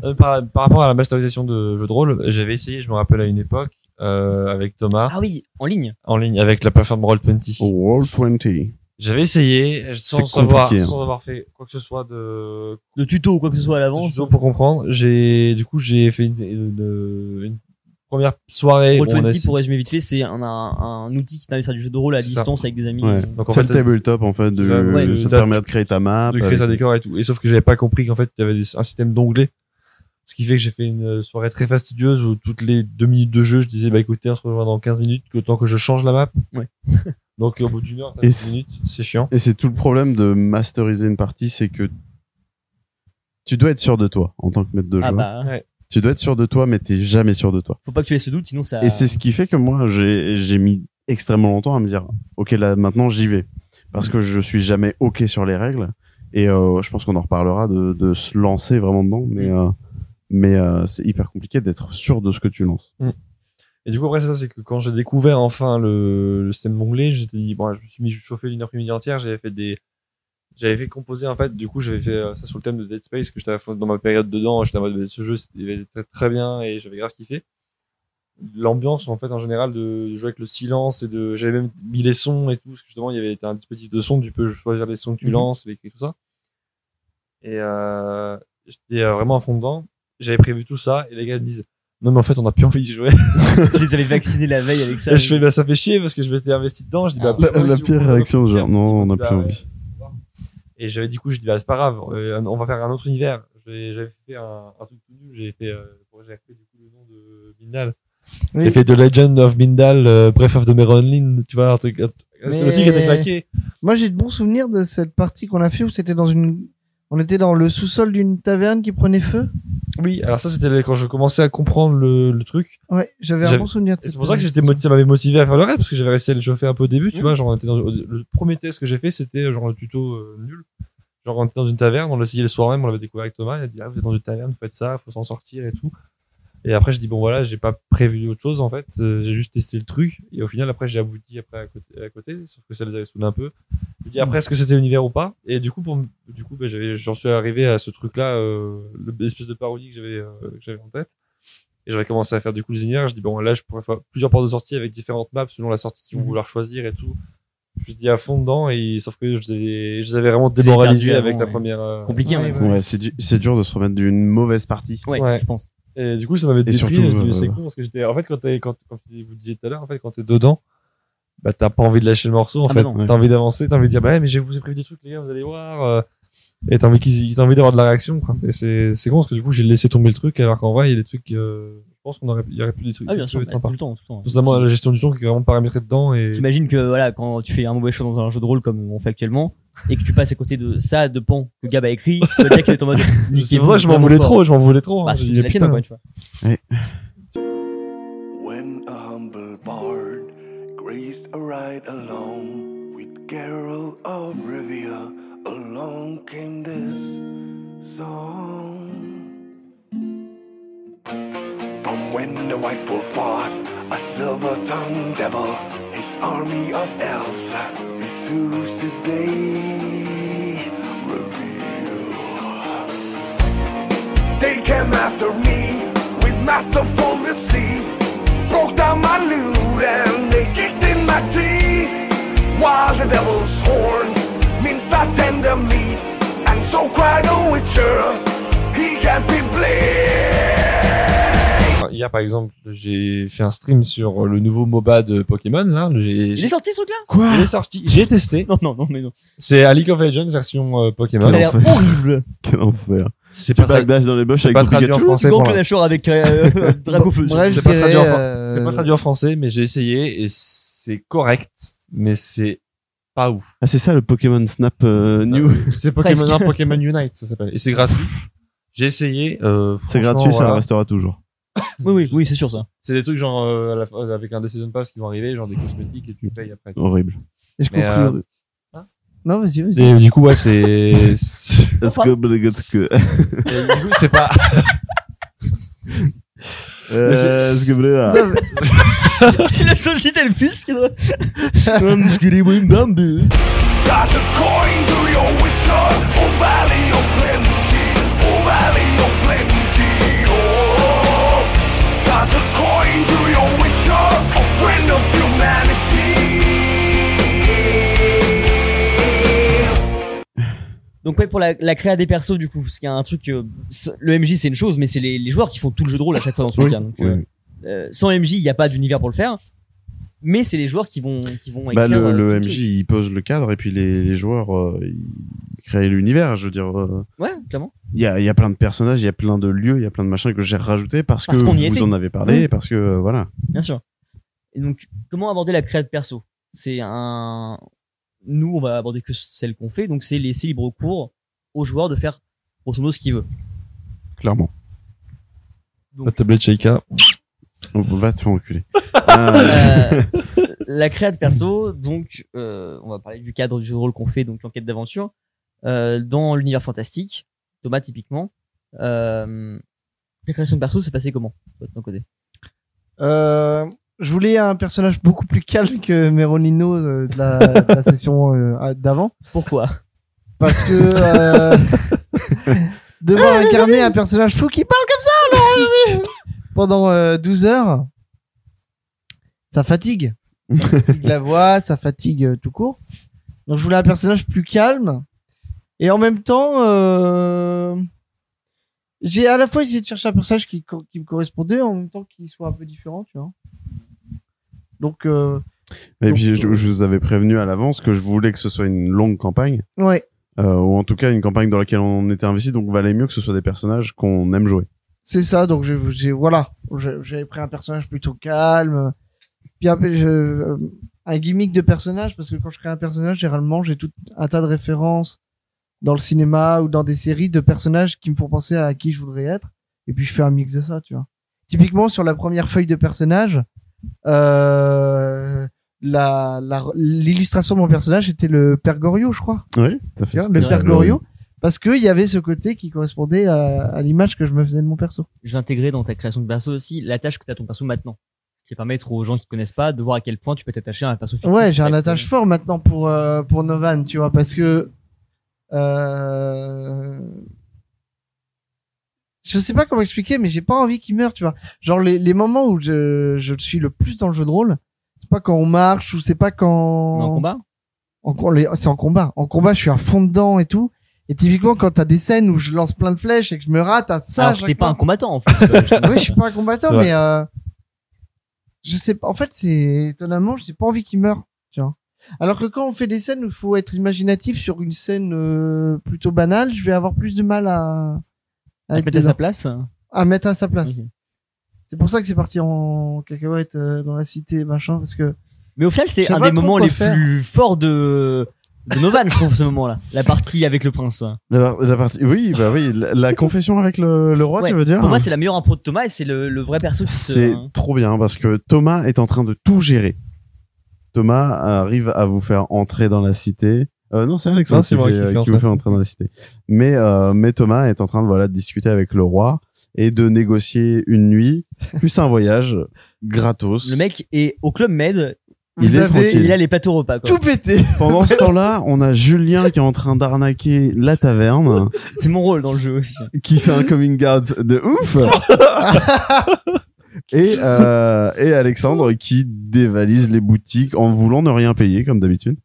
Speaker 7: Euh, par, par rapport à la masterisation de jeux de rôle, j'avais essayé, je me rappelle à une époque euh, avec Thomas
Speaker 3: Ah oui, en ligne.
Speaker 7: en ligne avec la plateforme Roll20.
Speaker 4: Roll 20.
Speaker 7: J'avais essayé sans
Speaker 4: Oh. compliqué,
Speaker 7: savoir,
Speaker 4: hein.
Speaker 7: sans avoir fait quoi que ce soit de
Speaker 3: Le tuto ou quoi que ce soit à
Speaker 4: Ah
Speaker 3: l'avant.
Speaker 7: toujours pour comprendre. J'ai du coup j'ai fait une, une- une première soirée. où on a
Speaker 3: Roll20
Speaker 7: essayé-
Speaker 3: pour résumer vite fait, c'est un, un, un outil qui permet de faire du jeu de rôle à
Speaker 7: C'est ça.
Speaker 3: distance avec des amis.
Speaker 4: Ouais.
Speaker 7: Donc, en
Speaker 4: C'est le
Speaker 7: fait,
Speaker 4: tabletop en fait, de,
Speaker 7: ça, ouais,
Speaker 4: ça
Speaker 7: le-
Speaker 4: te permet de créer ta map.
Speaker 7: de créer un
Speaker 4: Bah, avec-
Speaker 7: décor et tout. Et sauf que j'avais pas compris qu'en fait, il y avait des- un système d'onglets. Ce qui fait que j'ai fait une euh, soirée très fastidieuse où toutes les deux minutes de jeu, je disais, bah écoutez, on se rejoint dans 15 minutes, le temps que je change la map.
Speaker 3: Ouais.
Speaker 7: Donc au bout d'une heure, t'as
Speaker 4: Et
Speaker 7: 10
Speaker 4: c'est-
Speaker 7: minutes, c'est chiant.
Speaker 4: Et c'est tout le problème de masteriser une partie, c'est que tu dois être sûr de toi en tant que maître de jeu.
Speaker 3: Ah bah,
Speaker 4: Tu dois être sûr de toi, mais t'es jamais sûr de toi.
Speaker 3: faut pas que tu laisses le doute, sinon ça.
Speaker 4: Et c'est ce qui fait que moi, j'ai j'ai mis extrêmement longtemps à me dire, ok, là maintenant j'y vais, parce que je suis jamais ok sur les règles. Et euh, je pense qu'on en reparlera de, de se lancer vraiment dedans, mais euh, mais euh, c'est hyper compliqué d'être sûr de ce que tu lances.
Speaker 7: Et du coup, après, c'est ça, c'est que quand j'ai découvert enfin le, le système d'onglet, j'étais dit, bon, je me suis mis chauffé une après-midi entière, j'avais fait des, j'avais fait composer, en fait, du coup, j'avais fait euh, ça sur le thème de Dead Space, que j'étais à fond dans ma période dedans, j'étais en mode, bah, ce jeu, c'était il était très, très bien et j'avais grave kiffé. L'ambiance, en fait, en général, de, de jouer avec le silence et de, j'avais même mis les sons et tout, parce que justement, il y avait un dispositif de son, tu peux choisir les sons que tu
Speaker 3: Mhm.
Speaker 7: lances et tout ça. Et, euh, j'étais euh, vraiment à fond dedans. J'avais prévu tout ça et les gars me disent, non, mais en fait, on n'a plus envie d'y jouer.
Speaker 3: je les avais vaccinés la veille avec ça.
Speaker 7: Et je fais, bah, ça fait chier parce que je m'étais investi dedans. Je dis, bah,
Speaker 3: Ah.
Speaker 4: La,
Speaker 7: après,
Speaker 4: la
Speaker 7: si vous
Speaker 4: pire
Speaker 7: voulez,
Speaker 4: réaction,
Speaker 7: on peut
Speaker 4: genre
Speaker 7: faire.
Speaker 4: non, on n'a
Speaker 7: Bah,
Speaker 4: plus envie.
Speaker 7: Et j'avais du coup, je dis, bah, c'est pas grave, euh, on va faire un autre univers. J'avais j'avais fait un, un truc tout nul, j'avais fait, euh, j'avais fait du coup le nom de Bindal.
Speaker 5: Oui.
Speaker 7: J'ai fait The Legend of Bindal, euh, Breath of the Meronlin, tu vois, un truc. un- c'est Le
Speaker 5: Mais-
Speaker 7: titre était claqué.
Speaker 5: Moi, j'ai de bons souvenirs de cette partie qu'on a fait où c'était dans une, on était dans le sous-sol d'une taverne qui prenait feu.
Speaker 7: Oui, alors ça, c'était quand je commençais à comprendre le, le truc.
Speaker 5: Ouais, j'avais un
Speaker 7: J'avais-
Speaker 5: bon souvenir. de
Speaker 7: Et C'est
Speaker 5: cette
Speaker 7: pour ça que
Speaker 5: partie.
Speaker 7: j'étais moti- ça m'avait motivé à faire le reste parce que j'avais réussi à le chauffer un peu au début, tu
Speaker 3: Mhm.
Speaker 7: vois. Genre, on était dans, le premier test que j'ai fait, c'était genre le tuto euh, nul. Genre, on était dans une taverne, on l'a essayé le soir même, on l'avait découvert avec Thomas. Il a dit, ah, vous êtes dans une taverne, vous faites ça, faut s'en sortir et tout. Et après, je dis, bon, voilà, j'ai pas prévu autre chose, en fait. Euh, J'ai juste testé le truc. Et au final, après, j'ai abouti après à côté, à côté, sauf que ça les avait saoulés un peu. Je dis, après, est-ce que c'était l'univers ou pas? Et du coup, pour, me- du coup, ben, j'avais, j'en suis arrivé à ce truc-là, euh, le- l'espèce de parodie que j'avais, euh, que j'avais en tête. Et j'avais commencé à faire du coup les univers. Je dis, bon, là, je pourrais faire plusieurs portes de sortie avec différentes maps selon la sortie qu'ils vont
Speaker 3: Mhm.
Speaker 7: vouloir choisir et tout. Je dis à fond dedans, et sauf que je les, je les avais vraiment
Speaker 3: les avais
Speaker 7: démoralisés
Speaker 3: perdus
Speaker 7: avec
Speaker 3: avant,
Speaker 7: la
Speaker 3: ouais.
Speaker 7: première. euh,
Speaker 3: compliqué. hein,
Speaker 5: Ouais,
Speaker 3: mais-
Speaker 5: ouais.
Speaker 4: Ouais, c'est du- c'est dur de se remettre d'une mauvaise partie.
Speaker 3: Ouais,
Speaker 7: Ouais.
Speaker 3: je pense.
Speaker 7: Et du coup, ça m'avait dépris.
Speaker 4: surtout,
Speaker 7: je me dis, mais
Speaker 4: euh,
Speaker 7: c'est con parce que j'étais. En fait, quand, t'es- quand, quand vous disiez tout à l'heure, en fait, quand t'es dedans, bah, t'as pas envie de lâcher le morceau. En
Speaker 3: Ah bah
Speaker 7: fait,
Speaker 3: non.
Speaker 7: t'as envie d'avancer, t'as envie de dire, bah, ouais, mais je vous ai prévu des trucs, les gars, vous allez voir. euh, Et t'as envie qu'ils, t'as envie d'avoir de la réaction, quoi. Et c'est, c'est con parce que du coup, j'ai laissé tomber le truc, alors qu'en vrai, il y a des trucs. euh, je pense qu'on aurait, il y aurait plus des trucs.
Speaker 3: Ah,
Speaker 7: qui
Speaker 3: bien sûr,
Speaker 7: pouvaient
Speaker 3: bah,
Speaker 7: être sympas.
Speaker 3: tout le temps, tout le temps.
Speaker 7: Notamment la gestion du son qui est vraiment paramétrée dedans et.
Speaker 3: T'imagines que voilà, quand tu fais un mauvais choix dans un jeu de rôle comme on fait actuellement, et que tu passes à côté de ça, de pan que Gab a écrit, tu vas dire que t'es en mode
Speaker 7: C'est
Speaker 3: niqué.
Speaker 7: pour ça que je m'en voulais trop, je m'en voulais trop. hein.
Speaker 3: Bah,
Speaker 7: Ah, J'ai
Speaker 3: c'est
Speaker 7: dit,
Speaker 3: la
Speaker 7: putain.
Speaker 3: tienne, quoi, tu vois.
Speaker 8: When a humble bard graced a ride along with Geralt of Rivia, along came this song. From when the white wolf fought a silver-tongued devil, his army of elves, his hooves did they reveal. They came after me with masterful deceit. Broke down my loot and they kicked in my teeth. While the devil's horns minced our tender meat. And so cried the witcher, he can't be blamed.
Speaker 7: Hier, par exemple, j'ai fait un stream sur le nouveau MOBA de Pokémon, là. J'ai,
Speaker 3: Il est sorti ce truc-là
Speaker 7: Il est sorti. J'ai testé.
Speaker 3: Non, non, non, mais non.
Speaker 7: C'est à League of Legends version euh, Pokémon.
Speaker 3: Il a l'air horrible.
Speaker 4: Quel enfer.
Speaker 7: C'est
Speaker 4: Tu
Speaker 7: pas, tra-
Speaker 4: backdash dans les bush
Speaker 7: c'est
Speaker 4: avec
Speaker 7: pas
Speaker 4: ton
Speaker 7: traduit en
Speaker 4: Pikachu.
Speaker 7: français.
Speaker 3: Tu
Speaker 7: pour
Speaker 3: ganques la chore avec euh, euh, Dragofeu.
Speaker 5: Bref,
Speaker 7: c'est
Speaker 5: je
Speaker 7: pas
Speaker 5: dirais,
Speaker 7: traduit en fran-
Speaker 5: euh,
Speaker 7: C'est pas traduit en français, mais j'ai essayé et c'est correct, mais c'est pas ouf.
Speaker 4: Ah, c'est ça le Pokémon Snap euh, New.
Speaker 7: C'est Pokémon
Speaker 3: Presque.
Speaker 7: 1, Pokémon Unite, ça s'appelle. Et c'est gratuit. J'ai essayé. euh,
Speaker 4: C'est
Speaker 7: franchement,
Speaker 4: gratuit, ça
Speaker 7: voilà.
Speaker 4: le restera toujours.
Speaker 3: Oui, oui, oui, c'est sûr ça.
Speaker 7: C'est des trucs genre euh, à la fin, avec un des season pass qui vont arriver, genre des cosmétiques et tu payes après.
Speaker 4: Horrible.
Speaker 5: euh, Et je
Speaker 7: Mais,
Speaker 5: conclurai.
Speaker 7: hein
Speaker 5: Non, vas-y, vas-y.
Speaker 7: Et du coup, ouais, c'est. c'est-
Speaker 4: Est-ce que est-ce que
Speaker 7: et du coup, c'est pas.
Speaker 4: Euh, est-ce que
Speaker 5: Non, mais-
Speaker 3: la société le fisc.
Speaker 8: Toss a coin to your witcher, O valley of plenty, O valley of plenty, oh. Toss a coin to your witcher, a friend of humanity.
Speaker 3: après pour la, la créa des persos du coup, parce qu'il y a un truc, euh, ce- le MJ c'est une chose, mais c'est les, les joueurs qui font tout le jeu de rôle à chaque fois dans tous les
Speaker 4: Oui,
Speaker 3: cas. Donc, euh, euh, sans MJ, il n'y a pas d'univers pour le faire, mais c'est les joueurs qui vont qui vont
Speaker 4: Bah,
Speaker 3: écrire.
Speaker 4: le,
Speaker 3: euh,
Speaker 4: le
Speaker 3: tout le
Speaker 4: MJ,
Speaker 3: truc.
Speaker 4: il pose le cadre et puis les, les joueurs, euh, ils créent l'univers. Je veux dire, euh,
Speaker 3: Ouais, clairement.
Speaker 4: il y, a, il y a plein de personnages, il y a plein de lieux, il y a plein de machins que j'ai rajouté parce,
Speaker 3: Parce
Speaker 4: que
Speaker 3: qu'on
Speaker 4: vous
Speaker 3: y était.
Speaker 4: en avez parlé,
Speaker 3: Oui.
Speaker 4: et parce que euh, voilà.
Speaker 3: Bien sûr. Et donc, comment aborder la créa de perso C'est un. Nous, on va aborder que celle qu'on fait, donc c'est laisser libre cours au joueur de faire grosso modo ce qu'il veut.
Speaker 4: Clairement.
Speaker 7: La tablette Sheikah.
Speaker 4: On va te faire enculer. Euh,
Speaker 3: Euh, la créa de perso, donc, euh, on va parler du cadre du jeu de rôle qu'on fait, donc l'enquête d'aventure. Euh, dans l'univers fantastique, Thomas typiquement, euh, la création de perso, c'est passé comment toi, de ton côté
Speaker 5: Euh, je voulais un personnage beaucoup plus calme que Meronino euh, de la, de la session euh, à- d'avant.
Speaker 3: Pourquoi
Speaker 5: Parce que euh, devoir incarner un personnage fou qui parle comme ça alors, euh, pendant euh, 12 heures, ça fatigue. Ça fatigue la voix, ça fatigue euh, tout court. Donc je voulais un personnage plus calme. Et en même temps, euh, j'ai à la fois essayé de chercher un personnage qui, co- qui me correspondait, en même temps qui soit un peu différent, tu vois. Donc, euh,
Speaker 4: et puis, je, je vous avais prévenu à l'avance que je voulais que ce soit une longue campagne,
Speaker 5: ouais.
Speaker 4: euh, ou en tout cas une campagne dans laquelle on était investi, donc valait mieux que ce soit des personnages qu'on aime jouer.
Speaker 5: C'est ça, donc je- j'ai voilà, Je- j'avais pris un personnage plutôt calme, puis un, peu- je- euh, un gimmick de personnage parce que quand je crée un personnage, généralement j'ai tout un tas de références dans le cinéma ou dans des séries de personnages qui me font penser à qui je voudrais être, et puis je fais un mix de ça, tu vois. Typiquement sur la première feuille de personnage, euh, la la- l'illustration de mon personnage était le père Goriot, je crois,
Speaker 4: Oui, ça fait.
Speaker 5: tu vois, le
Speaker 3: vrai.
Speaker 5: père Goriot, parce que il y avait ce côté qui correspondait à, à l'image que je me faisais de mon perso.
Speaker 3: Je vais intégrer dans ta création de perso aussi la tâche que t'as à ton perso maintenant. Ce qui va permettre aux gens qui te connaissent pas de voir à quel point tu peux t'attacher à un perso fictif.
Speaker 5: Ouais, j'ai un
Speaker 3: Avec,
Speaker 5: attache fort maintenant pour euh, pour Novan, tu vois, parce que euh, je sais pas comment expliquer, mais j'ai pas envie qu'il meure, tu vois. Genre les, les moments où je je suis le plus dans le jeu de rôle, c'est pas quand on marche ou c'est pas
Speaker 3: euh,
Speaker 5: quand
Speaker 3: En combat
Speaker 5: en com- les- c'est en combat. En combat, je suis à fond dedans et tout. Et typiquement, quand t'as des scènes où je lance plein de flèches et que je me rate, à ça,
Speaker 3: Alors
Speaker 5: à
Speaker 3: que
Speaker 5: chaque
Speaker 3: t'es pas
Speaker 5: fois.
Speaker 3: un combattant en plus. euh, je-
Speaker 5: Oui, je suis pas un combattant,
Speaker 7: C'est vrai.
Speaker 5: mais euh, je sais pas. En fait, c'est étonnamment, j'ai pas envie qu'il meure. Tu vois. Alors que quand on fait des scènes où il faut être imaginatif sur une scène euh, plutôt banale, je vais avoir plus de mal à
Speaker 3: Je vais
Speaker 5: être
Speaker 3: mettre à
Speaker 5: dedans.
Speaker 3: sa place.
Speaker 5: à mettre à sa place.
Speaker 3: Mhm.
Speaker 5: C'est pour ça que c'est parti en cacahuète euh, dans la cité, machin, parce que
Speaker 3: Mais au final,
Speaker 5: Je sais
Speaker 3: c'était un
Speaker 5: pas
Speaker 3: des
Speaker 5: trop
Speaker 3: moments
Speaker 5: quoi
Speaker 3: les
Speaker 5: faire.
Speaker 3: plus forts de, de Novan, je trouve, ce moment-là. La partie avec le prince.
Speaker 4: La, par- la partie- oui, bah oui, la, la confession avec le, le roi,
Speaker 3: Ouais,
Speaker 4: tu veux dire
Speaker 3: Pour moi, c'est la meilleure impro de Thomas et c'est le, le vrai perso qui se.
Speaker 4: C'est trop bien parce que Thomas est en train de tout gérer. Thomas arrive à vous faire entrer dans la cité. Euh, non, c'est
Speaker 7: Non,
Speaker 4: Alexandre
Speaker 7: c'est
Speaker 4: qui,
Speaker 7: moi
Speaker 4: fait- euh,
Speaker 7: qui fais
Speaker 4: qui
Speaker 7: entrer.
Speaker 4: vous fait entrer dans la cité. Mais, euh, mais Thomas est en train de, voilà, de discuter avec le roi et de négocier une nuit, plus un voyage gratos.
Speaker 3: Le mec est au Club Med,
Speaker 4: il
Speaker 5: vous
Speaker 4: est
Speaker 5: avez-
Speaker 4: tranquille.
Speaker 3: il a les plateaux repas. Quoi.
Speaker 5: tout pété.
Speaker 4: Pendant ce temps-là, on a Julien qui est en train d'arnaquer la taverne,
Speaker 3: C'est mon rôle dans le jeu aussi.
Speaker 4: qui fait un coming out de ouf. et, euh, et Alexandre qui dévalise les boutiques en voulant ne rien payer comme d'habitude.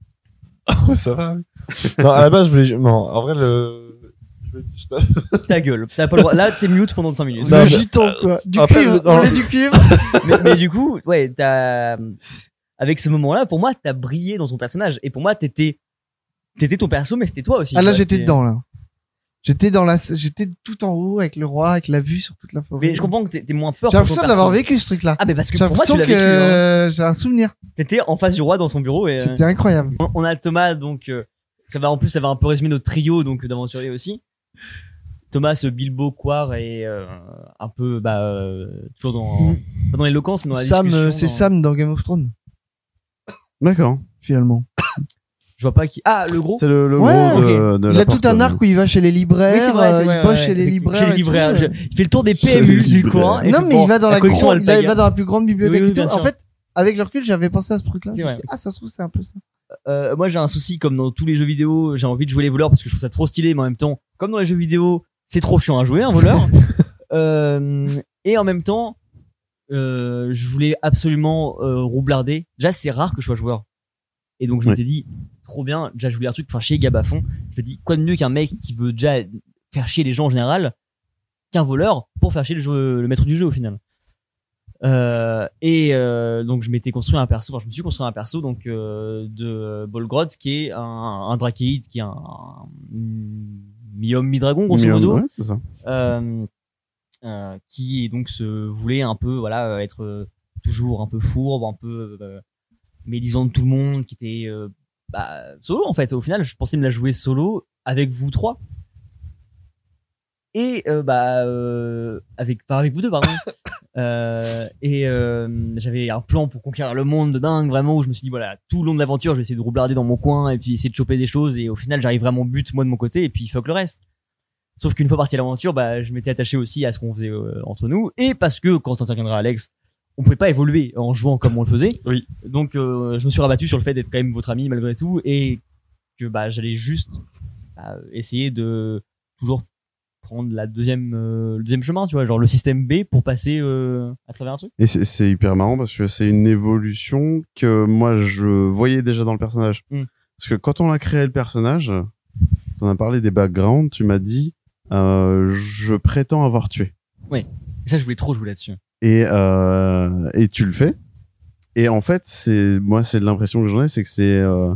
Speaker 7: Ouais, ça va. oui. non, à la base, je voulais. Non, en vrai, le. je voulais- je-
Speaker 3: Ta gueule. T'as pas le droit. Là, t'es mute pendant 5 minutes.
Speaker 7: Non,
Speaker 5: le
Speaker 7: mais-
Speaker 3: euh,
Speaker 5: gitan, quoi. Du
Speaker 7: Après,
Speaker 5: cuivre,
Speaker 7: dans
Speaker 5: on
Speaker 7: le-
Speaker 5: est du cuivre.
Speaker 3: mais, mais du coup, ouais, t'as. Avec ce moment-là, pour moi, t'as brillé dans ton personnage. Et pour moi, t'étais. T'étais ton perso, mais c'était toi aussi.
Speaker 5: Ah là,
Speaker 3: quoi.
Speaker 5: j'étais
Speaker 3: C'était-
Speaker 5: dedans, là. J'étais dans la, j'étais tout en haut avec le roi, avec la vue sur toute la forêt.
Speaker 3: Mais je comprends que t'es t'es moins peur.
Speaker 5: J'ai
Speaker 3: pour ton
Speaker 5: l'impression de l'avoir
Speaker 3: perso.
Speaker 5: vécu, ce truc-là.
Speaker 3: Ah, mais parce que
Speaker 5: J'ai
Speaker 3: pour moi, tu
Speaker 5: l'impression
Speaker 3: l'as
Speaker 5: que
Speaker 3: vécu. hein.
Speaker 5: euh, j'ai un souvenir.
Speaker 3: T'étais en face du roi dans son bureau et. euh,
Speaker 5: C'était incroyable.
Speaker 3: On- On a Thomas, donc euh, ça va en plus, ça va un peu résumer notre trio donc d'aventuriers aussi. Thomas, euh, Bilbo, Quar et euh, un peu bah, euh, toujours dans pas dans l'éloquence, mais dans la
Speaker 5: Mm. Sam,
Speaker 3: discussion,
Speaker 5: euh, c'est
Speaker 3: dans-
Speaker 5: Sam dans Game of Thrones,
Speaker 4: D'accord.
Speaker 5: finalement.
Speaker 3: Je vois pas qui. Ah, le gros.
Speaker 4: C'est le, le
Speaker 5: Ouais,
Speaker 4: gros de, de
Speaker 5: Il
Speaker 4: la
Speaker 5: a tout
Speaker 4: porte,
Speaker 5: un
Speaker 4: euh,
Speaker 5: arc où il va chez les libraires,
Speaker 3: Oui, c'est vrai, c'est
Speaker 5: euh,
Speaker 3: vrai,
Speaker 5: il bosse
Speaker 3: ouais,
Speaker 5: chez les
Speaker 3: effectivement.
Speaker 5: libraires.
Speaker 3: Chez les
Speaker 5: et tout,
Speaker 3: libraires.
Speaker 5: euh.
Speaker 3: je- Il fait le tour des
Speaker 4: Chez les
Speaker 3: PMU du
Speaker 4: libraires.
Speaker 3: coin. et
Speaker 5: Non,
Speaker 3: puis
Speaker 5: mais
Speaker 3: bon,
Speaker 5: il va dans la,
Speaker 3: collection hein.
Speaker 5: grande- il
Speaker 3: Alpaga.
Speaker 5: va dans la plus grande bibliothèque.
Speaker 3: Oui, oui,
Speaker 5: et tout.
Speaker 3: bien
Speaker 5: En
Speaker 3: sûr.
Speaker 5: fait, avec le recul, j'avais pensé à ce truc-là.
Speaker 3: C'est
Speaker 5: Je me
Speaker 3: vrai.
Speaker 5: suis dit, Ah, ça se trouve, c'est un peu ça.
Speaker 3: Euh, moi, j'ai un souci comme dans tous les jeux vidéo. J'ai envie de jouer les voleurs parce que je trouve ça trop stylé, mais en même temps, comme dans les jeux vidéo, c'est trop chiant à jouer un voleur. Euh, et en même temps, euh, je voulais absolument euh, roublarder. Déjà, c'est rare que je sois joueur. Et donc, je
Speaker 4: Oui.
Speaker 3: m'étais dit, trop bien déjà je voulais un truc faire chier Gabafon je me dis quoi de mieux qu'un mec qui veut déjà faire chier les gens en général qu'un voleur pour faire chier le, jeu- le maître du jeu au final euh, et euh, donc je m'étais construit un perso enfin je me suis construit un perso donc euh, de Bolgrodz qui est un, un Drakeid qui est un, un mi-homme mi-dragon grosso
Speaker 4: Mais, euh,
Speaker 3: modo
Speaker 4: ouais, c'est ça.
Speaker 3: euh, euh, qui donc se voulait un peu voilà euh, être euh, toujours un peu fourbe, un peu euh, médisant de tout le monde, qui était euh, bah, solo en fait. Au final, je pensais me la jouer solo avec vous trois. Et euh, bah euh, avec enfin, avec vous deux pardon. Euh, et euh, j'avais un plan pour conquérir le monde de dingue vraiment où je me suis dit voilà tout le long de l'aventure je vais essayer de roublarder dans mon coin et puis essayer de choper des choses et au final j'arrive à mon but moi de mon côté et puis fuck le reste. Sauf qu'une fois parti à l'aventure, bah, je m'étais attaché aussi à ce qu'on faisait euh, entre nous. Et parce que, quand on interviendra Alex, on pouvait pas évoluer en jouant comme on le faisait.
Speaker 7: Oui.
Speaker 3: Donc, euh, je me suis rabattu sur le fait d'être quand même votre ami malgré tout et que bah, j'allais juste bah, essayer de toujours prendre la deuxième, euh, le deuxième chemin, tu vois, genre le système B pour passer euh, à travers un truc.
Speaker 4: Et c'est- c'est hyper marrant parce que c'est une évolution que moi je voyais déjà dans le personnage.
Speaker 3: Mm.
Speaker 4: Parce que quand on a créé le personnage, on a parlé des backgrounds, tu m'as dit euh, je prétends avoir tué.
Speaker 3: Et ça, je voulais trop jouer là-dessus.
Speaker 4: Et, euh, et tu le fais. Et en fait, c'est moi c'est l'impression que j'en ai, c'est que c'est euh,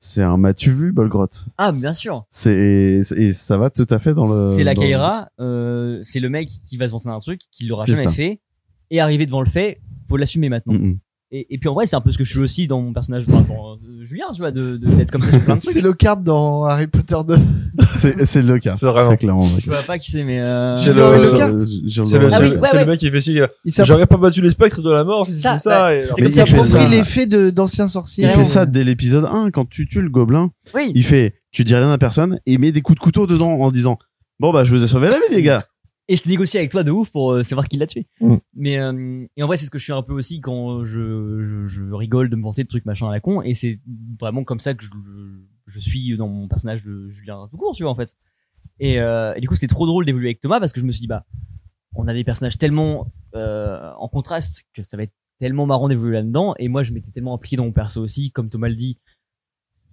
Speaker 4: c'est un m'as-tu vu Bolgrotte.
Speaker 3: Ah, bien sûr.
Speaker 4: C'est et, et ça va tout à fait dans le.
Speaker 3: C'est la
Speaker 4: dans le-
Speaker 3: Kaira, euh, c'est le mec qui va se vanter d'un truc qu'il l'aura
Speaker 4: C'est
Speaker 3: jamais
Speaker 4: ça.
Speaker 3: fait et arriver devant le fait, faut l'assumer maintenant.
Speaker 4: Mm, mm.
Speaker 3: Et, et puis en vrai, c'est un peu ce que je suis aussi dans mon personnage par rapport à, euh, Julien, tu vois, de, de- d'être comme ça sur plein de
Speaker 5: C'est
Speaker 3: trucs.
Speaker 5: le card dans Harry Potter 2.
Speaker 4: C'est c'est le cas.
Speaker 7: C'est vraiment-
Speaker 4: C'est clairement le
Speaker 3: Je
Speaker 4: cas.
Speaker 3: vois pas qui c'est, mais euh...
Speaker 7: C'est
Speaker 5: le-
Speaker 4: Euh,
Speaker 5: le carte.
Speaker 4: je- je-
Speaker 7: C'est le,
Speaker 3: Ah
Speaker 7: c'est
Speaker 3: oui,
Speaker 7: le-
Speaker 3: ouais,
Speaker 7: c'est
Speaker 3: ouais.
Speaker 7: le mec qui fait si
Speaker 5: Il s'appro-
Speaker 7: j'aurais pas battu les spectres de la mort si
Speaker 3: Ça,
Speaker 7: c'était ça. et-
Speaker 3: c'est
Speaker 5: il
Speaker 4: Mais il fait ça.
Speaker 5: s'approprie l'effet de- d'anciens sorciers.
Speaker 4: Il fait
Speaker 5: Vraiment.
Speaker 4: ça dès l'épisode 1 quand tu tues le gobelin.
Speaker 3: Oui.
Speaker 4: Il fait tu dis rien à personne et il met des coups de couteau dedans en disant bon bah je vous ai sauvé la vie les gars.
Speaker 3: Et je négocie avec toi de ouf pour euh, savoir qui l'a tué.
Speaker 7: Mm.
Speaker 3: Mais euh, et en vrai, c'est ce que je suis un peu aussi quand je, je, je rigole de me penser de trucs machin à la con. Et c'est vraiment comme ça que je, je suis dans mon personnage de Julien tout court, tu vois, en fait. Et, euh, et du coup, c'était trop drôle d'évoluer avec Thomas parce que je me suis dit, bah, on a des personnages tellement euh, en contraste que ça va être tellement marrant d'évoluer là-dedans. Et moi, je m'étais tellement impliqué dans mon perso aussi, comme Thomas le dit.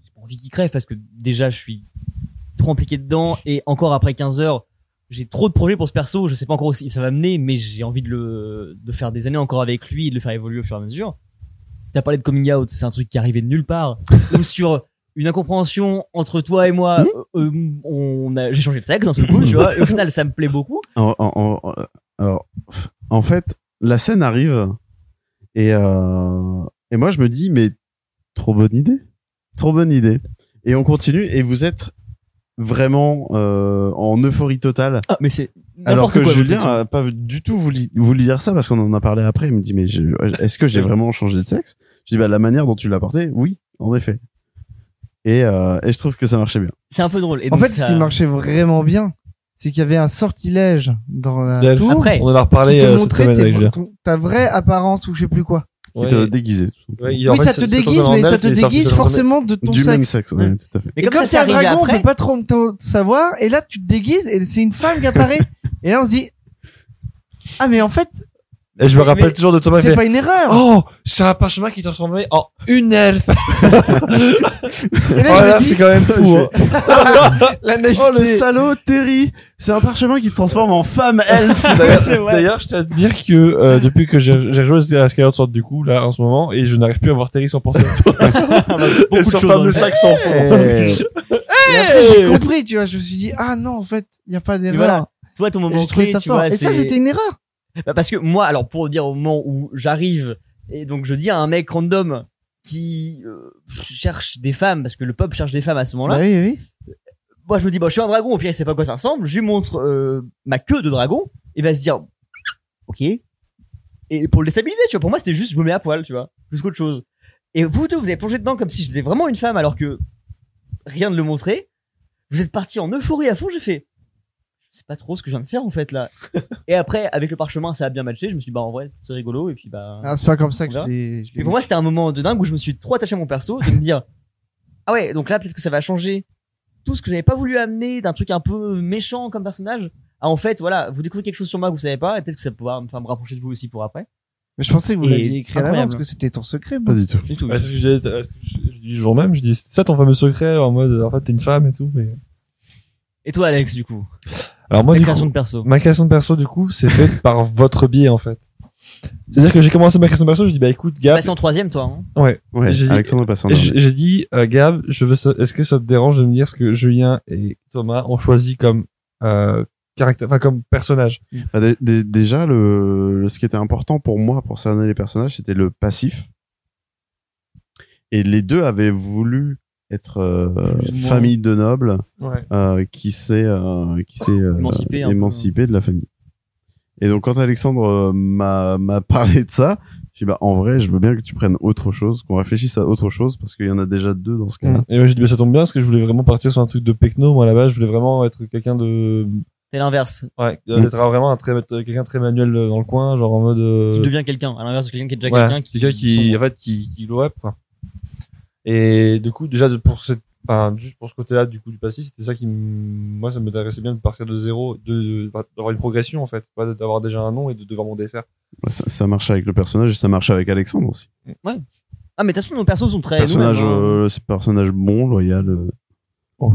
Speaker 3: J'ai pas envie qu'il crève parce que déjà, je suis trop impliqué dedans. Et encore après 15 heures, j'ai trop de projets pour ce perso. Je sais pas encore où ça va mener, mais j'ai envie de le de faire des années encore avec lui et de le faire évoluer au fur et à mesure. T'as parlé de coming out, c'est un truc qui arrivait de nulle part. Ou sur une incompréhension entre toi et
Speaker 5: Hmm
Speaker 3: moi, euh, euh, on a, j'ai changé de sexe d'un seul coup, tu vois. Et au final, ça me plaît beaucoup.
Speaker 4: En, en- en- alors, en fait la scène arrive et euh, et moi je me dis mais trop bonne idée trop bonne idée et on continue et vous êtes vraiment euh, en euphorie totale
Speaker 3: Ah, mais c'est n'importe
Speaker 4: Alors que
Speaker 3: quoi,
Speaker 4: Julien
Speaker 3: votre
Speaker 4: a pas du tout voulu, voulu dire ça parce qu'on en a parlé après. Il me dit mais je- est-ce que j'ai vraiment changé de sexe Je dis bah la manière dont tu l'as porté, oui, en effet. Et, euh, et je trouve que ça marchait bien.
Speaker 3: C'est un peu drôle. Et
Speaker 5: En
Speaker 3: donc
Speaker 5: fait,
Speaker 3: ça-
Speaker 5: ce qui marchait vraiment bien, c'est qu'il y avait un sortilège dans la
Speaker 7: Delphes.
Speaker 5: tour
Speaker 3: Après,
Speaker 7: On en a
Speaker 5: qui
Speaker 7: reparlé
Speaker 5: te
Speaker 7: euh, cette
Speaker 5: montrait
Speaker 7: semaine
Speaker 5: tes-
Speaker 7: avec Julien.
Speaker 5: ton- ta vraie apparence ou je sais plus quoi.
Speaker 4: Qui te déguisait. tout simplement.
Speaker 7: Ouais, il- en
Speaker 5: Oui,
Speaker 7: fait,
Speaker 5: ça
Speaker 7: c'est-
Speaker 5: te
Speaker 7: c'est
Speaker 5: déguise,
Speaker 7: transformé
Speaker 5: mais
Speaker 7: en
Speaker 5: ça
Speaker 7: elfe
Speaker 5: te
Speaker 7: et c'est
Speaker 5: déguise
Speaker 7: transformé-
Speaker 5: forcément de ton
Speaker 4: du même
Speaker 5: sexe.
Speaker 4: sexe, ouais,
Speaker 3: Ouais.
Speaker 4: tout à fait.
Speaker 3: Mais
Speaker 5: Et
Speaker 3: comme, ça,
Speaker 5: comme c'est
Speaker 3: ça
Speaker 5: un
Speaker 3: arrivait
Speaker 5: dragon, on
Speaker 3: après.
Speaker 5: peut pas trop te- te savoir. Et là, tu te déguises et c'est une femme qui apparaît. et là, on se dit Ah, mais en fait,
Speaker 7: Et je me
Speaker 5: Mais
Speaker 7: rappelle toujours de Thomas qui
Speaker 5: c'est
Speaker 7: fait,
Speaker 5: pas une erreur.
Speaker 7: Oh, c'est un parchemin qui est transformé en une elfe.
Speaker 5: et
Speaker 7: Oh
Speaker 5: là, je me
Speaker 7: là,
Speaker 5: dis,
Speaker 7: c'est quand même fou. hein.
Speaker 5: la naïveté.
Speaker 4: Oh le salaud Terry, c'est un parchemin qui te transforme en femme elfe.
Speaker 7: D'ailleurs-
Speaker 3: C'est vrai.
Speaker 7: D'ailleurs, je tiens à te dire que euh, depuis que j'ai j'ai joué à Skyward Sword du coup là en ce moment et je n'arrive plus à voir Terry sans penser à toi.
Speaker 3: beaucoup de
Speaker 7: son
Speaker 3: choses hein. dans
Speaker 7: fameux
Speaker 3: le-
Speaker 7: sac sans fond.
Speaker 4: Eh.
Speaker 5: Et après, j'ai compris, tu vois. Je me suis dit Ah non, en fait, il y a pas d'erreur.
Speaker 3: Toi, ton
Speaker 5: Et
Speaker 3: moment
Speaker 5: J'ai trouvé
Speaker 3: clé,
Speaker 5: ça
Speaker 3: tu
Speaker 5: fort.
Speaker 3: vois,
Speaker 5: Et ça,
Speaker 3: c'est-
Speaker 5: c'était une erreur.
Speaker 3: Bah, parce que moi, alors pour dire au moment où j'arrive et donc je dis à un mec random qui euh, cherche des femmes parce que le peuple cherche des femmes à ce moment-là.
Speaker 5: Bah oui, oui.
Speaker 3: Moi, je me dis bon, je suis un dragon. Au pire, il sait pas à quoi ça ressemble. Je lui montre euh, ma queue de dragon et va se dire ok. Et pour le déstabiliser, tu vois, pour moi, c'était juste je me mets à poil, tu vois, plus qu'autre chose. Et vous deux, vous avez plongé dedans comme si j'étais vraiment une femme alors que rien ne le montrait. Vous êtes parti en euphorie à fond. J'ai fait je sais pas trop ce que je viens de faire en fait là. et après, avec le parchemin, ça a bien matché. Je me suis dit, bah en vrai, c'est rigolo. Et puis bah.
Speaker 5: Ah, c'est pas comme ça que je
Speaker 3: Voilà.
Speaker 5: l'ai. je l'ai
Speaker 3: Mais pour moi, c'était un moment de dingue où je me suis trop attaché à mon perso de me dire ah ouais, donc là peut-être que ça va changer tout ce que j'avais pas voulu amener d'un truc un peu méchant comme personnage. Ah en fait, voilà, vous découvrez quelque chose sur moi que vous savez pas et peut-être que ça pourra me faire me rapprocher de vous aussi pour après.
Speaker 5: Mais je pensais que vous
Speaker 3: Et
Speaker 5: l'aviez écrit à l'avance,
Speaker 3: incroyable.
Speaker 5: que c'était ton secret.
Speaker 4: Pas du tout.
Speaker 3: Du tout.
Speaker 7: Ouais, c'est ce que j'ai dit, euh, je je dis le jour même, je dis c'est ça ton fameux secret en mode en fait t'es une femme et tout. Mais
Speaker 3: Et toi, Alex, du coup
Speaker 7: alors moi
Speaker 3: La
Speaker 7: du
Speaker 3: création
Speaker 7: coup, Bah,
Speaker 3: de perso.
Speaker 7: ma création de perso du coup c'est faite par votre biais en fait. C'est-à-dire que j'ai commencé ma création de perso, je dis bah écoute Gab,
Speaker 3: Passé en troisième, toi. hein.
Speaker 4: Ouais,
Speaker 7: J'ai-
Speaker 4: Alexandre Passandre.
Speaker 7: J- J'ai dit, euh, Gab, je veux. sa- Est-ce que ça te dérange de me dire ce que Julien et Thomas ont choisi comme euh, caractère, enfin comme personnage
Speaker 4: Bah, dé- dé- déjà, le, le- ce qui était important pour moi pour cerner les personnages, c'était le passif. Et les deux avaient voulu être euh,
Speaker 7: Plus ou moins.
Speaker 4: famille de nobles
Speaker 7: Ouais.
Speaker 4: euh, qui s'est euh, qui s'est euh,
Speaker 3: Émancipé hein. un peu.
Speaker 4: émancipé de la famille. Et donc quand Alexandre euh, m'a m'a parlé de ça, j'ai dit bah en vrai, je veux bien que tu prennes autre chose, qu'on réfléchisse à autre chose parce qu'il y en a déjà deux dans ce cas-là.
Speaker 3: Mm.
Speaker 7: Et moi j'ai dit, bah, ça tombe bien parce que je voulais vraiment partir sur un truc de pecno. Moi à la base, je voulais vraiment être quelqu'un de,
Speaker 3: C'est l'inverse.
Speaker 7: ouais, euh, d'être vraiment un très quelqu'un de très manuel euh, dans le coin, genre en mode. euh,
Speaker 3: Mm. Tu deviens quelqu'un. À l'inverse de quelqu'un qui est déjà
Speaker 7: voilà,
Speaker 3: quelqu'un qui.
Speaker 7: en fait qui qui glow up, quoi. Et du coup déjà de- pour cette enfin juste pour ce côté-là du coup du passif, c'était ça qui m- moi ça m'intéressait bien de partir de zéro, de de- d'avoir une progression en fait, pas d'avoir déjà un nom et de devoir m'en défaire.
Speaker 4: Bah, Ça, ça marchait avec le personnage et ça marchait avec Alexandre aussi.
Speaker 3: Ah, mais de toute façon, nos persos sont très.
Speaker 4: personnage,
Speaker 3: nous-mêmes, hein.
Speaker 4: euh, c'est personnage bon, loyal. euh,
Speaker 7: Oh,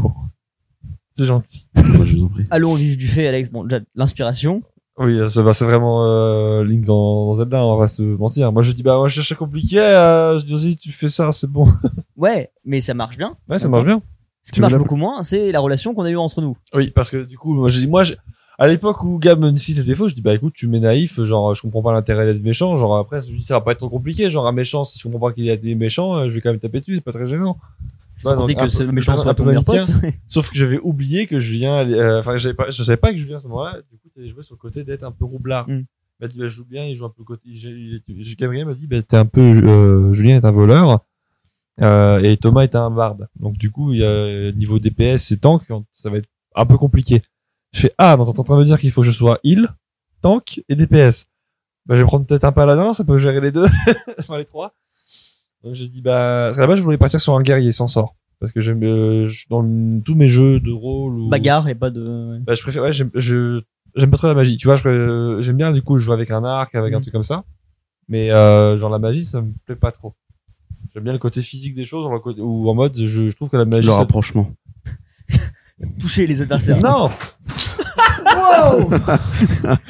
Speaker 7: C'est gentil.
Speaker 4: moi, je vous en prie.
Speaker 3: Allons au vif du fait, Alex. Bon, déjà, l'inspiration.
Speaker 7: Oui, euh, ça- bah, c'est vraiment euh, Link dans, dans Zelda, on va pas se mentir. Moi je dis bah moi je cherchais compliqué, euh, je dis vas-y, tu fais ça, c'est bon.
Speaker 3: Ouais, mais ça marche bien.
Speaker 7: Ouais, ça marche bien.
Speaker 3: Ce qui
Speaker 4: Tu veux
Speaker 3: marche
Speaker 4: la-
Speaker 3: beaucoup moins, c'est la relation qu'on a eue entre nous.
Speaker 7: Oui, parce que du coup, moi, j'ai dit, moi, j'ai- à l'époque où Gab me dit tes défauts, je dis, bah écoute, tu m'es naïf, genre, je comprends pas l'intérêt d'être méchant, genre, après, je lui dis, ça va pas être trop compliqué, genre, un méchant, si je comprends pas qu'il est méchant, euh, je vais quand même taper dessus, c'est pas très gênant.
Speaker 3: Sans
Speaker 7: donc,
Speaker 3: compter
Speaker 7: un
Speaker 3: que ce
Speaker 7: peu-
Speaker 3: méchant
Speaker 7: un
Speaker 3: soit
Speaker 7: peu
Speaker 3: ton meilleur pote.
Speaker 7: Sauf que j'avais oublié que Julien, allait- euh, enfin, j'avais pas, je savais pas que Julien, à ce moment-là, du coup, t'allais jouer sur le côté d'être un peu roublard.
Speaker 3: Mm.
Speaker 7: Il m'a dit, bah, je joue bien, il joue un peu le côté, il- il- il- Gabriel m'a dit, bah, t'es un peu, euh, Julien est un voleur, euh, et Thomas est un barde. Donc, du coup, il y a, niveau DPS et tank, ça va être un peu compliqué. Je fais, ah, donc t'es en train de me dire qu'il faut que je sois heal, tank et DPS. Bah, je vais prendre peut-être un paladin, ça peut gérer les deux, enfin, les trois. Donc, j'ai dit, bah, parce qu'à la base, je voulais partir sur un guerrier sans sort. Parce que j'aime, euh, je- dans le- tous mes jeux de rôle ou.
Speaker 3: Bagarre et pas de.
Speaker 7: Bah, je préfère, ouais, j'aime, je, j'aime pas trop la magie. Tu vois, je pré- j'aime bien, du coup, jouer avec un arc, avec un
Speaker 3: Mhm.
Speaker 7: truc comme ça. Mais, euh, genre, la magie, ça me plaît pas trop. J'aime bien le côté physique des choses, genre le côté- ou en mode, je, je trouve que la
Speaker 3: Bah,
Speaker 7: magie.
Speaker 4: Le
Speaker 7: ça-
Speaker 4: rapprochement.
Speaker 3: Toucher les adversaires.
Speaker 7: Non!
Speaker 5: Wow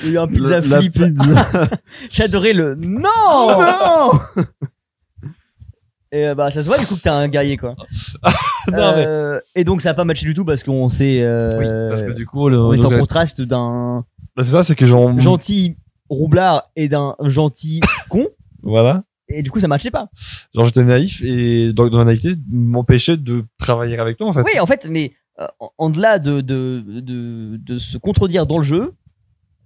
Speaker 3: Il y a eu un pizza flip. J'adorais le non. Et euh, bah ça se voit du coup que t'es un guerrier quoi.
Speaker 7: Non, mais-
Speaker 3: Euh, Et donc ça a pas matché du tout parce qu'on s'est. euh,
Speaker 7: Oui, parce que du coup, le,
Speaker 3: on est en
Speaker 7: donc,
Speaker 3: contraste d'un
Speaker 7: la- c'est ça, c'est que genre,
Speaker 3: gentil roublard et d'un gentil con.
Speaker 7: voilà.
Speaker 3: Et du coup ça matchait pas.
Speaker 7: Genre, j'étais naïf et, donc, dans la naïveté, m'empêchait de travailler avec toi, en fait.
Speaker 3: Oui en fait mais euh, en- en delà de de, de de se contredire dans le jeu,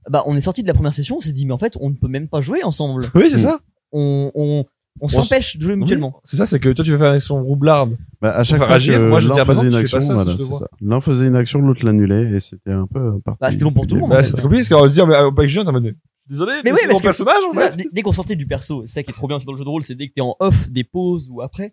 Speaker 3: bah on est sorti de la première session, on s'est dit mais en fait on ne peut même pas jouer ensemble.
Speaker 7: Oui, c'est ça.
Speaker 3: On on on s'empêche de jouer mutuellement.
Speaker 7: C'est ça, c'est que toi, tu veux faire une action roublarde.
Speaker 4: Bah, à chaque
Speaker 7: faire
Speaker 4: fois
Speaker 7: agir,
Speaker 4: que
Speaker 7: moi, je
Speaker 4: l'un
Speaker 7: dis, ah bah non,
Speaker 4: faisait une
Speaker 7: tu fais pas
Speaker 4: action,
Speaker 7: ça si
Speaker 4: voilà,
Speaker 7: je te
Speaker 4: c'est
Speaker 7: vois.
Speaker 4: ça. L'un faisait une action, l'autre l'annulait, et c'était un peu euh,
Speaker 3: Bah, c'était long pour tout le monde.
Speaker 7: Bah,
Speaker 3: Ouais,
Speaker 7: c'était
Speaker 3: ça.
Speaker 7: compliqué, parce qu'en dire, mais euh, avec Julien, t'as mode, désolé, mais,
Speaker 3: oui,
Speaker 7: c'est
Speaker 3: parce
Speaker 7: mon
Speaker 3: que-
Speaker 7: personnage, en
Speaker 3: C'est ça,
Speaker 7: fait.
Speaker 3: dès, dès qu'on sortait du perso, c'est ça qui est trop bien, c'est dans le jeu de rôle, c'est dès que t'es en off des pauses ou après,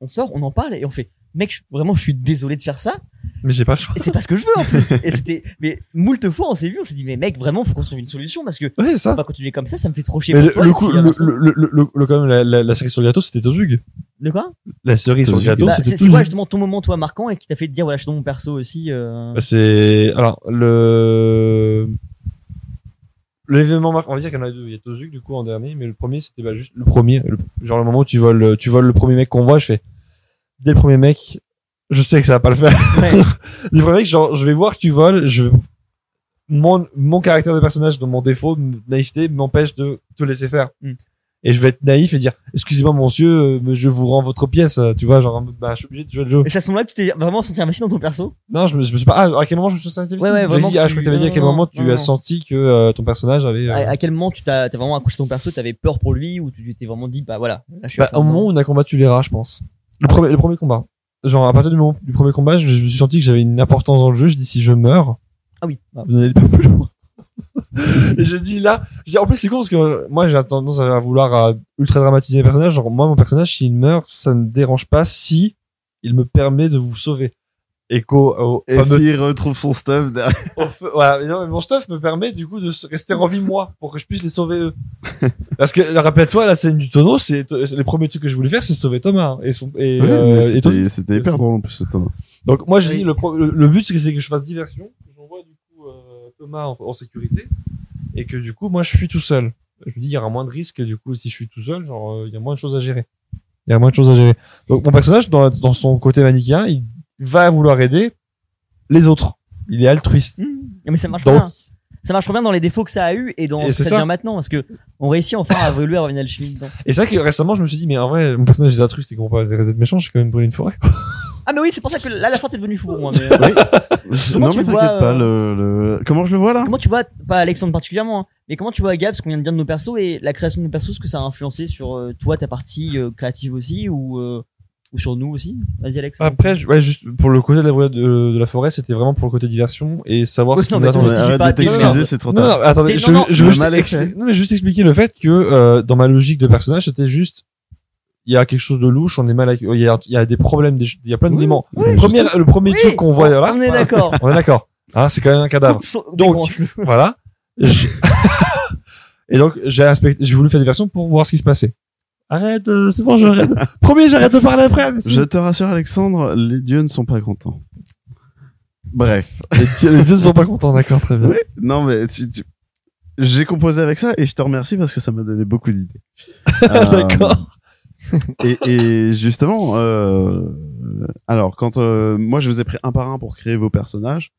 Speaker 3: on sort, on en parle et on fait, mec, je- vraiment, je suis désolé de faire ça,
Speaker 7: Mais j'ai pas le choix.
Speaker 3: et c'est pas ce que je veux en plus. et c'était, mais moult fois, on s'est vu, on s'est dit, mais mec, vraiment, faut qu'on trouve une solution parce que
Speaker 7: Ouais, c'est ça.
Speaker 3: on va continuer comme ça, ça me fait trop chier. pour
Speaker 7: Mais le,
Speaker 3: toi,
Speaker 7: le
Speaker 3: et
Speaker 7: coup,
Speaker 3: puis,
Speaker 7: le,
Speaker 3: euh, ça-
Speaker 7: le, le, le- le- quand même, la, la, la cerise sur le gâteau, c'était Tozug.
Speaker 3: De quoi
Speaker 7: La cerise sur le
Speaker 4: Tozug.
Speaker 7: gâteau,
Speaker 3: Bah,
Speaker 7: c'était
Speaker 3: C'est c'est quoi
Speaker 7: Tozug.
Speaker 3: justement ton moment, toi, marquant et qui t'a fait te dire, voilà, je suis dans mon perso aussi. euh,
Speaker 7: Bah, C'est, alors, le, l'événement marquant, on va dire qu'il y en a deux. Il y a Tozug, du coup, en dernier, mais le premier, c'était bah, juste le premier, le- genre le moment où tu voles, tu voles le premier mec qu'on voit, je fais, dès le premier mec, je sais que ça va pas le faire.
Speaker 3: ouais.
Speaker 7: Le premier, genre, je vais voir que tu voles, je mon, mon caractère de personnage, donc mon défaut, m- naïveté, m'empêche de te laisser faire.
Speaker 3: Mm.
Speaker 7: Et je vais être naïf et dire, excusez-moi, monsieur, euh, mais je vous rends votre pièce, euh, tu vois, genre, en mode, bah, je suis obligé de jouer le jeu.
Speaker 3: Et c'est à ce moment-là que tu t'es vraiment senti investi dans ton perso.
Speaker 7: Non, je me, je me suis pas, ah, à quel moment je me suis senti
Speaker 3: Ouais, ouais,
Speaker 7: J'ai
Speaker 3: vraiment
Speaker 7: dit, ah,
Speaker 3: que
Speaker 7: je
Speaker 3: tu-
Speaker 7: crois que t'avais dit à
Speaker 3: non,
Speaker 7: quel
Speaker 3: non,
Speaker 7: moment tu
Speaker 3: non, Ah,
Speaker 7: as
Speaker 3: non.
Speaker 7: senti que euh, ton personnage allait, euh,
Speaker 3: À, à quel moment tu t'as t'as vraiment accouché de ton perso, t'avais peur pour lui ou tu tu t'es vraiment dit, bah voilà, là, je suis à
Speaker 7: bah,
Speaker 3: fond
Speaker 7: au
Speaker 3: dedans.
Speaker 7: moment où on a combattu les rats, je pense. Le premier, le premier combat. Genre, à partir du moment du premier combat, je, je me suis senti que j'avais une importance dans le jeu, je dis, si je meurs,
Speaker 3: Ah oui, Ah,
Speaker 7: vous n'allez pas plus loin. et j'ai dit là, j'ai dit, en plus c'est con parce que euh, moi j'ai tendance à vouloir à ultra dramatiser mes personnages. Genre moi mon personnage s'il meurt, ça ne dérange pas si il me permet de vous sauver. écho au
Speaker 6: Et
Speaker 7: fameux-
Speaker 6: s'il retrouve son stuff derrière.
Speaker 7: au feu- voilà, mais non, mais mon stuff me permet du coup de s- rester en vie moi pour que je puisse les sauver eux. Parce que là, rappelle-toi la scène du tonneau, c'est c'est les premiers trucs que je voulais faire, c'est sauver Thomas et son et,
Speaker 6: Ouais,
Speaker 7: euh,
Speaker 6: mais
Speaker 7: et Tony.
Speaker 6: C'était c'était hyper drôle en plus ce temps.
Speaker 7: Donc moi je
Speaker 5: Oui.
Speaker 7: dis le, pro- le, le but c'est que- c'est que je fasse diversion, que j'envoie du coup euh, Thomas en, en sécurité et que du coup moi je suis tout seul. Je me dis il y aura moins de risques du coup si je suis tout seul, genre euh, il y a moins de choses à gérer. Il y a moins de choses à gérer. Donc mon personnage dans, dans son côté manichéen, il va vouloir aider les autres. Il est altruiste.
Speaker 3: Mais ça marche
Speaker 7: Donc-
Speaker 3: bien. Ça marche trop bien dans les défauts que ça a eu et dans
Speaker 7: Et
Speaker 3: ce que
Speaker 7: c'est
Speaker 3: ça,
Speaker 7: ça.
Speaker 3: devient maintenant parce que on réussit enfin à évoluer à hein. revenir à l'alchimie dedans.
Speaker 7: Et c'est vrai que récemment je me suis dit mais en vrai mon personnage est altruiste et qu'on peut pas d'être méchant, j'ai quand même brûlé une forêt.
Speaker 3: Ah mais oui, c'est pour ça que là la fin t'es devenu fou pour moi. mais, euh, Comment
Speaker 4: non,
Speaker 3: tu
Speaker 4: mais
Speaker 3: vois,
Speaker 4: t'inquiète pas,
Speaker 3: euh,
Speaker 4: le, le- Comment je le vois là
Speaker 3: Comment tu vois, pas Alexandre particulièrement, hein, mais comment tu vois Gab ce qu'on vient de dire de nos persos et la création de nos persos, ce que ça a influencé sur euh, toi, ta partie euh, créative aussi ou, euh, ou sur nous aussi Vas-y Alex.
Speaker 7: Après je- ouais juste pour le côté de la, brûlade de, de la forêt, c'était vraiment pour le côté diversion et savoir
Speaker 3: Oui,
Speaker 7: ce qui
Speaker 3: non,
Speaker 7: nous
Speaker 3: mais
Speaker 7: attend.
Speaker 3: attends,
Speaker 6: Ouais,
Speaker 3: je dis
Speaker 6: arrête
Speaker 3: pas,
Speaker 6: de t'excuser,
Speaker 3: non,
Speaker 6: c'est trop
Speaker 7: Non,
Speaker 6: tard.
Speaker 7: non, attendez,
Speaker 3: T'es-
Speaker 7: je,
Speaker 3: non, non,
Speaker 7: je veux
Speaker 6: le
Speaker 7: juste
Speaker 6: mal
Speaker 7: expli-
Speaker 6: écrit.
Speaker 7: non, mais juste expliquer le fait que euh, dans ma logique de personnage, c'était juste il y a quelque chose de louche, on est mal, accu- il y a, il y a des problèmes, des ch- il y a plein d'éléments.
Speaker 3: Oui,
Speaker 7: Le premier- le premier
Speaker 3: Oui,
Speaker 7: truc qu'on voit là,
Speaker 3: On est
Speaker 7: voilà,
Speaker 3: d'accord.
Speaker 7: on est d'accord. Hein, c'est quand même un cadavre.
Speaker 3: Coupe son-
Speaker 7: Donc,
Speaker 3: bon,
Speaker 7: voilà. Je- Et donc j'ai inspecté, j'ai voulu faire des versions pour voir ce qui se passait. Arrête, euh, c'est bon, j'arrête. Premier, j'arrête de parler après. mais c'est
Speaker 4: Je te rassure, Alexandre, les dieux ne sont pas contents. Bref.
Speaker 7: bon. Les dieux- les dieux ne sont pas contents, d'accord, très bien.
Speaker 4: Oui, non, mais si tu- j'ai composé avec ça et je te remercie parce que ça m'a donné beaucoup d'idées. Euh,
Speaker 7: D'accord.
Speaker 4: Et, et justement, euh, alors quand euh, moi je vous ai pris un par un pour créer vos personnages,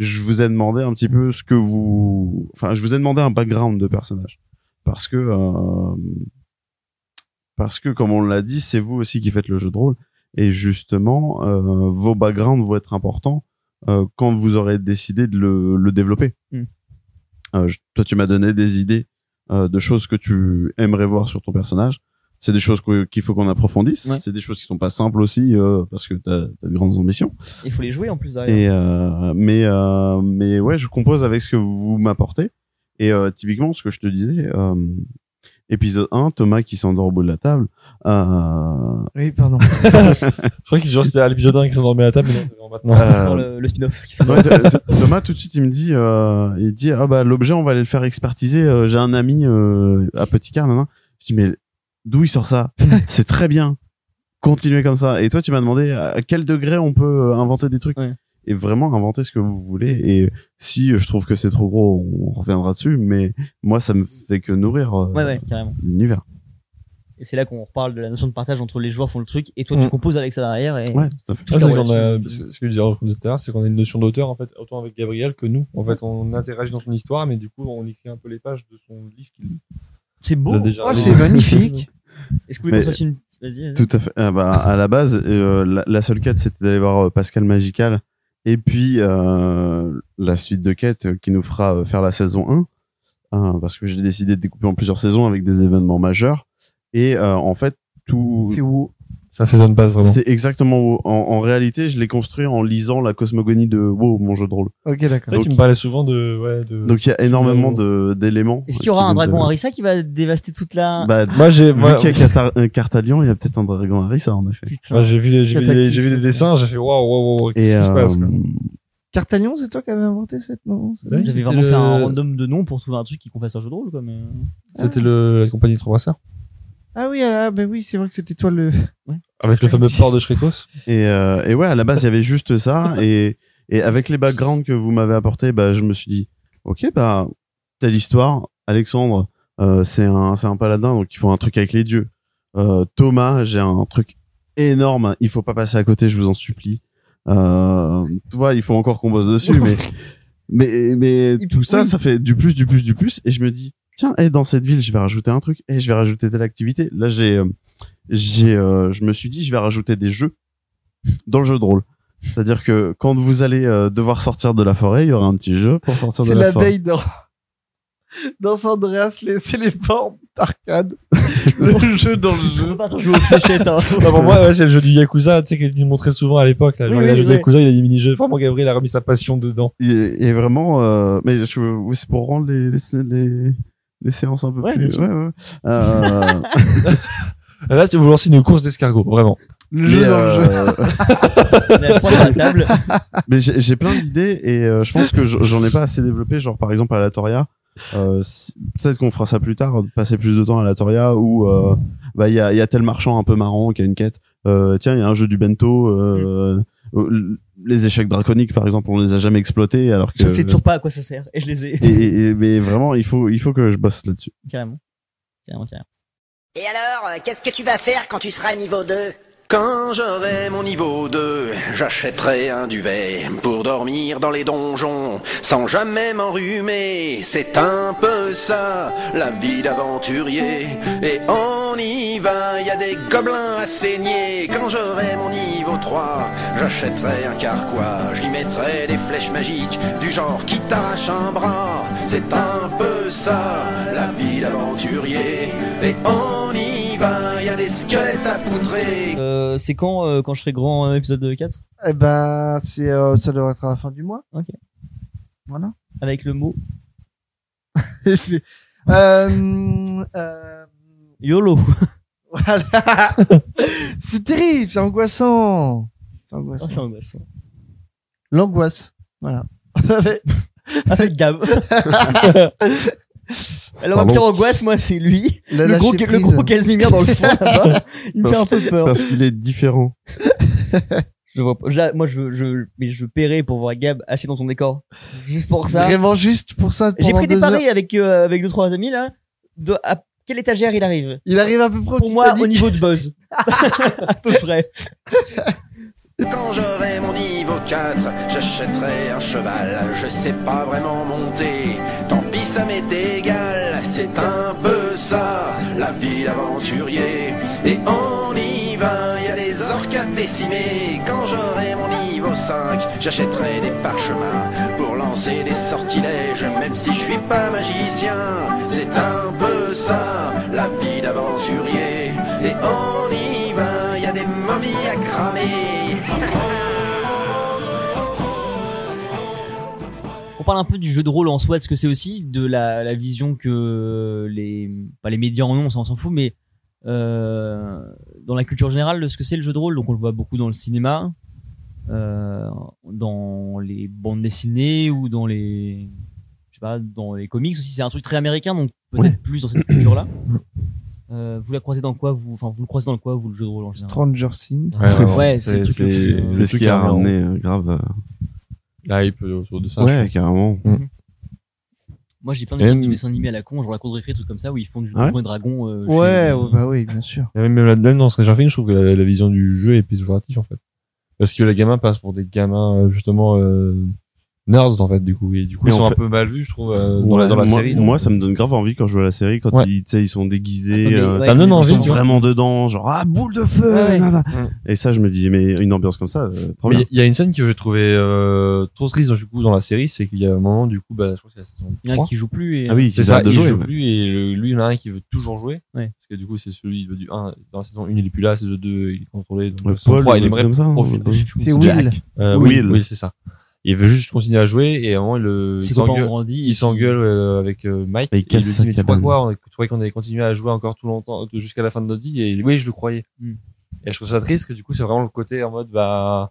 Speaker 4: je vous ai demandé un petit peu ce que vous, enfin je vous ai demandé un background de personnage parce que euh, parce que comme on l'a dit, c'est vous aussi qui faites le jeu de rôle et justement euh, vos backgrounds vont être importants euh, quand vous aurez décidé de le, le développer.
Speaker 3: Mm.
Speaker 4: Euh, je- toi, tu m'as donné des idées euh, de choses que tu aimerais voir sur ton personnage. C'est des choses que- qu'il faut qu'on approfondisse.
Speaker 3: Ouais.
Speaker 4: C'est des choses qui sont pas simples aussi euh, parce que t'as as de grandes ambitions.
Speaker 3: Il faut les jouer en plus derrière.
Speaker 4: Et euh, mais euh, mais ouais, je compose avec ce que vous m'apportez. Et euh, typiquement, ce que je te disais, euh, épisode 1, Thomas qui s'endort au bout de la table. Euh,
Speaker 5: Oui, pardon.
Speaker 7: Je croyais que genre, c'était à l'épisode 1 qui s'endormait à la table, mais non, c'est vraiment maintenant.
Speaker 3: C'est dans
Speaker 4: euh,
Speaker 3: le, le spin-off qui s'en
Speaker 4: Ouais, Th- Th- Thomas tout de suite il me dit euh, il dit ah bah l'objet on va aller le faire expertiser euh, j'ai un ami euh, à petit car nanan. je dis mais d'où il sort ça c'est très bien continuez comme ça et toi tu m'as demandé à quel degré on peut euh, inventer des trucs
Speaker 3: Ouais.
Speaker 4: et vraiment inventer ce que vous voulez et si euh, je trouve que c'est trop gros on reviendra dessus mais moi ça me fait que nourrir euh,
Speaker 3: Ouais, ouais, carrément.
Speaker 4: l'univers
Speaker 3: Et c'est là qu'on reparle de la notion de partage entre les joueurs font le truc et toi tu
Speaker 7: Mm.
Speaker 3: composes avec ça derrière. Et...
Speaker 4: ouais ça fait
Speaker 7: Ah, c'est
Speaker 3: Putain,
Speaker 7: qu'on
Speaker 3: ouais,
Speaker 7: a- c'est- ce que je disais comme je disais tout à l'heure, c'est qu'on a une notion d'auteur en fait, autant avec Gabriel que nous. En fait, on interagit dans son histoire, mais du coup, on écrit un peu les pages de son livre qu'il lit.
Speaker 3: C'est beau.
Speaker 7: Il a déjà
Speaker 4: Ah,
Speaker 5: Oh,
Speaker 7: lu.
Speaker 5: c'est magnifique.
Speaker 3: Est-ce que vous voulez qu'on
Speaker 4: Mais-
Speaker 3: fasse une petite- Vas-y. vas-y.
Speaker 4: Tout à fait. Ah bah, à la base, euh, la, la seule quête, c'était d'aller voir euh, Pascal Magical et puis euh, la suite de quêtes euh, qui nous fera euh, faire la saison 1. hein, parce que j'ai décidé de découper en plusieurs saisons avec des événements majeurs. Et euh, en fait, tout.
Speaker 5: C'est où
Speaker 7: Ça saisonne pas vraiment.
Speaker 4: C'est exactement. wo- En, en réalité, je l'ai construit en lisant la cosmogonie de WoW, mon jeu de rôle.
Speaker 5: Ok, d'accord.
Speaker 7: C'est vrai que tu me parlais souvent de. Ouais, de...
Speaker 4: Donc il y a énormément de- d'éléments. euh,
Speaker 3: Est-ce qu'il
Speaker 4: qui
Speaker 3: y aura un
Speaker 4: viennent
Speaker 3: dragon hein
Speaker 4: de-
Speaker 3: Harissa qui va dévaster toute la.
Speaker 4: Bah,
Speaker 7: moi, j'ai
Speaker 4: vu
Speaker 7: moi-
Speaker 4: qu'il y a Catar- euh, Cartalion, il y a peut-être un dragon Harissa en effet.
Speaker 7: moi,
Speaker 3: Putain.
Speaker 7: j'ai vu, les- j'ai vu, les-
Speaker 5: Cataclysme.
Speaker 7: j'ai vu les dessins, j'ai fait waouh, waouh, waouh,
Speaker 4: Et
Speaker 7: qu'est-ce qui se passe quoi
Speaker 4: euh,
Speaker 5: Cartalion, c'est toi qui avais inventé cette nom c'est-
Speaker 7: Ouais.
Speaker 3: J'avais
Speaker 7: c'était
Speaker 3: vraiment fait un
Speaker 7: le-
Speaker 3: random de nom pour trouver un truc qui qu'on fasse un jeu de rôle, quoi. Mais... euh,
Speaker 7: C'était le, la compagnie de trois brasseurs.
Speaker 5: Ah oui, ah, bah oui, c'est vrai que c'était toi le.
Speaker 7: Avec
Speaker 4: Ah,
Speaker 7: le fameux port de Shrekos.
Speaker 4: Et, euh, et ouais, à la base, il y avait juste ça. Et, et avec les backgrounds que vous m'avez apportés, bah, je me suis dit, ok, bah, telle histoire. Alexandre, euh, c'est un, c'est un paladin, donc il faut un truc avec les dieux. Euh, Thomas, j'ai un truc énorme. Il faut pas passer à côté, je vous en supplie. Euh, tu vois, il faut encore qu'on bosse dessus, mais, mais, mais
Speaker 3: Il-
Speaker 4: tout ça,
Speaker 3: oui.
Speaker 4: ça fait du plus, du plus, du plus. Et je me dis, tiens, et dans cette ville, je vais rajouter un truc. Et je vais rajouter telle activité. Là, j'ai, euh, j'ai, euh, je me suis dit, je vais rajouter des jeux dans le jeu de rôle. C'est-à-dire que quand vous allez euh, devoir sortir de la forêt, il y aura un petit jeu pour sortir de
Speaker 5: C'est
Speaker 4: la, forêt.
Speaker 5: l'abeille dans. Dans San Andreas, les... c'est les bornes d'arcade. le jeu dans le
Speaker 3: Je
Speaker 5: jeu.
Speaker 3: veux pas trop jouer aux fléchettes, hein.
Speaker 7: Non, pour moi, ouais, c'est le jeu du Yakuza, tu sais, qu'il montrait souvent à l'époque. Là.
Speaker 3: Oui,
Speaker 7: Genre,
Speaker 3: oui,
Speaker 7: il a joué
Speaker 3: oui.
Speaker 7: du Yakuza, il a des mini-jeux. Vraiment, Gabriel a remis sa passion dedans.
Speaker 4: Et, et vraiment, euh, mais je, oui, c'est pour rendre les, les, les, les séances un peu
Speaker 3: Ouais, bien
Speaker 4: plus.
Speaker 3: sûr.
Speaker 4: ouais, ouais. Euh,
Speaker 7: Là, tu vous lancez une course d'escargot, vraiment.
Speaker 5: Le jeu
Speaker 4: Mais,
Speaker 5: dans le jeu.
Speaker 4: euh,
Speaker 3: On est à trois sur la table.
Speaker 4: mais j'ai j'ai plein d'idées et euh, je pense que j- j'en ai pas assez développé. Genre par exemple à la Toria, euh, si- peut-être qu'on fera ça plus tard, passer plus de temps à la Toria où euh, bah il y a, il y a tel marchand un peu marrant qui a une quête. Euh, tiens, il y a un jeu du bento. euh,
Speaker 5: Mm.
Speaker 4: euh, Les échecs draconiques par exemple, on les a jamais exploités alors que.
Speaker 3: Je sais toujours pas à quoi ça sert et je les ai
Speaker 4: Et- et- et- mais vraiment, il faut il faut que je bosse là-dessus.
Speaker 3: carrément. Carrément, carrément.
Speaker 9: Et alors, euh, qu'est-ce que tu vas faire quand tu seras niveau 2
Speaker 8: Quand j'aurai mon niveau 2, j'achèterai un duvet pour dormir dans les donjons sans jamais m'enrhumer. C'est un peu ça, la vie d'aventurier. Et on y va, y a des gobelins à saigner. Quand j'aurai mon niveau 3, j'achèterai un carquois. J'y mettrai des flèches magiques du genre qui t'arrache un bras. C'est un peu ça, la vie d'aventurier. Et on y va, y a des squelettes à poutrer.
Speaker 3: Euh, c'est quand euh, quand je serai grand euh, épisode 4
Speaker 5: Eh ben, c'est, euh, ça devrait être à la fin du mois.
Speaker 3: Ok.
Speaker 5: Voilà.
Speaker 3: avec le mot
Speaker 5: euh, euh,
Speaker 3: YOLO.
Speaker 5: voilà. c'est terrible, c'est angoissant. C'est
Speaker 3: Oh,
Speaker 5: angoissant.
Speaker 3: c'est angoissant.
Speaker 5: L'angoisse. Voilà.
Speaker 3: Avec Gab. Alors ma pire angoisse moi c'est lui. Le, gros
Speaker 5: lâcher
Speaker 3: le gros
Speaker 5: prise.
Speaker 3: Casimir dans le fond là-bas. Il me fait un peu peur.
Speaker 4: Parce qu'il est différent.
Speaker 3: Je vois pas. Là, moi je je mais je paierai pour voir Gab assis dans ton décor. Juste pour ça.
Speaker 5: Vraiment juste pour ça.
Speaker 3: J'ai
Speaker 5: pendant
Speaker 3: pris des
Speaker 5: deux heures.
Speaker 3: paris avec euh, avec deux trois amis là. De, à quelle étagère il arrive
Speaker 5: Il arrive à peu près au
Speaker 3: Pour moi au
Speaker 5: Titanic.
Speaker 3: niveau de Buzz. à peu près.
Speaker 8: Quand j'aurai mon niveau 4, j'achèterai un cheval. Je sais pas vraiment monter, tant pis ça m'est égal. C'est un peu ça, la vie d'aventurier. Et on y va, y a des orcades décimés. Quand j'aurai mon niveau 5, j'achèterai des parchemins pour lancer des sortilèges, même si je suis pas magicien. C'est un peu ça, la vie d'aventurier. Et on y va, y a des momies à cramer.
Speaker 3: On parle un peu du jeu de rôle en soi, de ce que c'est aussi, de la, la vision que les, pas les médias en ont, ça on s'en fout, mais euh, dans la culture générale de ce que c'est le jeu de rôle. Donc on le voit beaucoup dans le cinéma, euh, dans les bandes dessinées ou dans les, je sais pas, dans les comics aussi. C'est un truc très américain, donc peut-être plus dans cette culture-là. Euh, vous la croisez dans quoi vous, enfin vous le croisez dans quoi vous le jeu de rôle en général
Speaker 5: Stranger Things.
Speaker 3: Ouais, c'est le truc le plus, euh,
Speaker 4: C'est ce qui a ramené euh, grave. euh,
Speaker 7: La hype autour de ça.
Speaker 4: ouais, carrément.
Speaker 3: Moi j'ai plein de
Speaker 7: Et-
Speaker 3: dessins animés à la con, je raconterai des trucs comme ça où ils font du jeu
Speaker 4: Ah ouais
Speaker 3: de rôle et dragon. euh, chez-
Speaker 5: Ouais, ouais, bah oui, bien sûr.
Speaker 7: Et Même même là-dedans, dans Stranger Things, je trouve que la, la vision du jeu est péjorative, en fait. Parce que les gamins passent pour des gamins, euh, justement, euh, nerds, en fait, du coup. Et du coup,
Speaker 4: Mais
Speaker 7: ils
Speaker 4: en
Speaker 7: sont
Speaker 4: fait-
Speaker 7: un peu mal vus, je trouve, euh, dans la,
Speaker 4: Ouais,
Speaker 7: dans la
Speaker 4: moi,
Speaker 7: série. donc.
Speaker 4: moi, ça me donne grave envie quand je vois la série, quand
Speaker 7: Ouais.
Speaker 4: ils, tu sais, ils sont déguisés,
Speaker 3: Attendez,
Speaker 4: euh,
Speaker 3: ouais,
Speaker 7: ça me donne
Speaker 3: ils
Speaker 4: ils
Speaker 7: envie,
Speaker 4: sont
Speaker 3: sont-
Speaker 7: tu vois.
Speaker 4: vraiment dedans, genre ah boule de feu.
Speaker 3: Ouais, ouais.
Speaker 4: nanana.
Speaker 7: Mm.
Speaker 4: Et ça, je me dis mais une ambiance comme ça, euh, trop
Speaker 7: Mais
Speaker 4: bien.
Speaker 7: Il y a une scène que j'ai trouvée euh, trop triste, du coup, dans la série, c'est qu'il y a un moment, du coup, bah, je crois que c'est la saison
Speaker 3: Il y en a
Speaker 7: 3.
Speaker 3: qui jouent plus et
Speaker 4: Ah oui,
Speaker 7: C'est
Speaker 4: c'est
Speaker 7: ça,
Speaker 4: ça
Speaker 7: il
Speaker 4: de jouer.
Speaker 7: joue
Speaker 4: ouais.
Speaker 7: plus et le- lui, il y en a un qui veut toujours jouer.
Speaker 3: Ouais.
Speaker 7: Parce que du coup, c'est celui il veut du 1, dans la saison 1, il est plus là, saison 2, il est contrôlé. Donc,
Speaker 4: Le
Speaker 7: saison
Speaker 4: Paul,
Speaker 7: 3,
Speaker 4: ou
Speaker 7: il
Speaker 4: un
Speaker 7: aimerait
Speaker 4: truc comme ça. hein.
Speaker 7: profiter.
Speaker 3: je sais plus
Speaker 5: C'est
Speaker 3: comment
Speaker 5: Will.
Speaker 4: Jack.
Speaker 7: Euh,
Speaker 4: Will.
Speaker 7: Oui, oui, c'est ça. Il veut juste continuer à jouer et à un moment, il le- il
Speaker 3: ses copains ont
Speaker 7: s'engueule
Speaker 3: grandi.
Speaker 7: il s'engueule euh, avec euh, Mike
Speaker 4: Et il
Speaker 7: et il
Speaker 4: casse
Speaker 7: lui
Speaker 4: sa
Speaker 7: dit mais tu crois
Speaker 4: cabane.
Speaker 7: quoi on, tu croyais qu'on allait continuer à jouer encore tout longtemps euh, jusqu'à la fin de notre vie et il dit, oui je le croyais
Speaker 3: Hmm.
Speaker 7: et je trouve ça triste que du coup c'est vraiment le côté en mode bah
Speaker 3: euh,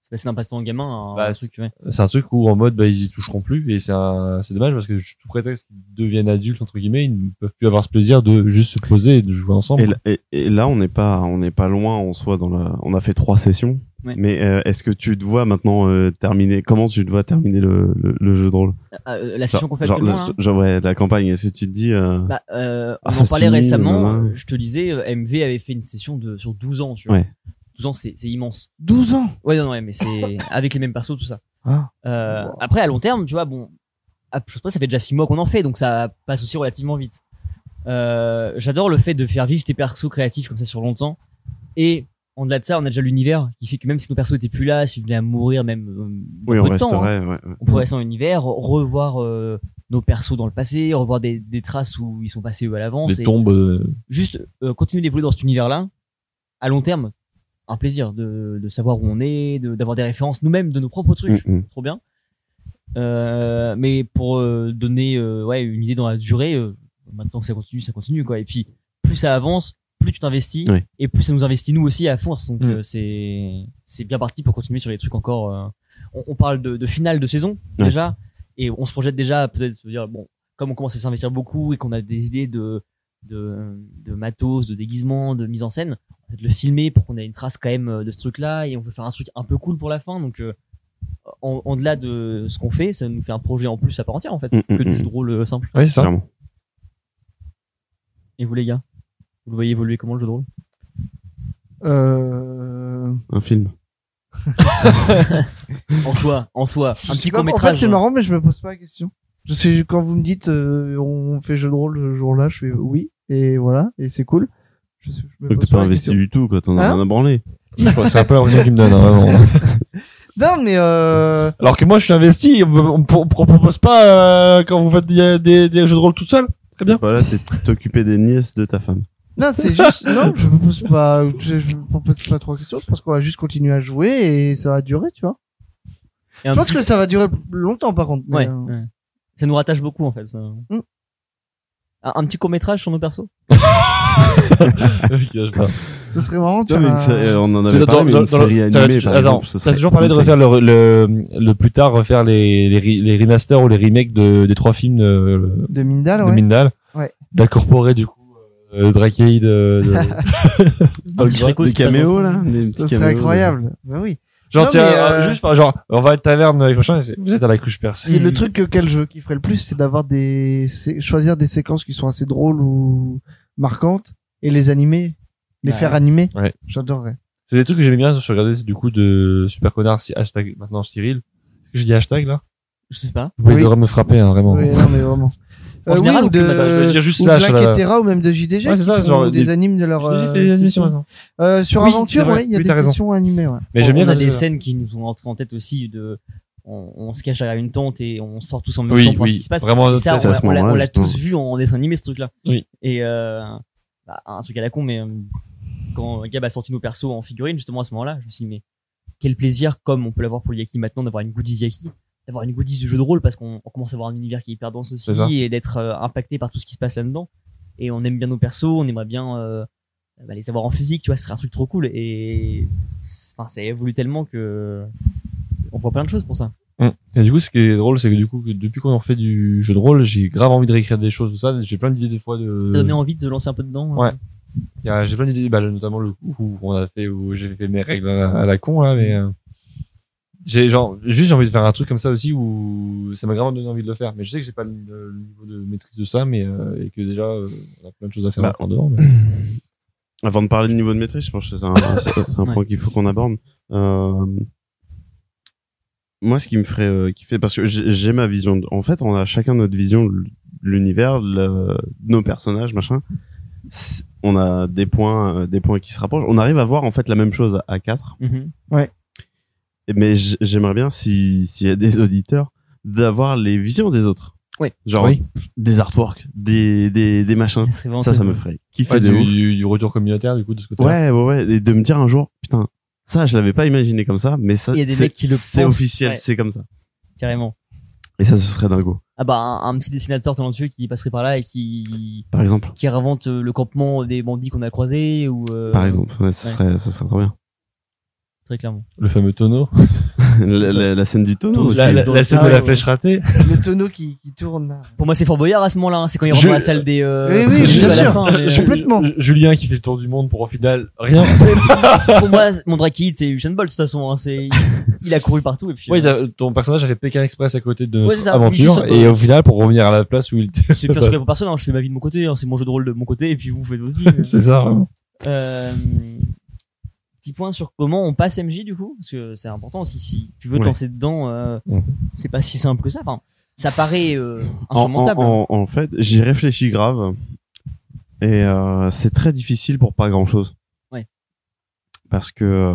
Speaker 3: C'est passé d'un passe-temps gamin à un
Speaker 7: Bah,
Speaker 3: truc, ouais.
Speaker 7: c'est un truc où en mode bah ils y toucheront plus et c'est un- c'est dommage parce que sous prétexte qu'ils deviennent adultes entre guillemets ils ne peuvent plus avoir ce plaisir de juste se poser et de jouer ensemble
Speaker 4: Et, là- et- et là, on n'est pas, on n'est pas loin en soi. Dans la, on a fait trois sessions.
Speaker 3: Ouais.
Speaker 4: Mais euh, est-ce que tu te vois maintenant euh, terminer Comment tu te vois terminer le, le, le jeu de rôle
Speaker 3: Ah, euh, la session
Speaker 4: Genre-
Speaker 3: qu'on fait
Speaker 4: genre,
Speaker 3: actuellement,
Speaker 4: le-
Speaker 5: hein.
Speaker 3: là,
Speaker 4: genre, ouais, la campagne. Est-ce que tu te dis euh,
Speaker 3: bah, euh,
Speaker 4: Ah,
Speaker 3: on
Speaker 4: ça
Speaker 3: en parlait
Speaker 4: finit,
Speaker 3: récemment.
Speaker 4: nanana.
Speaker 3: euh, Je te disais, euh, MV avait fait une session de sur 12 ans. Tu vois.
Speaker 4: Ouais.
Speaker 3: 12 ans, c'est c'est immense.
Speaker 5: 12 ans.
Speaker 3: Ouais, non, non, ouais, mais c'est avec les mêmes persos, tout ça.
Speaker 5: Ah.
Speaker 3: Euh, Après, à long terme, tu vois, bon, à, je sais pas, ça fait déjà 6 mois qu'on en fait, donc ça passe aussi relativement vite. Euh, J'adore le fait de faire vivre tes persos créatifs comme ça sur longtemps. Et en delà de ça, on a déjà l'univers qui fait que même si nos persos étaient plus là, s'ils venaient à mourir, même euh,
Speaker 4: Oui, on
Speaker 3: peu de temps, hein,
Speaker 4: resterait. ouais, ouais.
Speaker 3: on pourrait rester dans l'univers, revoir euh, nos persos dans le passé, revoir des, des traces où ils sont passés eux à l'avance,
Speaker 7: des
Speaker 3: et
Speaker 7: tombes euh,
Speaker 3: juste euh, continuer d'évoluer dans cet univers-là, à long terme, un plaisir de, de savoir où on est, de- d'avoir des références nous-mêmes de nos propres trucs,
Speaker 4: Mm, mm.
Speaker 3: trop bien. Euh, mais pour euh, donner euh, ouais, une idée dans la durée, euh, maintenant que ça continue, ça continue quoi. Et puis plus ça avance, plus tu t'investis
Speaker 4: Oui.
Speaker 3: et plus ça nous investit nous aussi à fond. Donc
Speaker 7: Mm.
Speaker 3: euh, c'est c'est bien parti pour continuer sur les trucs encore. euh, on, on parle de, de finale de saison
Speaker 4: Ouais.
Speaker 3: déjà et on se projette déjà à peut-être se dire bon comme on commence à s'investir beaucoup et qu'on a des idées de de, de matos, de déguisement, de mise en scène, on va peut-être le filmer pour qu'on ait une trace quand même euh, de ce truc-là et on peut faire un truc un peu cool pour la fin. Donc euh, en, en delà de ce qu'on fait, ça nous fait un projet en plus à part entière en fait
Speaker 4: Mm, mm,
Speaker 3: que du
Speaker 4: mm.
Speaker 3: drôle euh, simple.
Speaker 7: Oui, c'est ça.
Speaker 4: clairement.
Speaker 3: Et vous les gars, vous le voyez évoluer comment le jeu de rôle
Speaker 5: Euh...
Speaker 4: Un film.
Speaker 3: En soi, en soi,
Speaker 5: je
Speaker 3: un
Speaker 5: sais
Speaker 3: petit hein. court
Speaker 5: pas, En fait,
Speaker 4: hein.
Speaker 3: métrage.
Speaker 5: c'est marrant, mais je me pose pas la question. Je sais, quand vous me dites, euh, on fait jeu de rôle ce jour-là, je fais oui, et voilà, et c'est cool. Je, sais- je me
Speaker 4: Donc t'es
Speaker 5: pose
Speaker 4: pas
Speaker 5: la
Speaker 4: investi
Speaker 5: question.
Speaker 4: du tout, quoi. T'en as
Speaker 5: Hein
Speaker 4: rien à branler.
Speaker 7: Je crois que C'est un peu la raison qu'il me donne. hein, vraiment.
Speaker 5: Non, mais euh...
Speaker 7: Alors que moi, je suis investi. On me on me pro- pro- propose pas euh, quand vous faites des, des- des jeux de rôle tout seul. Très bien.
Speaker 4: Voilà, t'es t'occupais des nièces de ta femme.
Speaker 5: non, c'est juste, non, je me pose pas, je, je me pose pas trop la question, parce qu'on va juste continuer à jouer et ça va durer, tu vois.
Speaker 3: Et un
Speaker 5: Je pense
Speaker 3: petit-
Speaker 5: que ça va durer longtemps, par contre. mais,
Speaker 3: ouais,
Speaker 5: euh,
Speaker 3: ouais. ça nous rattache beaucoup en fait. ça.
Speaker 5: Mm.
Speaker 3: Un, un petit court métrage sur nos persos.
Speaker 5: Ce serait marrant, tu
Speaker 4: Tu vois, mais une série- euh, on en avait parlé, mais une série
Speaker 7: t'as-
Speaker 4: animée,
Speaker 7: tu-
Speaker 4: par
Speaker 7: attends,
Speaker 4: exemple, ce
Speaker 7: t'as
Speaker 4: serait
Speaker 7: toujours parlé de
Speaker 4: une série.
Speaker 7: refaire le, le, le plus tard refaire les, les, re- les remasters ou les remakes de, des trois films de,
Speaker 5: de Mindal,
Speaker 7: de
Speaker 5: Ah, ouais.
Speaker 7: Mindal.
Speaker 5: Ouais.
Speaker 7: D'incorporer du coup euh, Drakeid. euh, de-
Speaker 3: Un petit Shrekos
Speaker 4: Des
Speaker 3: qui passe en-
Speaker 4: caméos, là Des petits
Speaker 5: Ça serait
Speaker 4: caméos.
Speaker 5: incroyable. Ben oui.
Speaker 7: genre,
Speaker 5: Non,
Speaker 7: tiens,
Speaker 5: mais, euh,
Speaker 7: juste par genre, on va à la taverne avec machin. et c'est- Vous êtes à la cruche percée.
Speaker 5: C'est le truc auquel je kifferais le plus, c'est d'avoir des, sé- choisir des séquences qui sont assez drôles ou marquantes et les animer, les
Speaker 3: Ouais.
Speaker 5: faire animer.
Speaker 7: Ouais.
Speaker 5: J'adorerais.
Speaker 7: C'est des trucs que j'aimais bien sur regarder c'est du coup de Super Connard si hashtag maintenant Cyril. Est-ce que Je dis hashtag là.
Speaker 3: Je sais pas.
Speaker 7: Vous
Speaker 5: Oui.
Speaker 7: pouvez me frapper hein, vraiment.
Speaker 5: Oui, non, mais vraiment. Euh,
Speaker 3: En général,
Speaker 5: oui,
Speaker 3: ou
Speaker 5: ou de,
Speaker 3: que- bah,
Speaker 7: je veux dire juste
Speaker 5: ou
Speaker 7: là,
Speaker 5: de
Speaker 7: sur
Speaker 5: Black
Speaker 7: la-
Speaker 5: et Terra ou même de JDG
Speaker 7: Ouais,
Speaker 5: qui
Speaker 7: c'est ça,
Speaker 5: font
Speaker 7: genre
Speaker 5: des,
Speaker 7: des-
Speaker 5: animes de leur
Speaker 7: J'ai
Speaker 5: euh,
Speaker 7: fait des
Speaker 5: session.
Speaker 7: émissions, maintenant.
Speaker 5: Euh, sur
Speaker 7: Oui,
Speaker 5: Aventure,
Speaker 7: c'est vrai.
Speaker 5: ouais, il y a
Speaker 7: Oui,
Speaker 5: des
Speaker 7: t'as raison.
Speaker 5: sessions animées. Ouais.
Speaker 7: Mais j'aime
Speaker 3: on
Speaker 7: bien
Speaker 3: a
Speaker 7: quand
Speaker 3: des
Speaker 7: c'est-
Speaker 3: scènes qui nous sont rentrées en tête aussi de. On, on se cache derrière une tente et on sort tous en même temps
Speaker 7: Oui,
Speaker 3: pour voir ce qui
Speaker 7: oui,
Speaker 3: se passe.
Speaker 7: vraiment.
Speaker 3: Et ça,
Speaker 4: C'est
Speaker 3: on
Speaker 4: à
Speaker 3: l'a-
Speaker 4: ce
Speaker 3: on l'a-
Speaker 4: moment-là,
Speaker 3: on l'a
Speaker 4: justement.
Speaker 3: tous vu en dessin animé ce truc-là.
Speaker 7: Oui.
Speaker 3: Et euh, bah, un truc à la con, mais euh, quand Gab a sorti nos persos en figurine, justement à ce moment-là, je me suis dit, mais quel plaisir, comme on peut l'avoir pour le Yaki maintenant, d'avoir une goodies Yaki, d'avoir une goodies du jeu de rôle, parce qu'on on commence à avoir un univers qui est hyper dense
Speaker 7: C'est ça.
Speaker 3: aussi, et d'être euh, impacté par tout ce qui se passe là-dedans. Et on aime bien nos persos, on aimerait bien euh, bah, les avoir en physique, tu vois, ce serait un truc trop cool. Et c'est- enfin, ça évolue tellement que on voit plein de choses pour ça.
Speaker 7: Hum. Et du coup, ce qui est drôle, c'est que du coup, que depuis qu'on en fait du jeu de rôle, j'ai grave envie de réécrire des choses, tout ça. J'ai plein d'idées des fois
Speaker 3: Ça donnait
Speaker 7: de.
Speaker 3: envie de se lancer un peu dedans. hein.
Speaker 7: Ouais. Il y a- J'ai plein d'idées, bah, notamment le coup où on a fait, où j'ai fait mes règles à la, à la con, là, mais. euh, J'ai genre, juste j'ai envie de faire un truc comme ça aussi où ça m'a grave donné envie de le faire. Mais je sais que j'ai pas le, le niveau de maîtrise de ça, mais, euh, et que déjà, euh, on a plein de choses à faire
Speaker 4: Bah.
Speaker 7: encore devant. mais-
Speaker 4: Avant de parler du niveau de maîtrise, je pense que c'est un, c'est- c'est un
Speaker 3: Ouais.
Speaker 4: point qu'il faut qu'on aborde. Euh, moi, ce qui me ferait euh, kiffer, parce que j'ai j'ai ma vision. de- En fait, on a chacun notre vision de l'univers, le- nos personnages, machin. C'est- On a des points, euh, des points qui se rapprochent. On arrive à voir en fait la même chose à quatre.
Speaker 3: Mhm.
Speaker 4: Mais j- j'aimerais bien, si- s'il y a des auditeurs, d'avoir les visions des autres.
Speaker 3: Oui.
Speaker 4: Genre
Speaker 7: Oui.
Speaker 4: des artworks, des, des, des machins.
Speaker 3: Ça serait vraiment
Speaker 4: Ça,
Speaker 3: cool.
Speaker 4: ça me ferait kiffer
Speaker 7: Ouais,
Speaker 4: de
Speaker 7: du,
Speaker 4: ouf.
Speaker 7: du, du retour communautaire, du coup, de ce
Speaker 4: Ouais,
Speaker 7: côté-là.
Speaker 4: ouais, ouais. Et de me dire un jour, putain, ça, je l'avais pas imaginé comme ça, mais ça,
Speaker 3: Il y a des
Speaker 4: c'est-
Speaker 3: mecs qui le
Speaker 4: c'est
Speaker 3: pensent,
Speaker 4: officiel,
Speaker 3: ouais.
Speaker 4: c'est comme ça.
Speaker 3: Carrément.
Speaker 4: Et ça, ce serait dingo,
Speaker 3: Ah bah un, un petit dessinateur talentueux qui passerait par là et qui
Speaker 4: par exemple.
Speaker 3: qui invente le campement des bandits qu'on a croisés ou euh,
Speaker 4: Par exemple, ouais, ce
Speaker 3: ouais.
Speaker 4: serait, ce serait trop bien.
Speaker 3: très clairement.
Speaker 7: Le fameux tonneau.
Speaker 4: la, la- la scène du tonneau Ah, aussi.
Speaker 7: La, la, la scène de
Speaker 5: Ah,
Speaker 7: la
Speaker 5: ouais.
Speaker 7: flèche ratée.
Speaker 5: Le tonneau qui, qui tourne. là.
Speaker 3: Pour moi c'est Fort Boyard à ce moment-là, hein. c'est quand il rentre
Speaker 7: Je-
Speaker 3: dans la salle des euh,
Speaker 5: Oui, oui,
Speaker 3: des
Speaker 5: bien
Speaker 3: jeux à la
Speaker 5: sûr.
Speaker 3: fin, mais, euh,
Speaker 5: Complètement.
Speaker 7: Ju- Julien qui fait le tour du monde pour au final rien.
Speaker 3: pour moi mon Drakid c'est Usain Bolt de toute façon, hein. c'est il a couru partout et puis
Speaker 7: Ouais,
Speaker 3: euh,
Speaker 7: t'as- ton personnage a fait Pékin Express à côté de
Speaker 3: Ouais,
Speaker 7: notre
Speaker 3: c'est ça.
Speaker 7: aventure
Speaker 3: Juste,
Speaker 7: et
Speaker 3: euh,
Speaker 7: au final pour revenir à la place où il était.
Speaker 3: c'est pire secret pour personne, hein. je fais ma vie de mon côté, hein. c'est mon jeu de rôle de mon côté et puis vous faites votre vie. euh.
Speaker 7: C'est ça. vraiment.
Speaker 3: Euh, petit point sur comment on passe MJ du coup, parce que c'est important aussi si tu veux te
Speaker 4: Ouais.
Speaker 3: lancer dedans, euh,
Speaker 7: Ouais.
Speaker 3: c'est pas si simple que ça. Enfin, ça paraît euh,
Speaker 4: En,
Speaker 3: insurmontable.
Speaker 4: en- en- en fait, j'y réfléchis grave. Et euh, c'est très difficile pour pas grand chose.
Speaker 3: Ouais.
Speaker 4: Parce que euh,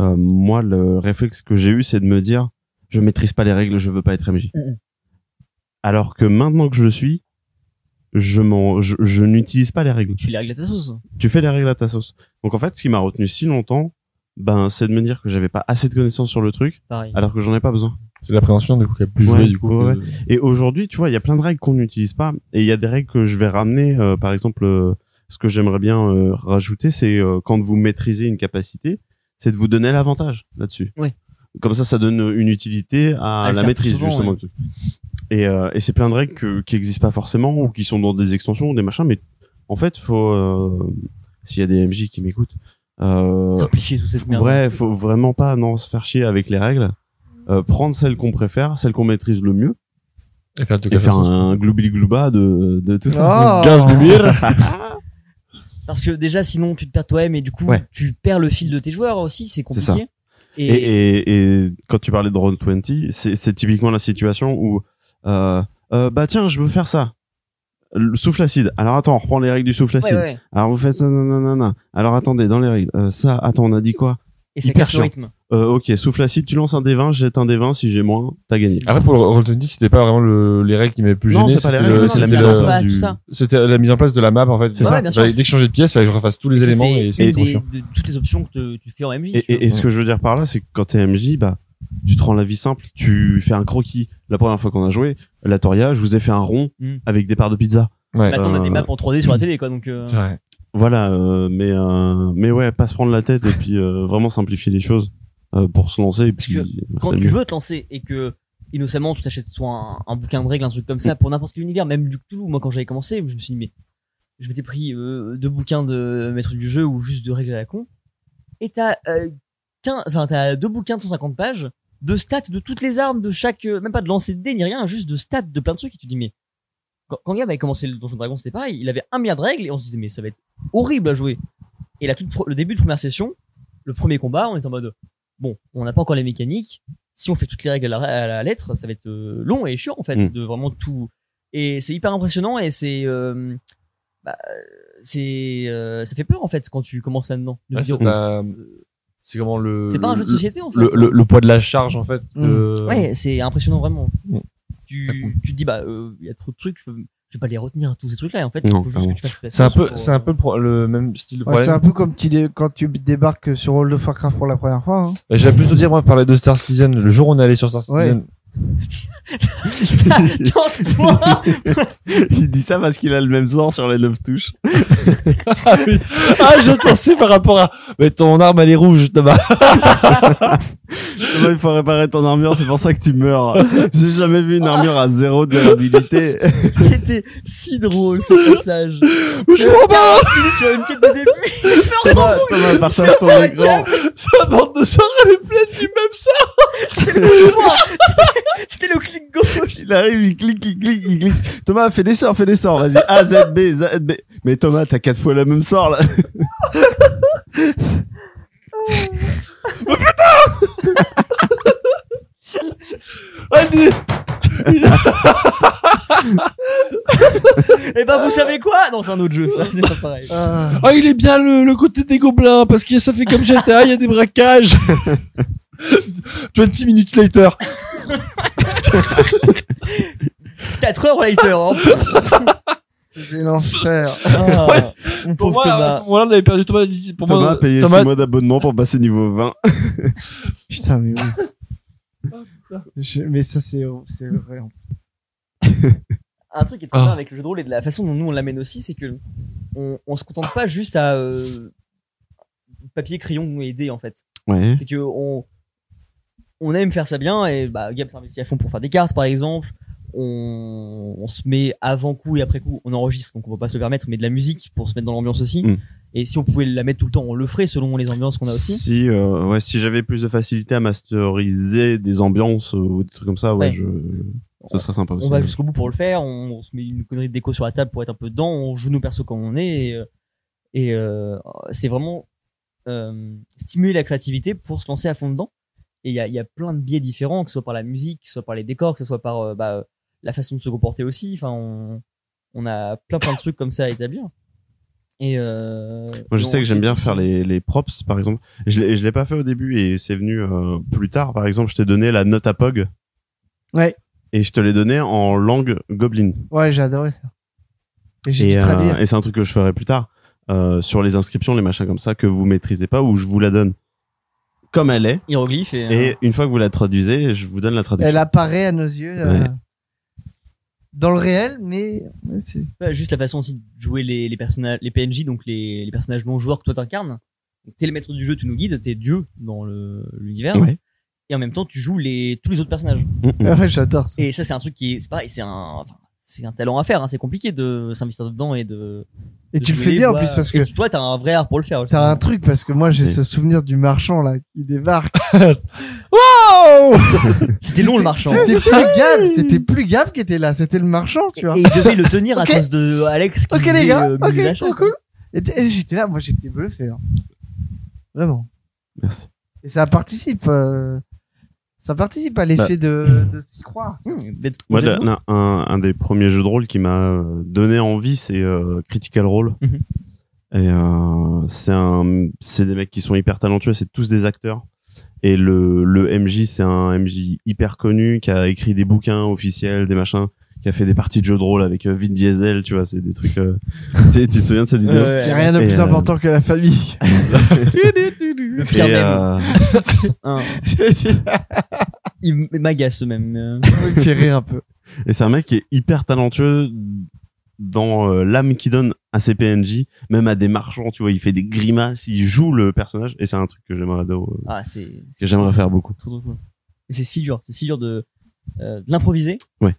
Speaker 4: euh, moi, le réflexe que j'ai eu, c'est de me dire je maîtrise pas les règles, je veux pas être MJ.
Speaker 3: Mhm.
Speaker 4: Alors que maintenant que je le suis, je, m'en- je, je n'utilise pas les règles.
Speaker 3: Tu les règles à ta sauce.
Speaker 4: Tu fais les règles à ta sauce. Donc en fait, ce qui m'a retenu si longtemps, ben, c'est de me dire que j'avais pas assez de connaissances sur le truc,
Speaker 3: Pareil.
Speaker 4: alors que j'en ai pas besoin.
Speaker 7: C'est l'appréhension du coup qui a plus
Speaker 4: Ouais,
Speaker 7: joué du coup.
Speaker 4: ouais,
Speaker 7: que-
Speaker 4: Et aujourd'hui, tu vois, il y a plein de règles qu'on n'utilise pas. Et il y a des règles que je vais ramener, euh, par exemple, euh, ce que j'aimerais bien euh, rajouter, c'est euh, quand vous maîtrisez une capacité, c'est de vous donner l'avantage là-dessus.
Speaker 3: Oui.
Speaker 4: Comme ça, ça donne une utilité à,
Speaker 3: À le
Speaker 4: la
Speaker 3: faire
Speaker 4: maîtrise,
Speaker 3: souvent,
Speaker 4: justement.
Speaker 3: oui.
Speaker 4: le truc. Et, euh, et c'est plein de règles que- qui n'existent pas forcément ou qui sont dans des extensions ou des machins, mais en fait, faut euh, s'il y a des MJ qui m'écoutent, euh,
Speaker 3: Simplifier toute cette
Speaker 4: faut-
Speaker 3: merde.
Speaker 4: vrai, faut vraiment pas non se faire chier avec les règles. Euh, prendre celles qu'on préfère, celles qu'on maîtrise le mieux,
Speaker 7: Et faire le
Speaker 4: et faire un gloubili glouba de, de tout ça.
Speaker 3: Ah.
Speaker 5: Oh.
Speaker 3: Parce que déjà, sinon, tu te perds toi-même et du coup,
Speaker 4: Ouais.
Speaker 3: tu perds le fil de tes joueurs aussi. C'est
Speaker 4: C'est ça.
Speaker 3: compliqué.
Speaker 4: Et, et- et quand tu parlais de Roll20, c'est c'est typiquement la situation où, euh, euh, bah tiens, je veux faire ça. Le souffle acide. Alors attends, on reprend les règles du souffle
Speaker 3: ouais,
Speaker 4: acide.
Speaker 3: ouais, ouais.
Speaker 4: Alors vous faites ça, nanana. Alors attendez, dans les règles. euh, ça, attends, on a dit quoi
Speaker 3: Et ça
Speaker 4: Hyper
Speaker 3: casse le
Speaker 4: chiant.
Speaker 3: rythme.
Speaker 4: Euh, Ok, souffle acide, tu lances un D20, je jette un D20, si j'ai moins, t'as gagné.
Speaker 7: Après, pour le Roll20, c'était pas vraiment Ah, le, les règles qui m'avaient plus
Speaker 4: Non,
Speaker 7: gêné.
Speaker 4: c'est pas les
Speaker 7: c'était
Speaker 4: règles,
Speaker 7: le-
Speaker 4: non, c'est la
Speaker 7: c'était
Speaker 4: mise en
Speaker 7: le-
Speaker 4: place.
Speaker 3: tout
Speaker 4: du-
Speaker 3: ça.
Speaker 7: C'était la mise en place de la map, en fait.
Speaker 4: C'est
Speaker 3: Ouais,
Speaker 4: ça.
Speaker 3: bien sûr.
Speaker 7: Fallait- Dès que je changeais de pièce, il fallait que je refasse tous les
Speaker 3: Ça,
Speaker 7: éléments
Speaker 3: c'est
Speaker 7: et c'est
Speaker 3: une
Speaker 7: trop
Speaker 3: des-
Speaker 7: chiant.
Speaker 3: de- toutes les options que te- tu fais en MJ. tu
Speaker 4: Et,
Speaker 3: vois.
Speaker 4: et- et ce que je veux dire par là, c'est que quand t'es MJ, bah, tu te rends la vie simple, tu fais un croquis. La première fois qu'on a joué, la Toria, je vous ai fait un rond
Speaker 3: Mm.
Speaker 4: avec des parts de pizza.
Speaker 7: Ouais.
Speaker 3: Maintenant, on a des
Speaker 4: Euh,
Speaker 3: maps en 3D sur la télé, quoi. Donc, euh,
Speaker 7: C'est vrai.
Speaker 4: Voilà, euh, mais euh, mais ouais, pas se prendre la tête et puis euh, vraiment simplifier les choses euh, pour se lancer. Et
Speaker 3: Parce
Speaker 4: puis,
Speaker 3: que
Speaker 4: euh,
Speaker 3: quand
Speaker 4: c'est
Speaker 3: tu
Speaker 4: mieux.
Speaker 3: veux te lancer et que innocemment tu t'achètes soit un, un bouquin de règles, un truc comme ça pour n'importe quel univers, même du tout. Moi, quand j'avais commencé, je me suis dit mais je m'étais pris euh, deux bouquins de maître du jeu ou juste de règles à la con. Et t'as euh, quin- enfin t'as deux bouquins de 150 pages de stats de toutes les armes de chaque, euh, même pas de lancer de dés ni rien, juste de stats de plein de trucs. Et tu te dis mais quand, quand Gab avait commencé le Donjon Dragon, c'était pareil. Il avait un milliard de règles et on se disait mais ça va être horrible à jouer. Et là, toute pro- le début de première session, le premier combat, on est en mode bon, on n'a pas encore les mécaniques. Si on fait toutes les règles à la, à la lettre, ça va être euh, long et chiant en fait
Speaker 4: Mm.
Speaker 3: de vraiment tout. Et c'est hyper impressionnant et c'est euh, bah, c'est euh, ça fait peur en fait quand tu commences là-dedans. de
Speaker 7: Ouais,
Speaker 3: dire,
Speaker 7: c'est ta- C'est comment le.
Speaker 3: C'est pas un jeu de
Speaker 7: le-
Speaker 3: société en fait. Mm.
Speaker 7: le, le, le poids de la charge, en fait. euh, de-
Speaker 3: Ouais, c'est impressionnant vraiment.
Speaker 7: Mm.
Speaker 3: Tu, tu te dis bah euh, il y a trop de trucs, je, peux- je vais pas les retenir tous ces trucs là et en fait.
Speaker 4: Non,
Speaker 3: faut juste que
Speaker 4: clairement.
Speaker 3: tu fasses ta
Speaker 7: C'est un
Speaker 3: session
Speaker 7: peu,
Speaker 3: pour,
Speaker 7: c'est un
Speaker 3: euh,
Speaker 7: peu le, pro- le même style de
Speaker 5: Ouais,
Speaker 7: problème.
Speaker 5: c'est un peu comme tu dé- quand tu débarques sur World of Warcraft pour la première fois. hein.
Speaker 7: J'ai plus de dire, moi, parler de Star Citizen, le jour où on est allé sur Star Citizen,
Speaker 3: Attends,
Speaker 4: il dit ça parce qu'il a le même sort sur les neuf touches.
Speaker 7: Ah oui. Ah, je pensais par rapport à. Mais ton arme, elle est rouge, là-bas.
Speaker 4: il faut réparer ton armure, c'est pour ça que tu meurs. J'ai jamais vu une armure à zéro de durabilité.
Speaker 3: C'était si drôle ce passage.
Speaker 7: Je comprends pas!
Speaker 3: Tu as une quête de début.
Speaker 4: Thomas, Thomas, partage ton écran.
Speaker 7: Sa bande de sœurs, elle est pleine du même sang!
Speaker 3: hein. C'était le clic gauche.
Speaker 4: Il arrive, il clique, il clique, il clique. Thomas, fais des sorts, fais des sorts. Vas-y, A, Z, B, Z, B. Mais Thomas, t'as quatre fois le même sort là.
Speaker 7: Allez!
Speaker 3: Et ben vous savez quoi Non, c'est un autre jeu, ça c'est pas pareil.
Speaker 5: Ah.
Speaker 7: Ah, il est bien le, le côté des gobelins, parce que ça fait comme GTA, il y a des braquages. 20 minutes later.
Speaker 3: 4 heures later. Hein.
Speaker 5: C'est l'enfer.
Speaker 3: Ah, Mon pauvre Thomas.
Speaker 7: Moi, on avait perdu Thomas. Pour
Speaker 4: Thomas a
Speaker 7: moi,
Speaker 4: payé
Speaker 7: Thomas,
Speaker 4: 6 mois d'abonnement pour passer niveau 20.
Speaker 5: Putain, mais oui. Je- mais ça, c'est c'est vrai.
Speaker 3: Un truc qui est très
Speaker 7: Ah.
Speaker 3: bien avec le jeu de rôle et de la façon dont nous on l'amène aussi, c'est que on, on se contente pas juste à euh, papier, crayon et dés en fait.
Speaker 4: Ouais.
Speaker 3: C'est que on, on aime faire ça bien et bah Gab s'investit à fond pour faire des cartes par exemple. On, on se met avant coup et après coup, on enregistre donc on peut pas se le permettre, mais de la musique pour se mettre dans l'ambiance aussi.
Speaker 4: Mm.
Speaker 3: Et si on pouvait la mettre tout le temps, on le ferait selon les ambiances qu'on a aussi.
Speaker 4: Si, euh, ouais, si j'avais plus de facilité à masteriser des ambiances euh, ou des trucs comme ça, ouais,
Speaker 3: Ouais.
Speaker 4: je, ce serait sympa aussi.
Speaker 3: on va jusqu'au bout pour le faire, on, on se met une connerie de déco sur la table pour être un peu dedans, on joue nos persos comme on est, et, euh, et, euh, c'est vraiment euh, stimuler la créativité pour se lancer à fond dedans. Et il y a, il y a plein de biais différents, que ce soit par la musique, que ce soit par les décors, que ce soit par euh, bah, la façon de se comporter aussi. Enfin, on, on a plein plein de trucs comme ça à établir. Et euh,
Speaker 4: Moi, je
Speaker 3: on-
Speaker 4: sais que j'aime bien faire les, les props, par exemple. Je l'ai- je l'ai pas fait au début et c'est venu euh, plus tard. Par exemple, je t'ai donné la note à Pog.
Speaker 5: Ouais.
Speaker 4: Et je te l'ai donné en langue goblin.
Speaker 5: Ouais, j'ai adoré ça. Et j'ai
Speaker 4: Et,
Speaker 5: dû
Speaker 4: euh,
Speaker 5: traduire.
Speaker 4: et c'est un truc que je ferai plus tard euh, sur les inscriptions, les machins comme ça que vous maîtrisez pas ou je vous la donne comme elle est.
Speaker 3: hiéroglyphe
Speaker 5: Ah.
Speaker 3: et, euh,
Speaker 4: Et une fois que vous la traduisez, je vous donne la traduction.
Speaker 5: Elle apparaît à nos yeux. euh,
Speaker 4: Ouais.
Speaker 5: dans le réel, mais, mais c'est-
Speaker 3: Ouais, Juste la façon aussi de jouer les, les personnages, les PNJ, donc les, les personnages non joueurs que toi t'incarnes. Donc, T'es le maître du jeu, tu nous guides, t'es Dieu dans le- l'univers.
Speaker 4: Ouais. Mm,
Speaker 3: Et en même temps, tu joues les, tous les autres personnages.
Speaker 5: ouais, j'adore ça.
Speaker 3: Et ça, c'est un truc qui est, c'est pareil, c'est un, enfin, c'est un talent à faire, hein. c'est compliqué de s'investir dedans et de.
Speaker 5: Et
Speaker 3: de
Speaker 5: tu le
Speaker 3: jouer
Speaker 5: fais
Speaker 3: les
Speaker 5: bien en
Speaker 3: voix.
Speaker 5: plus parce que
Speaker 3: Et tu- toi, t'as un vrai art pour le faire.
Speaker 5: t'as un truc parce que moi j'ai
Speaker 4: Et-
Speaker 5: ce souvenir du marchand là qui débarque.
Speaker 3: C'était long le marchand.
Speaker 5: C'était plus Gab, c'était plus Gab qui était là, c'était le marchand, tu vois.
Speaker 3: Et il devait le tenir
Speaker 5: Ok.
Speaker 3: à cause de Alex qui
Speaker 5: Ok les
Speaker 3: faisait,
Speaker 5: gars,
Speaker 3: euh, Mimi
Speaker 5: ok,
Speaker 3: Lachaud.
Speaker 5: trop cool. Et, t- et j'étais là, moi j'étais bluffé. hein. Vraiment.
Speaker 4: Merci.
Speaker 5: Et ça participe, euh, ça participe
Speaker 4: Bah.
Speaker 5: à l'effet de, de s'y croire.
Speaker 3: Mmh, d'être-
Speaker 4: Moi,
Speaker 3: j'aime
Speaker 4: la- la- un, un des premiers jeux de rôle qui m'a euh, donné envie, c'est euh, Critical Role.
Speaker 3: Mhm.
Speaker 4: Et euh, c'est un, c'est des mecs qui sont hyper talentueux, c'est tous des acteurs. Et le, le MJ, c'est un MJ hyper connu qui a écrit des bouquins officiels, des machins, qui a fait des parties de jeux de rôle avec euh, Vin Diesel, tu vois, c'est des trucs. euh, tu sais, tu te souviens de cette vidéo
Speaker 5: Il y a rien de
Speaker 4: Et,
Speaker 5: plus
Speaker 4: euh,
Speaker 5: important que la famille.
Speaker 3: Le pire
Speaker 4: Et,
Speaker 3: même.
Speaker 4: euh,
Speaker 3: Hein. Il m'agace ce même. euh.
Speaker 5: Il me fait rire un peu.
Speaker 4: Et c'est un mec qui est hyper talentueux dans euh, l'âme qu'il donne à ses PNJ, même à des marchands, tu vois, il fait des grimaces, il joue le personnage, et c'est un truc que j'aimerais adorer, euh,
Speaker 3: Ah, c'est.
Speaker 4: que j'aimerais faire beaucoup.
Speaker 3: trop, trop cool. Et c'est si dur, c'est si dur de, euh, de l'improviser.
Speaker 4: Ouais.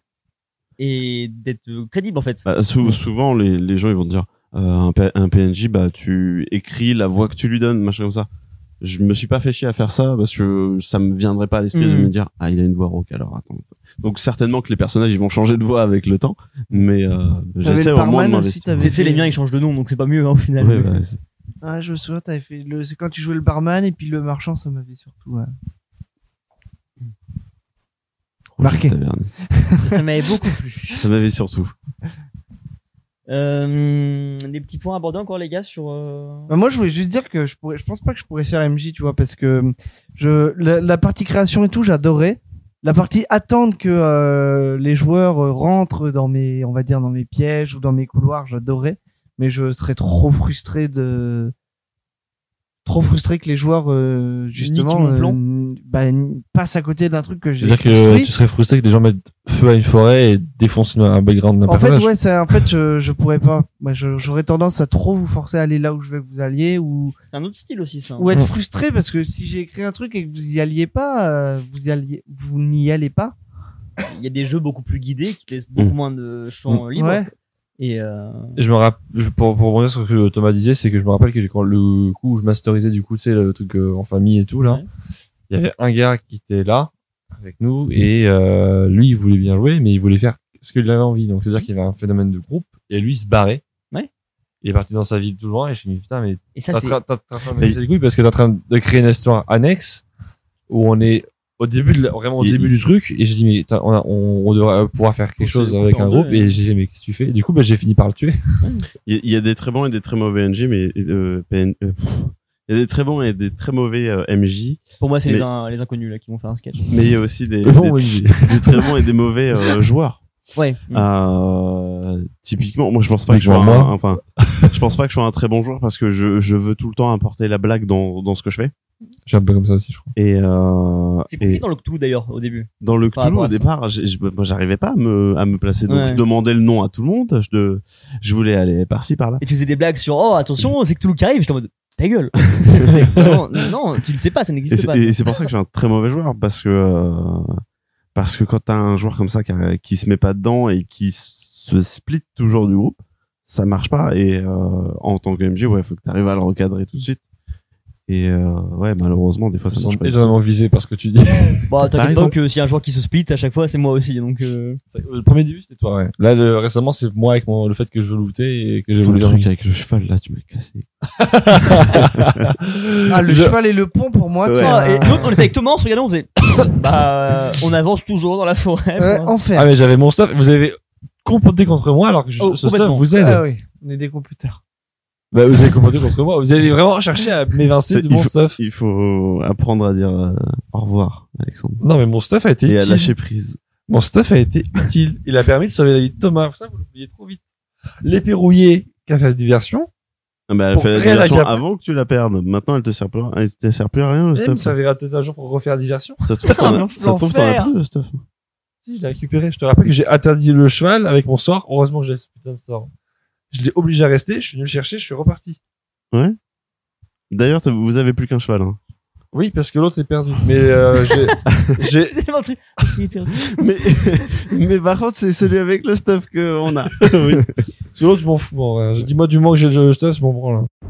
Speaker 3: Et d'être euh, crédible en fait.
Speaker 4: Bah, sou- souvent, les, les gens, ils vont te dire, euh, un, P- un PNJ, bah, tu écris la voix que tu lui donnes, machin comme ça. Je me suis pas fait chier à faire ça parce que ça me viendrait pas à l'esprit de
Speaker 5: Mm.
Speaker 3: Mhm.
Speaker 4: me dire ah il a une voix rauque alors attends donc certainement que les personnages ils vont changer de voix avec le temps mais euh, j'essaie
Speaker 5: le
Speaker 4: au moins de
Speaker 5: barman aussi,
Speaker 4: m'investir
Speaker 5: t'avais-
Speaker 3: c'est tu sais, les miens ils changent de nom donc c'est pas mieux hein, au final.
Speaker 4: Ouais, bah, c'est-
Speaker 5: Ah, je me souviens, t'avais fait le, c'est quand tu jouais le barman et puis le marchand, ça m'avait surtout. euh, Marqué.
Speaker 4: Taverne.
Speaker 3: Ça m'avait beaucoup plu.
Speaker 4: ça m'avait surtout
Speaker 3: Euh, des petits points abordés encore les gars sur. euh,
Speaker 5: Bah, moi, je voulais juste dire que je pourrais, je pense pas que je pourrais faire MJ, tu vois, parce que euh, je, la, la partie création et tout, j'adorais. La partie attendre que euh, les joueurs euh, rentrent dans mes, on va dire, dans mes pièges ou dans mes couloirs, j'adorais. Mais je serais trop frustré de, trop frustré que les joueurs, euh, justement,
Speaker 3: mon plan.
Speaker 5: euh, bah, n- passent à côté d'un truc que j'ai
Speaker 7: C'est-à-dire que euh,
Speaker 5: construit.
Speaker 7: tu serais frustré que des gens mettent feu à une forêt et défoncent un background d'un
Speaker 5: En fait,
Speaker 7: personnage.
Speaker 5: ouais, c'est, en fait, je, je pourrais pas. Moi, je- j'aurais tendance à trop vous forcer à aller là où je veux que vous alliez ou,
Speaker 3: C'est un autre style aussi ça.
Speaker 5: ou être
Speaker 4: Mmh.
Speaker 7: Ouais.
Speaker 5: frustré parce que si j'ai écrit un truc et que vous y alliez pas, euh, vous y alliez, vous n'y allez pas.
Speaker 3: Il y a des jeux beaucoup plus guidés qui te laissent beaucoup
Speaker 4: Mm.
Speaker 3: moins de champ euh, libre.
Speaker 5: Ouais.
Speaker 3: Et euh,
Speaker 7: Et je me rappelle, pour, pour rebondir sur ce que Thomas disait, c'est que je me rappelle que j'ai- quand le coup où je masterisais du coup, tu sais, le truc euh, en famille et tout, là,
Speaker 3: Ouais.
Speaker 7: il y avait un gars qui était là, avec nous, et euh, lui, il voulait bien jouer, mais il voulait faire ce qu'il avait envie. Donc, c'est-à-dire qu'il y avait un phénomène de groupe, et lui, il se barrait.
Speaker 3: Mhm. Ouais.
Speaker 7: Il est parti dans sa vie tout loin, et je me suis dit, putain, mais
Speaker 3: et ça
Speaker 7: t'es en
Speaker 3: c'est.
Speaker 7: train t'es en train de me
Speaker 4: Et-
Speaker 7: casser les couilles parce que t'es en train de créer une histoire annexe où on est au début de la- vraiment au
Speaker 4: Il-
Speaker 7: début
Speaker 4: il-
Speaker 7: du truc et j'ai dit mais t'as- on, a- on, on devrait euh, pouvoir faire quelque
Speaker 3: Pousser
Speaker 7: chose
Speaker 3: le
Speaker 7: avec
Speaker 3: couteau
Speaker 7: un
Speaker 3: en
Speaker 7: groupe
Speaker 3: deux, hein.
Speaker 7: et
Speaker 3: ouais.
Speaker 7: j'ai dit mais qu'est-ce que tu fais et du coup bah, j'ai fini par le tuer
Speaker 4: Il y, il y a des très bons et des très mauvais NG, mais euh, PN, euh, pff. il y a des très bons et des très mauvais euh, MJ,
Speaker 3: Pour moi c'est les,
Speaker 4: Mais-
Speaker 3: un- les inconnus là qui vont faire un sketch.
Speaker 4: mais il y a aussi des,
Speaker 7: Bon,
Speaker 4: des,
Speaker 7: oui. Mm.
Speaker 4: des très bons et des mauvais euh, joueurs.
Speaker 3: Ouais.
Speaker 4: Ah.
Speaker 3: Mm.
Speaker 4: Euh, typiquement, moi je pense pas que je sois
Speaker 7: Typiquement,
Speaker 4: un,
Speaker 7: moi.
Speaker 4: enfin, je pense pas que je sois un très bon joueur parce que je, je veux tout le temps apporter la blague dans, dans ce que je fais.
Speaker 7: j'ai un peu comme ça aussi je crois
Speaker 4: Et, euh,
Speaker 3: C'est compliqué
Speaker 4: et
Speaker 3: dans le Cthulhu d'ailleurs au début.
Speaker 4: dans le
Speaker 3: par
Speaker 4: Cthulhu
Speaker 3: rapport
Speaker 4: au
Speaker 3: à ça.
Speaker 4: départ, j'ai- je- moi j'arrivais pas à me, à me placer, donc
Speaker 3: Ouais.
Speaker 4: je demandais le nom à tout le monde. Je, de- je voulais aller par-ci par-là.
Speaker 3: et tu faisais des blagues sur oh attention c'est que Toulouse qui arrive j'étais en mode ta gueule Vraiment, non tu le sais pas ça
Speaker 4: Et
Speaker 3: n'existe
Speaker 4: c'est-
Speaker 3: pas
Speaker 4: Et
Speaker 3: ça.
Speaker 4: c'est pour ça que je suis un très mauvais joueur parce que euh, parce que quand t'as un joueur comme ça qui, a- qui se met pas dedans et qui se split toujours du groupe, ça marche pas. Et euh, en tant que MJ, ouais, faut que t'arrives à le recadrer tout de suite. Et euh, ouais, malheureusement, des fois ça
Speaker 7: Ils sont
Speaker 4: marche pas.
Speaker 7: étonnamment visé par ce que tu dis
Speaker 3: bah
Speaker 4: Par
Speaker 3: t'inquiète pas
Speaker 4: exemple-
Speaker 3: que s'il y a un joueur qui se split à chaque fois c'est moi aussi donc euh,
Speaker 7: le premier début c'était toi ouais là le- récemment c'est moi avec mon, le fait que je veux looter et que j'ai
Speaker 4: Tout
Speaker 7: voulu
Speaker 4: le truc avec le cheval là, tu m'as cassé.
Speaker 5: Ah, le cheval et le pont pour moi, Euh, c'est
Speaker 3: Ah,
Speaker 5: un-
Speaker 3: et l'autre on était avec Thomas on se regardait on faisait bah on avance toujours dans la forêt
Speaker 5: Ouais,
Speaker 3: Bon.
Speaker 5: euh, enfer.
Speaker 7: ah mais j'avais mon stuff vous avez compoté contre moi alors que je-
Speaker 3: Oh,
Speaker 7: ce stuff
Speaker 3: complètement.
Speaker 7: vous aide
Speaker 5: Ah oui, on est des computeurs.
Speaker 7: bah, vous avez compoté contre moi vous avez vraiment cherché à m'évincer
Speaker 4: C'est-
Speaker 7: de
Speaker 4: il,
Speaker 7: mon
Speaker 4: faut,
Speaker 7: stuff
Speaker 4: il faut apprendre à dire euh, au revoir, Alexandre,
Speaker 7: non mais mon stuff a été
Speaker 4: et à
Speaker 7: utile.
Speaker 4: lâcher prise.
Speaker 7: Mon stuff a été utile. Il a permis de sauver la vie de Thomas. Ça, vous l'oubliez trop vite. L'épée rouillée qui a fait la diversion,
Speaker 4: Ah, Bah, elle
Speaker 7: Pour
Speaker 4: fait la
Speaker 7: rien, la
Speaker 4: diversion
Speaker 7: cape.
Speaker 4: avant que tu la perdes. Maintenant, elle te sert plus, à- elle te sert plus à rien. Le
Speaker 7: elle
Speaker 4: stuff.
Speaker 7: me servira peut-être un jour pour refaire la diversion.
Speaker 4: Ça se trouve, t'en as- ça se trouve, t'en as
Speaker 3: L'enfer.
Speaker 4: plus le stuff.
Speaker 7: Si, je l'ai récupéré. Je te rappelle que j'ai interdit le cheval avec mon sort. Heureusement que j'ai ce putain de sort. Je l'ai obligé à rester. Je suis venu le chercher. Je suis reparti.
Speaker 4: Ouais. D'ailleurs, t'as- vous avez plus qu'un cheval. hein.
Speaker 7: Oui, parce que l'autre est perdu. Mais euh, j'ai- j'ai
Speaker 3: C'est tellement triste. Ah, c'est perdu.
Speaker 6: mais, mais par contre, c'est celui avec le stuff qu'on a.
Speaker 7: Parce que l'autre, je m'en fous. En vrai. Je dis, moi, du moment que j'ai le stuff, je m'en branle. hein.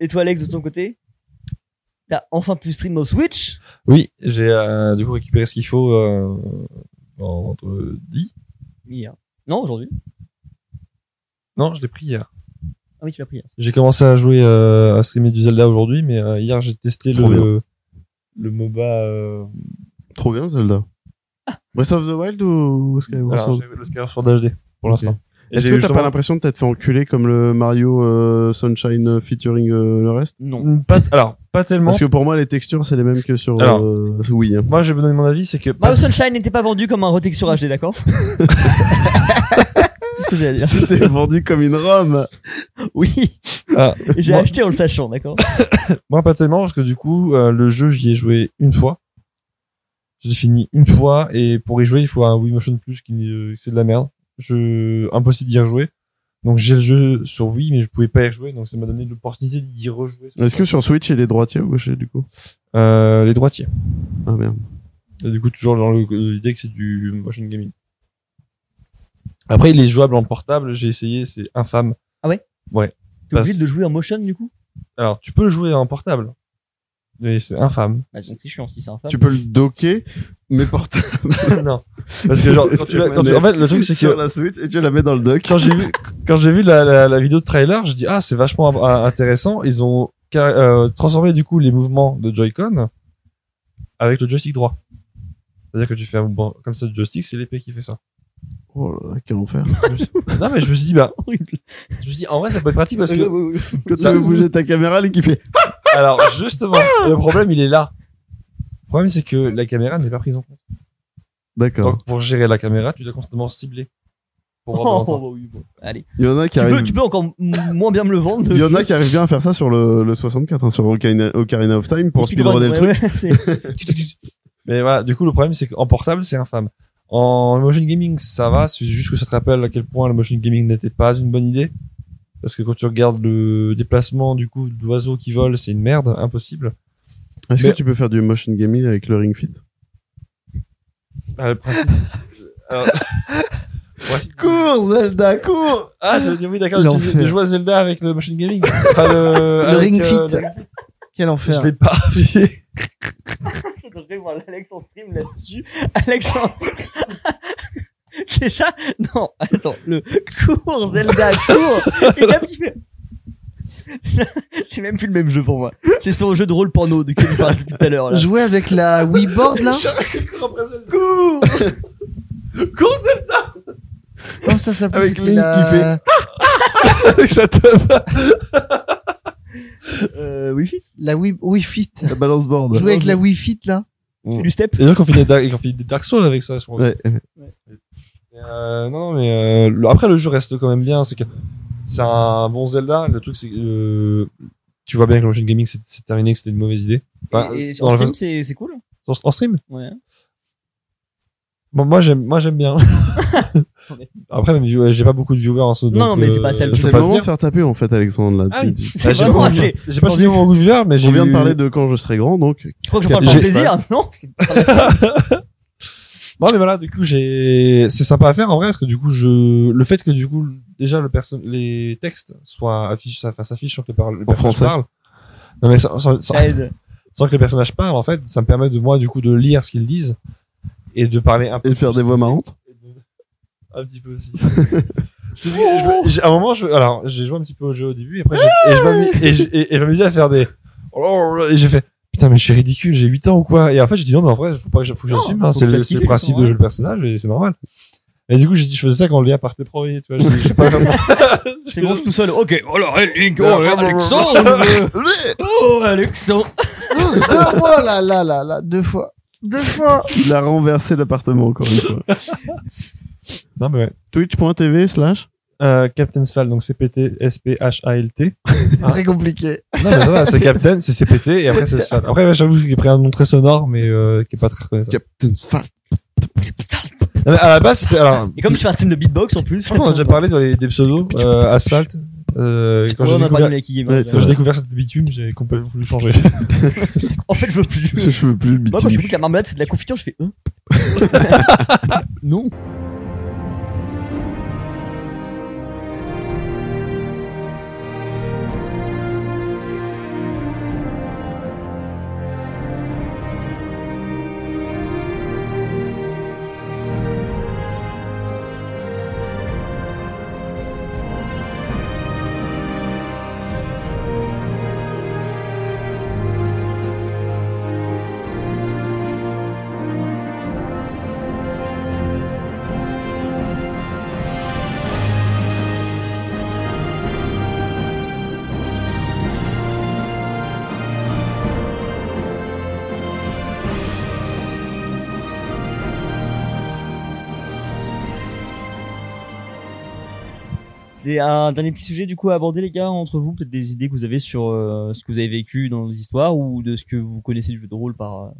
Speaker 3: Et toi, Alex, de ton côté, t'as enfin pu stream au Switch
Speaker 7: Oui, j'ai euh, du coup récupéré ce qu'il faut euh, en vendredi.
Speaker 3: Hier. Non, aujourd'hui.
Speaker 7: Non, je l'ai pris hier.
Speaker 3: Ah oui, tu l'as pris hier.
Speaker 7: J'ai commencé à jouer, euh, à streamer du Zelda aujourd'hui, mais euh, hier, j'ai testé
Speaker 4: Trop
Speaker 7: le, le MOBA. euh,
Speaker 4: Trop bien, Zelda. Breath of the Wild ou Skyward
Speaker 7: Ah. alors,
Speaker 4: Sword
Speaker 7: j'ai le Skyward Sword HD pour l'instant. Et
Speaker 4: Est-ce
Speaker 7: j'ai
Speaker 4: que
Speaker 7: eu
Speaker 4: t'as
Speaker 7: justement-
Speaker 4: pas l'impression de t'être fait enculer comme le Mario euh, Sunshine euh, featuring euh, le reste
Speaker 3: Non.
Speaker 7: Mm, pas- Alors, pas tellement.
Speaker 4: Parce que pour moi, les textures, c'est les mêmes que sur
Speaker 7: Alors.
Speaker 4: euh, Wii. hein.
Speaker 7: Moi, je vais vous donner mon avis, c'est que.
Speaker 3: Mario Bah, Sunshine n'était pas vendu comme un retake sur HD, d'accord C'est ce que j'ai à dire.
Speaker 4: C'était vendu comme une ROM.
Speaker 3: Oui.
Speaker 7: Ah,
Speaker 3: Et j'ai
Speaker 7: moi-
Speaker 3: acheté en le sachant, d'accord
Speaker 7: Moi, pas tellement, parce que du coup, euh, le jeu, j'y ai joué une fois. Je l'ai fini une fois, et pour y jouer, il faut un Wii Motion Plus qui euh, c'est de la merde. Je, impossible d'y rejouer. Donc, j'ai le jeu sur Wii, mais je pouvais pas y rejouer, donc ça m'a donné l'opportunité d'y rejouer.
Speaker 4: Est-ce que sur Switch, il est droitier ou gaucher du coup
Speaker 7: Euh, les droitiers.
Speaker 4: Ah merde.
Speaker 7: Et du coup, toujours dans le- l'idée que c'est du motion gaming. Après, il est jouable en portable, j'ai essayé, c'est infâme.
Speaker 3: Ah T'es
Speaker 7: Bah,
Speaker 3: obligé
Speaker 7: c'est-
Speaker 3: de le jouer en motion, du coup
Speaker 7: Alors, tu peux le jouer en portable. Mais c'est infâme.
Speaker 3: Bah, donc c'est chiant si c'est
Speaker 7: Ah,
Speaker 3: infâme.
Speaker 4: Tu peux le docker, mais portable
Speaker 7: non. Parce que genre, quand tu, l'as- quand tu- en fait, le truc, c'est que
Speaker 4: sur la Switch et tu la mets dans le dock.
Speaker 7: quand j'ai vu quand j'ai vu la, la, la vidéo de trailer, je dis ah c'est vachement euh, intéressant. Ils ont car- euh, transformé du coup les mouvements de Joy-Con avec le joystick droit. C'est-à-dire que tu fais un mouvement comme ça du joystick, c'est l'épée qui fait ça.
Speaker 4: Oh là là, quel enfer.
Speaker 7: Non mais je me suis dit bah je me suis dit en vrai ça peut être pratique parce que
Speaker 4: Quand tu
Speaker 7: Ça-
Speaker 4: veux bouger ta caméra, lui qui fait
Speaker 7: alors justement le problème il est là. Le problème c'est que la caméra n'est pas prise en compte.
Speaker 4: D'accord.
Speaker 7: Donc pour gérer la caméra, tu dois constamment cibler. Pour avoir
Speaker 3: Oh,
Speaker 7: un temps.
Speaker 3: bah oui, bon. Allez.
Speaker 4: Il y en a qui
Speaker 3: Tu peux,
Speaker 4: arrivent.
Speaker 3: tu peux encore m- moins bien me le vendre.
Speaker 4: Il y en a qui arrivent bien à faire ça sur le, le 64, hein, sur Ocarina, Ocarina of Time pour speedrunner le truc.
Speaker 7: Mais voilà, du coup, le problème, c'est qu'en portable, c'est infâme. En motion gaming, ça va, c'est juste que ça te rappelle à quel point le motion gaming n'était pas une bonne idée. Parce que quand tu regardes le déplacement, du coup, d'oiseaux qui volent, c'est une merde, impossible.
Speaker 4: Est-ce
Speaker 7: Mais-
Speaker 4: que tu peux faire du motion gaming avec le Ring Fit
Speaker 7: Ah, le principe. Alors... voici-
Speaker 6: Cours, Zelda, cours
Speaker 7: Ah, tu veux dire, oui, d'accord,
Speaker 5: L'enfer.
Speaker 7: tu tu joues à Zelda avec le motion gaming. Enfin, le,
Speaker 5: Le
Speaker 7: avec,
Speaker 5: Ring
Speaker 7: euh,
Speaker 5: Fit.
Speaker 7: le-
Speaker 5: Quel
Speaker 7: Je
Speaker 5: enfer.
Speaker 7: l'ai pas.
Speaker 3: Je devrais voir Alex en stream là-dessus. Alex en... Déjà, non, attends, le cours, Zelda, cours, et tape qui fait. C'est même plus le même jeu pour moi. C'est son jeu de rôle porno de qui on parle depuis tout à l'heure, là.
Speaker 5: Jouer avec la Wii Board là Comment ça s'appelle euh,
Speaker 4: Avec
Speaker 5: c'était
Speaker 4: Link
Speaker 5: la-
Speaker 4: qui fait- Avec sa teuf
Speaker 3: Euh, oui, fit.
Speaker 5: La Wii, Wii Fit.
Speaker 4: La balance board.
Speaker 5: Jouer avec la Wii Fit là
Speaker 3: Fais du step.
Speaker 7: Et donc, on fait des, Dark- on fait des Dark Souls avec ça, je pense.
Speaker 4: Ouais.
Speaker 7: Euh, non, mais euh, le- après le jeu reste quand même bien. C'est que c'est un bon Zelda. Le truc c'est que euh, tu vois bien que le motion gaming c'est c'est terminé, que c'était une mauvaise idée. Enfin,
Speaker 3: et, et sur
Speaker 7: dans Bah, la
Speaker 3: stream,
Speaker 7: fa-
Speaker 3: c'est, c'est cool.
Speaker 7: sur- en stream.
Speaker 3: Ouais.
Speaker 7: Bon, moi j'aime, moi j'aime bien. après, même, view- j'ai pas beaucoup de viewers en solo.
Speaker 3: Non,
Speaker 7: donc,
Speaker 3: mais c'est
Speaker 7: euh,
Speaker 3: pas celle
Speaker 7: je
Speaker 3: qui
Speaker 7: peux
Speaker 4: C'est
Speaker 3: peut
Speaker 4: le
Speaker 7: pas
Speaker 4: moment
Speaker 7: te
Speaker 4: de
Speaker 7: dire.
Speaker 4: faire taper en fait, Alexandre là.
Speaker 7: Ah
Speaker 4: Tu-
Speaker 7: oui.
Speaker 4: tu-
Speaker 3: C'est
Speaker 7: j'ai
Speaker 3: vraiment
Speaker 7: pas-
Speaker 3: haché.
Speaker 7: J'ai pas
Speaker 3: Attendez,
Speaker 7: suivi beaucoup de viewers, mais j'ai.
Speaker 4: On vient de
Speaker 7: vu-
Speaker 4: parler de quand je serai grand, donc
Speaker 3: Je crois que je parle pour
Speaker 7: J'ai-
Speaker 3: le plaisir, non?
Speaker 7: Non, mais voilà, du coup, j'ai, c'est sympa à faire en vrai, parce que du coup, je, le fait que du coup, déjà, le perso... les textes soient affichés, enfin, s'affichent sans que les par... le personnage
Speaker 4: français.
Speaker 7: parle. Non, mais sans, sans- sans-
Speaker 3: Ça aide.
Speaker 7: sans que les personnages parlent, en fait, ça me permet de moi, du coup, de lire ce qu'ils disent et de parler un peu.
Speaker 4: et de faire des voix marrantes.
Speaker 7: Un petit peu aussi. Je te dis, je me- j'ai- à un moment, je, alors j'ai joué un petit peu au jeu au début, et après, j'ai- et je m'amu- et je- et- et je m'amusais à faire des. oh Et j'ai fait putain, mais je suis ridicule, j'ai 8 ans ou quoi. Et en fait, j'ai dit non, mais en vrai, faut pas que, je- faut que
Speaker 3: Non,
Speaker 7: j'assume. hein,
Speaker 3: faut
Speaker 7: c'est le,
Speaker 3: classifier
Speaker 7: c'est le
Speaker 3: les
Speaker 7: principe
Speaker 3: gens,
Speaker 7: de
Speaker 3: ouais.
Speaker 7: jeu de personnage, et c'est normal. Et du coup, j'ai dit, je faisais ça quand le lien partait premier, tu vois. Je, dis, je suis pas vraiment-
Speaker 3: C'est bon, je suis tout seul. Ok, oh là, Link, oh là, Alexandre Oh, Alexandre
Speaker 5: Deux fois, là, là, là, là, deux fois. Deux fois.
Speaker 4: Il a renversé l'appartement encore une fois.
Speaker 7: Non, mais ouais.
Speaker 4: Twitch.tv slash.
Speaker 7: Euh, Captain Sphal, donc CPT, S-P-H-A-L-T.
Speaker 5: C'est très compliqué.
Speaker 7: Non, mais ça va, c'est Captain, c'est CPT, et après, c'est Sphal. Après, ouais, j'avoue j'ai pris un nom très sonore, mais euh, qui est pas très reconnaissable.
Speaker 4: Captain Sphalt.
Speaker 7: Non, mais à la base, c'était. Alors,
Speaker 3: Et comme tu fais un système de beatbox en plus.
Speaker 7: Je pense qu'on a déjà parlé dans les, des pseudos, euh, Asphalt. Euh, quand
Speaker 3: Ouais,
Speaker 7: j'ai
Speaker 3: on a parlé
Speaker 7: découvert,
Speaker 3: de la Kigame,
Speaker 4: Ouais,
Speaker 3: ouais.
Speaker 4: c'est
Speaker 7: quand j'ai découvert cette bitume, j'ai complètement voulu changer.
Speaker 3: En fait, je veux plus.
Speaker 4: Je veux plus le
Speaker 3: Moi, quand
Speaker 4: bitume.
Speaker 3: je goûte la marmelade, c'est de la confiture, je fais hein
Speaker 4: Non.
Speaker 3: Des- un dernier petit sujet du coup à aborder les gars entre vous, peut-être des idées que vous avez sur euh, ce que vous avez vécu dans les histoires ou de ce que vous connaissez du jeu de rôle par, euh,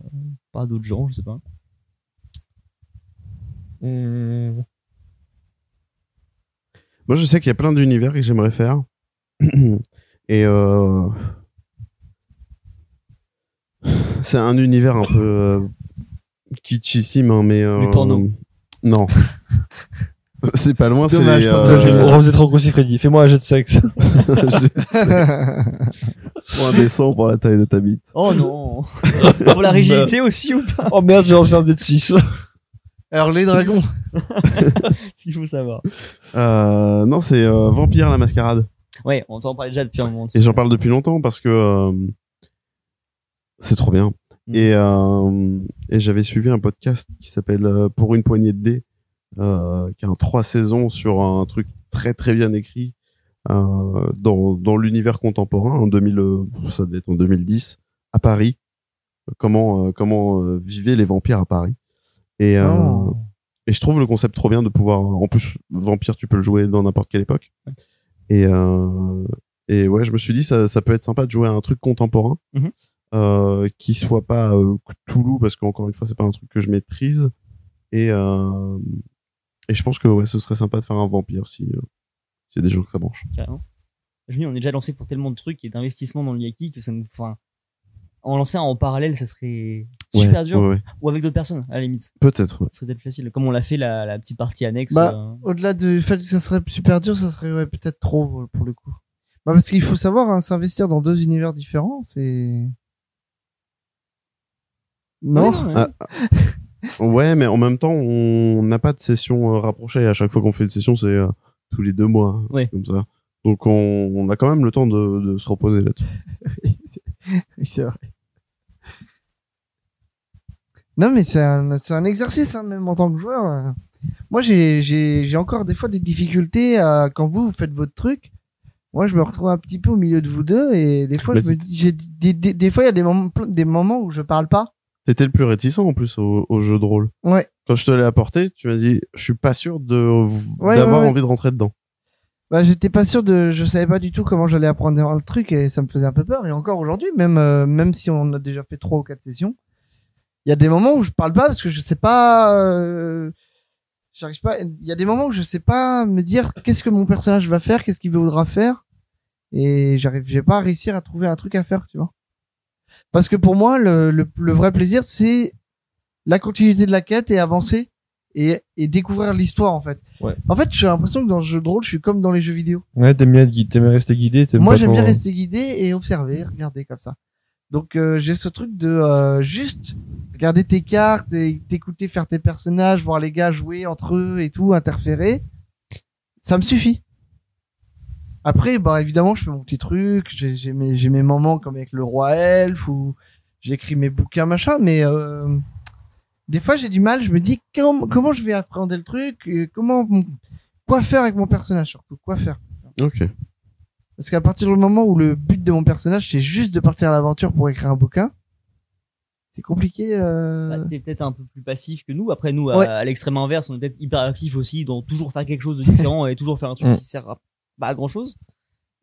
Speaker 3: par d'autres gens, je sais pas.
Speaker 4: Euh, Moi, je sais qu'il y a plein d'univers que j'aimerais faire. Et euh, c'est un univers un peu euh, kitschissime, hein, mais euh,
Speaker 3: Le porno.
Speaker 4: Non, c'est pas loin.
Speaker 5: Dommage,
Speaker 4: c'est,
Speaker 5: pardon.
Speaker 4: euh,
Speaker 7: On faisait trop grossier, Freddy. Fais-moi un jet de sexe.
Speaker 4: trop indécent pour la taille de ta bite.
Speaker 3: Oh non Pour la rigidité aussi ou pas
Speaker 7: oh merde, j'ai lancé un dé de 6.
Speaker 5: Alors, les dragons.
Speaker 3: S'il faut savoir.
Speaker 4: Euh, non, c'est euh, Vampire la Mascarade.
Speaker 3: Ouais, on t'en parlait déjà depuis un moment.
Speaker 4: Et j'en parle depuis longtemps parce que euh, c'est trop bien.
Speaker 3: Mm.
Speaker 4: Et, euh, et j'avais suivi un podcast qui s'appelle euh, Pour une poignée de dés, euh, qui a un trois saisons sur un truc très très bien écrit euh, dans, dans l'univers contemporain, en 2000, euh, ça devait être en 2010, à Paris. Comment, euh, comment euh, vivaient les vampires à Paris. Et, euh,
Speaker 5: Oh.
Speaker 4: et je trouve le concept trop bien de pouvoir. En plus, vampire, tu peux le jouer dans n'importe quelle époque. Et, euh, et ouais, je me suis dit, ça, ça peut être sympa de jouer à un truc contemporain
Speaker 3: Mhm.
Speaker 4: euh, qui soit pas euh, Cthulhu, parce qu'encore une fois, c'est pas un truc que je maîtrise. Et, euh, et je pense que ouais, ce serait sympa de faire un vampire si euh, s'il y a des gens que ça branche.
Speaker 3: Carrément. Je me dis, on est déjà lancé pour tellement de trucs et d'investissements dans le Yaki que ça nous. Enfin, en lancer un en parallèle, ça serait super dur.
Speaker 4: Ouais, ouais.
Speaker 3: Ou avec d'autres personnes, à la limite.
Speaker 4: Peut-être. ouais.
Speaker 3: Ça serait peut-être plus facile. Comme on l'a fait la, la petite partie annexe.
Speaker 5: Bah,
Speaker 3: euh,
Speaker 5: Au-delà du fait que ça serait super dur, ça serait ouais, peut-être trop euh, pour le coup. Bah, parce qu'il faut savoir hein, s'investir dans deux univers différents, c'est. Non
Speaker 3: ouais, ouais.
Speaker 4: Ah, Ouais, mais en même temps, on n'a pas de session euh, rapprochée. À chaque fois qu'on fait une session, c'est euh, tous les deux mois, hein,
Speaker 3: Ouais.
Speaker 4: comme ça. Donc on, on a quand même le temps de, de se reposer là-dessus.
Speaker 5: Oui, c'est vrai. Non, mais c'est un, c'est un exercice, hein, même en tant que joueur. hein. Moi, j'ai- j'ai j'ai encore des fois des difficultés à- quand vous, vous faites votre truc. Moi, je me retrouve un petit peu au milieu de vous deux et des fois,
Speaker 4: Mais
Speaker 5: je me dis- j'ai des, des- des fois, il y a des moments, plein- des moments où je parle pas.
Speaker 4: T'étais le plus réticent en plus au, au jeu de rôle.
Speaker 5: Ouais.
Speaker 4: Quand je te l'ai apporté, tu m'as dit, je suis pas sûr de
Speaker 5: Ouais,
Speaker 4: d'avoir
Speaker 5: ouais, ouais.
Speaker 4: envie de rentrer dedans.
Speaker 5: Bah, j'étais pas sûr de, je savais pas du tout comment j'allais apprendre le truc et ça me faisait un peu peur. Et encore aujourd'hui, même, euh, même si on a déjà fait trois ou quatre sessions, il y a des moments où je parle pas parce que je sais pas, euh, j'arrive pas, il y a des moments où je sais pas me dire qu'est-ce que mon personnage va faire, qu'est-ce qu'il voudra faire. Et j'arrive, j'ai pas à réussir à trouver un truc à faire, tu vois. Parce que pour moi, le, le, le vrai plaisir, c'est la continuité de la quête et avancer et, et découvrir l'histoire, en fait.
Speaker 7: Ouais.
Speaker 5: En fait, j'ai l'impression que dans le jeu de rôle, je suis comme dans les jeux vidéo.
Speaker 7: Ouais, t'aimes bien, être gui- t'aimes rester guidé. t'aimes
Speaker 5: Moi,
Speaker 7: pas
Speaker 5: j'aime
Speaker 7: trop-
Speaker 5: bien rester guidé et observer, regarder comme ça. Donc, euh, j'ai ce truc de euh, juste regarder tes cartes et t'écouter faire tes personnages, voir les gars jouer entre eux et tout, interférer. ça me suffit. Après, bah évidemment, je fais mon petit truc, j'ai j'ai mes, j'ai mes moments comme avec le roi elfe ou j'écris mes bouquins machin, mais euh, des fois j'ai du mal. Je me dis comment, comment je vais appréhender le truc, euh, comment, quoi faire avec mon personnage surtout, quoi faire.
Speaker 4: Ok.
Speaker 5: Parce qu'à partir du moment où le but de mon personnage c'est juste de partir à l'aventure pour écrire un bouquin, c'est compliqué.
Speaker 3: Bah,
Speaker 5: Euh...
Speaker 3: t'es peut-être un peu plus passif que nous. Après, nous, à,
Speaker 5: Ouais.
Speaker 3: à l'extrême inverse, on est peut-être hyper actifs aussi, dans toujours faire quelque chose de différent et toujours faire un truc
Speaker 7: Mm.
Speaker 3: qui sert à, pas à grand chose.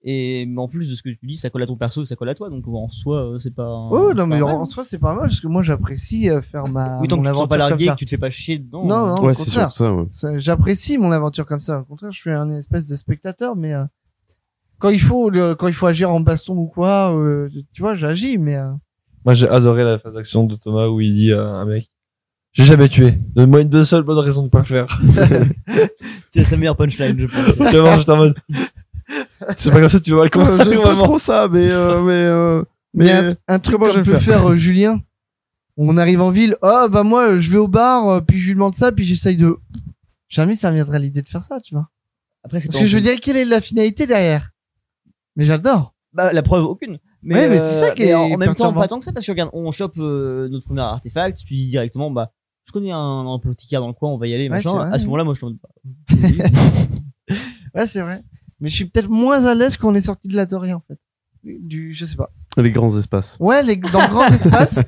Speaker 3: Et mais en plus de ce que tu dis, ça colle à ton perso, ça colle à toi. Donc en soi, euh, c'est pas. un-
Speaker 5: Oh
Speaker 3: c'est
Speaker 5: non
Speaker 3: pas
Speaker 5: mais
Speaker 3: un
Speaker 5: en,
Speaker 3: mal.
Speaker 5: en soi c'est pas mal parce que moi j'apprécie euh, faire ma
Speaker 3: Oui, tant
Speaker 5: mon
Speaker 3: que tu te sens
Speaker 5: aventure
Speaker 3: pas
Speaker 5: comme
Speaker 3: largué,
Speaker 5: ça.
Speaker 3: que tu te fais pas chier dedans. hein,
Speaker 5: Non non
Speaker 4: Ouais,
Speaker 5: au
Speaker 4: c'est sûr
Speaker 5: contraire.
Speaker 4: que ça, ouais.
Speaker 5: Ça, J'apprécie mon aventure comme ça. Au contraire, je suis un espèce de spectateur, mais euh, quand il faut le- quand il faut agir en baston ou quoi, euh, tu vois, j'agis. Mais euh,
Speaker 7: Moi, j'ai adoré la phase d'action de Thomas où il dit à un mec J'ai jamais tué. Donne-moi une de seule bonne raison de pas le faire.
Speaker 3: C'est sa meilleure punchline, je pense.
Speaker 7: Vraiment, j'étais en mode. C'est pas comme ça que tu vas voir le
Speaker 10: J'aime
Speaker 7: commencer,
Speaker 10: pas
Speaker 7: vraiment.
Speaker 10: trop ça, mais euh, mais euh,
Speaker 5: mais,
Speaker 10: mais
Speaker 5: un, un truc
Speaker 10: comment
Speaker 5: que
Speaker 10: je vais
Speaker 5: peut
Speaker 10: le faire
Speaker 5: faire euh, Julien. On arrive en ville. Oh bah moi, euh, je vais au bar, euh, puis je lui demande ça, puis j'essaye de. Jamais ça me viendrait l'idée de faire ça, tu vois.
Speaker 3: Après, c'est
Speaker 5: Parce
Speaker 3: pas-
Speaker 5: que je veux dire, quelle est la finalité derrière Mais j'adore.
Speaker 3: Bah, la preuve aucune. Mais, euh,
Speaker 5: Ouais, mais c'est ça qui
Speaker 3: mais
Speaker 5: est
Speaker 3: en, en même temps,
Speaker 5: perturbant.
Speaker 3: pas tant que ça, parce que regarde, on chope euh, notre premier artefact, tu dis directement, bah, je connais un apothicaire dans le coin, on va y aller, machin.
Speaker 5: c'est vrai.
Speaker 3: à ce moment-là, moi, je suis en mode,
Speaker 5: Ouais, c'est vrai. Mais je suis peut-être moins à l'aise quand on est sorti de la Doria, en fait. Du, je sais pas.
Speaker 4: Les grands espaces.
Speaker 5: Ouais, les, dans grands espaces,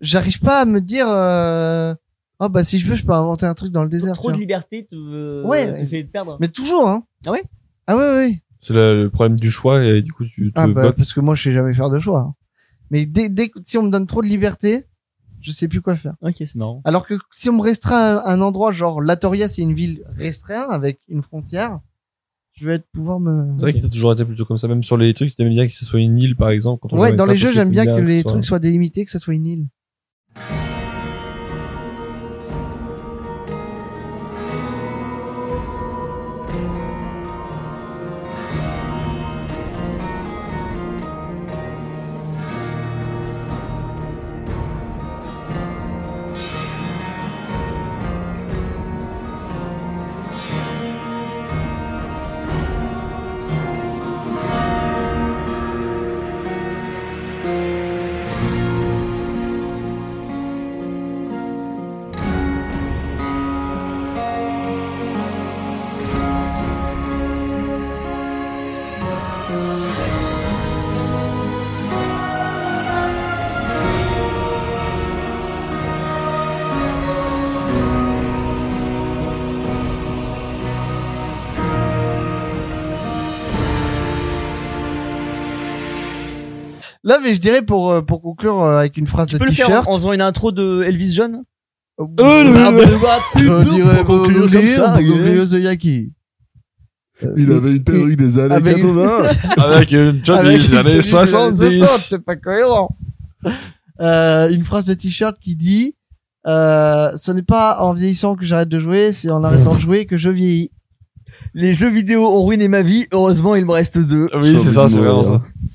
Speaker 5: j'arrive pas à me dire. Euh... Oh bah si je veux, je peux inventer un truc dans le désert.
Speaker 3: trop
Speaker 5: tu
Speaker 3: de
Speaker 5: vois.
Speaker 3: liberté te, euh,
Speaker 5: Ouais,
Speaker 3: te fait perdre.
Speaker 5: Mais toujours, hein.
Speaker 3: Ah ouais
Speaker 5: Ah ouais, ouais.
Speaker 7: C'est le, le problème du choix et du coup, tu te
Speaker 5: Ah bah,
Speaker 7: bloques.
Speaker 5: parce que moi, je sais jamais faire de choix. hein. Mais dès, dès que si on me donne trop de liberté, je sais plus quoi faire.
Speaker 3: Ok, c'est marrant.
Speaker 5: Alors que si on me restreint un, un endroit, genre Latoria, c'est une ville restreinte avec une frontière, je vais être pouvoir me.
Speaker 7: C'est vrai que t'as toujours été plutôt comme ça, même sur les trucs, t'aimes bien que ce soit une île par exemple. Quand on
Speaker 5: Ouais,
Speaker 7: joue à
Speaker 5: dans les
Speaker 7: Minecraft,
Speaker 5: jeux,
Speaker 7: parce
Speaker 5: j'aime bien
Speaker 7: t'aimes
Speaker 5: que les
Speaker 7: ce soit-
Speaker 5: trucs soient délimités, que ça soit une île. Là, mais je dirais pour, euh, pour conclure euh, avec une phrase
Speaker 3: Tu
Speaker 5: de
Speaker 3: peux le faire
Speaker 5: t-shirt.
Speaker 3: en, en faisant une intro de Elvis John
Speaker 5: Oh,
Speaker 3: Ah, bah,
Speaker 5: Je dirais
Speaker 10: pour conclure
Speaker 5: Bob
Speaker 10: comme
Speaker 5: Dylan,
Speaker 10: ça,
Speaker 5: Bob
Speaker 10: yeah.
Speaker 5: Dylan, The Yaki.
Speaker 10: il avait une perruque des années
Speaker 5: Avec-
Speaker 10: 80.
Speaker 7: Avec une
Speaker 5: Avec
Speaker 7: des
Speaker 5: une tenue
Speaker 7: années
Speaker 5: de 60,
Speaker 7: 70.
Speaker 5: C'est pas cohérent. Euh, une phrase de t-shirt qui dit euh, ce n'est pas en vieillissant que j'arrête de jouer, c'est en arrêtant de jouer que je vieillis.
Speaker 3: Les jeux vidéo ont ruiné ma vie, heureusement il me reste deux.
Speaker 7: Oui, c'est ça,
Speaker 10: J'ai envie
Speaker 7: c'est
Speaker 10: de
Speaker 7: vraiment
Speaker 10: mourir.
Speaker 7: ça.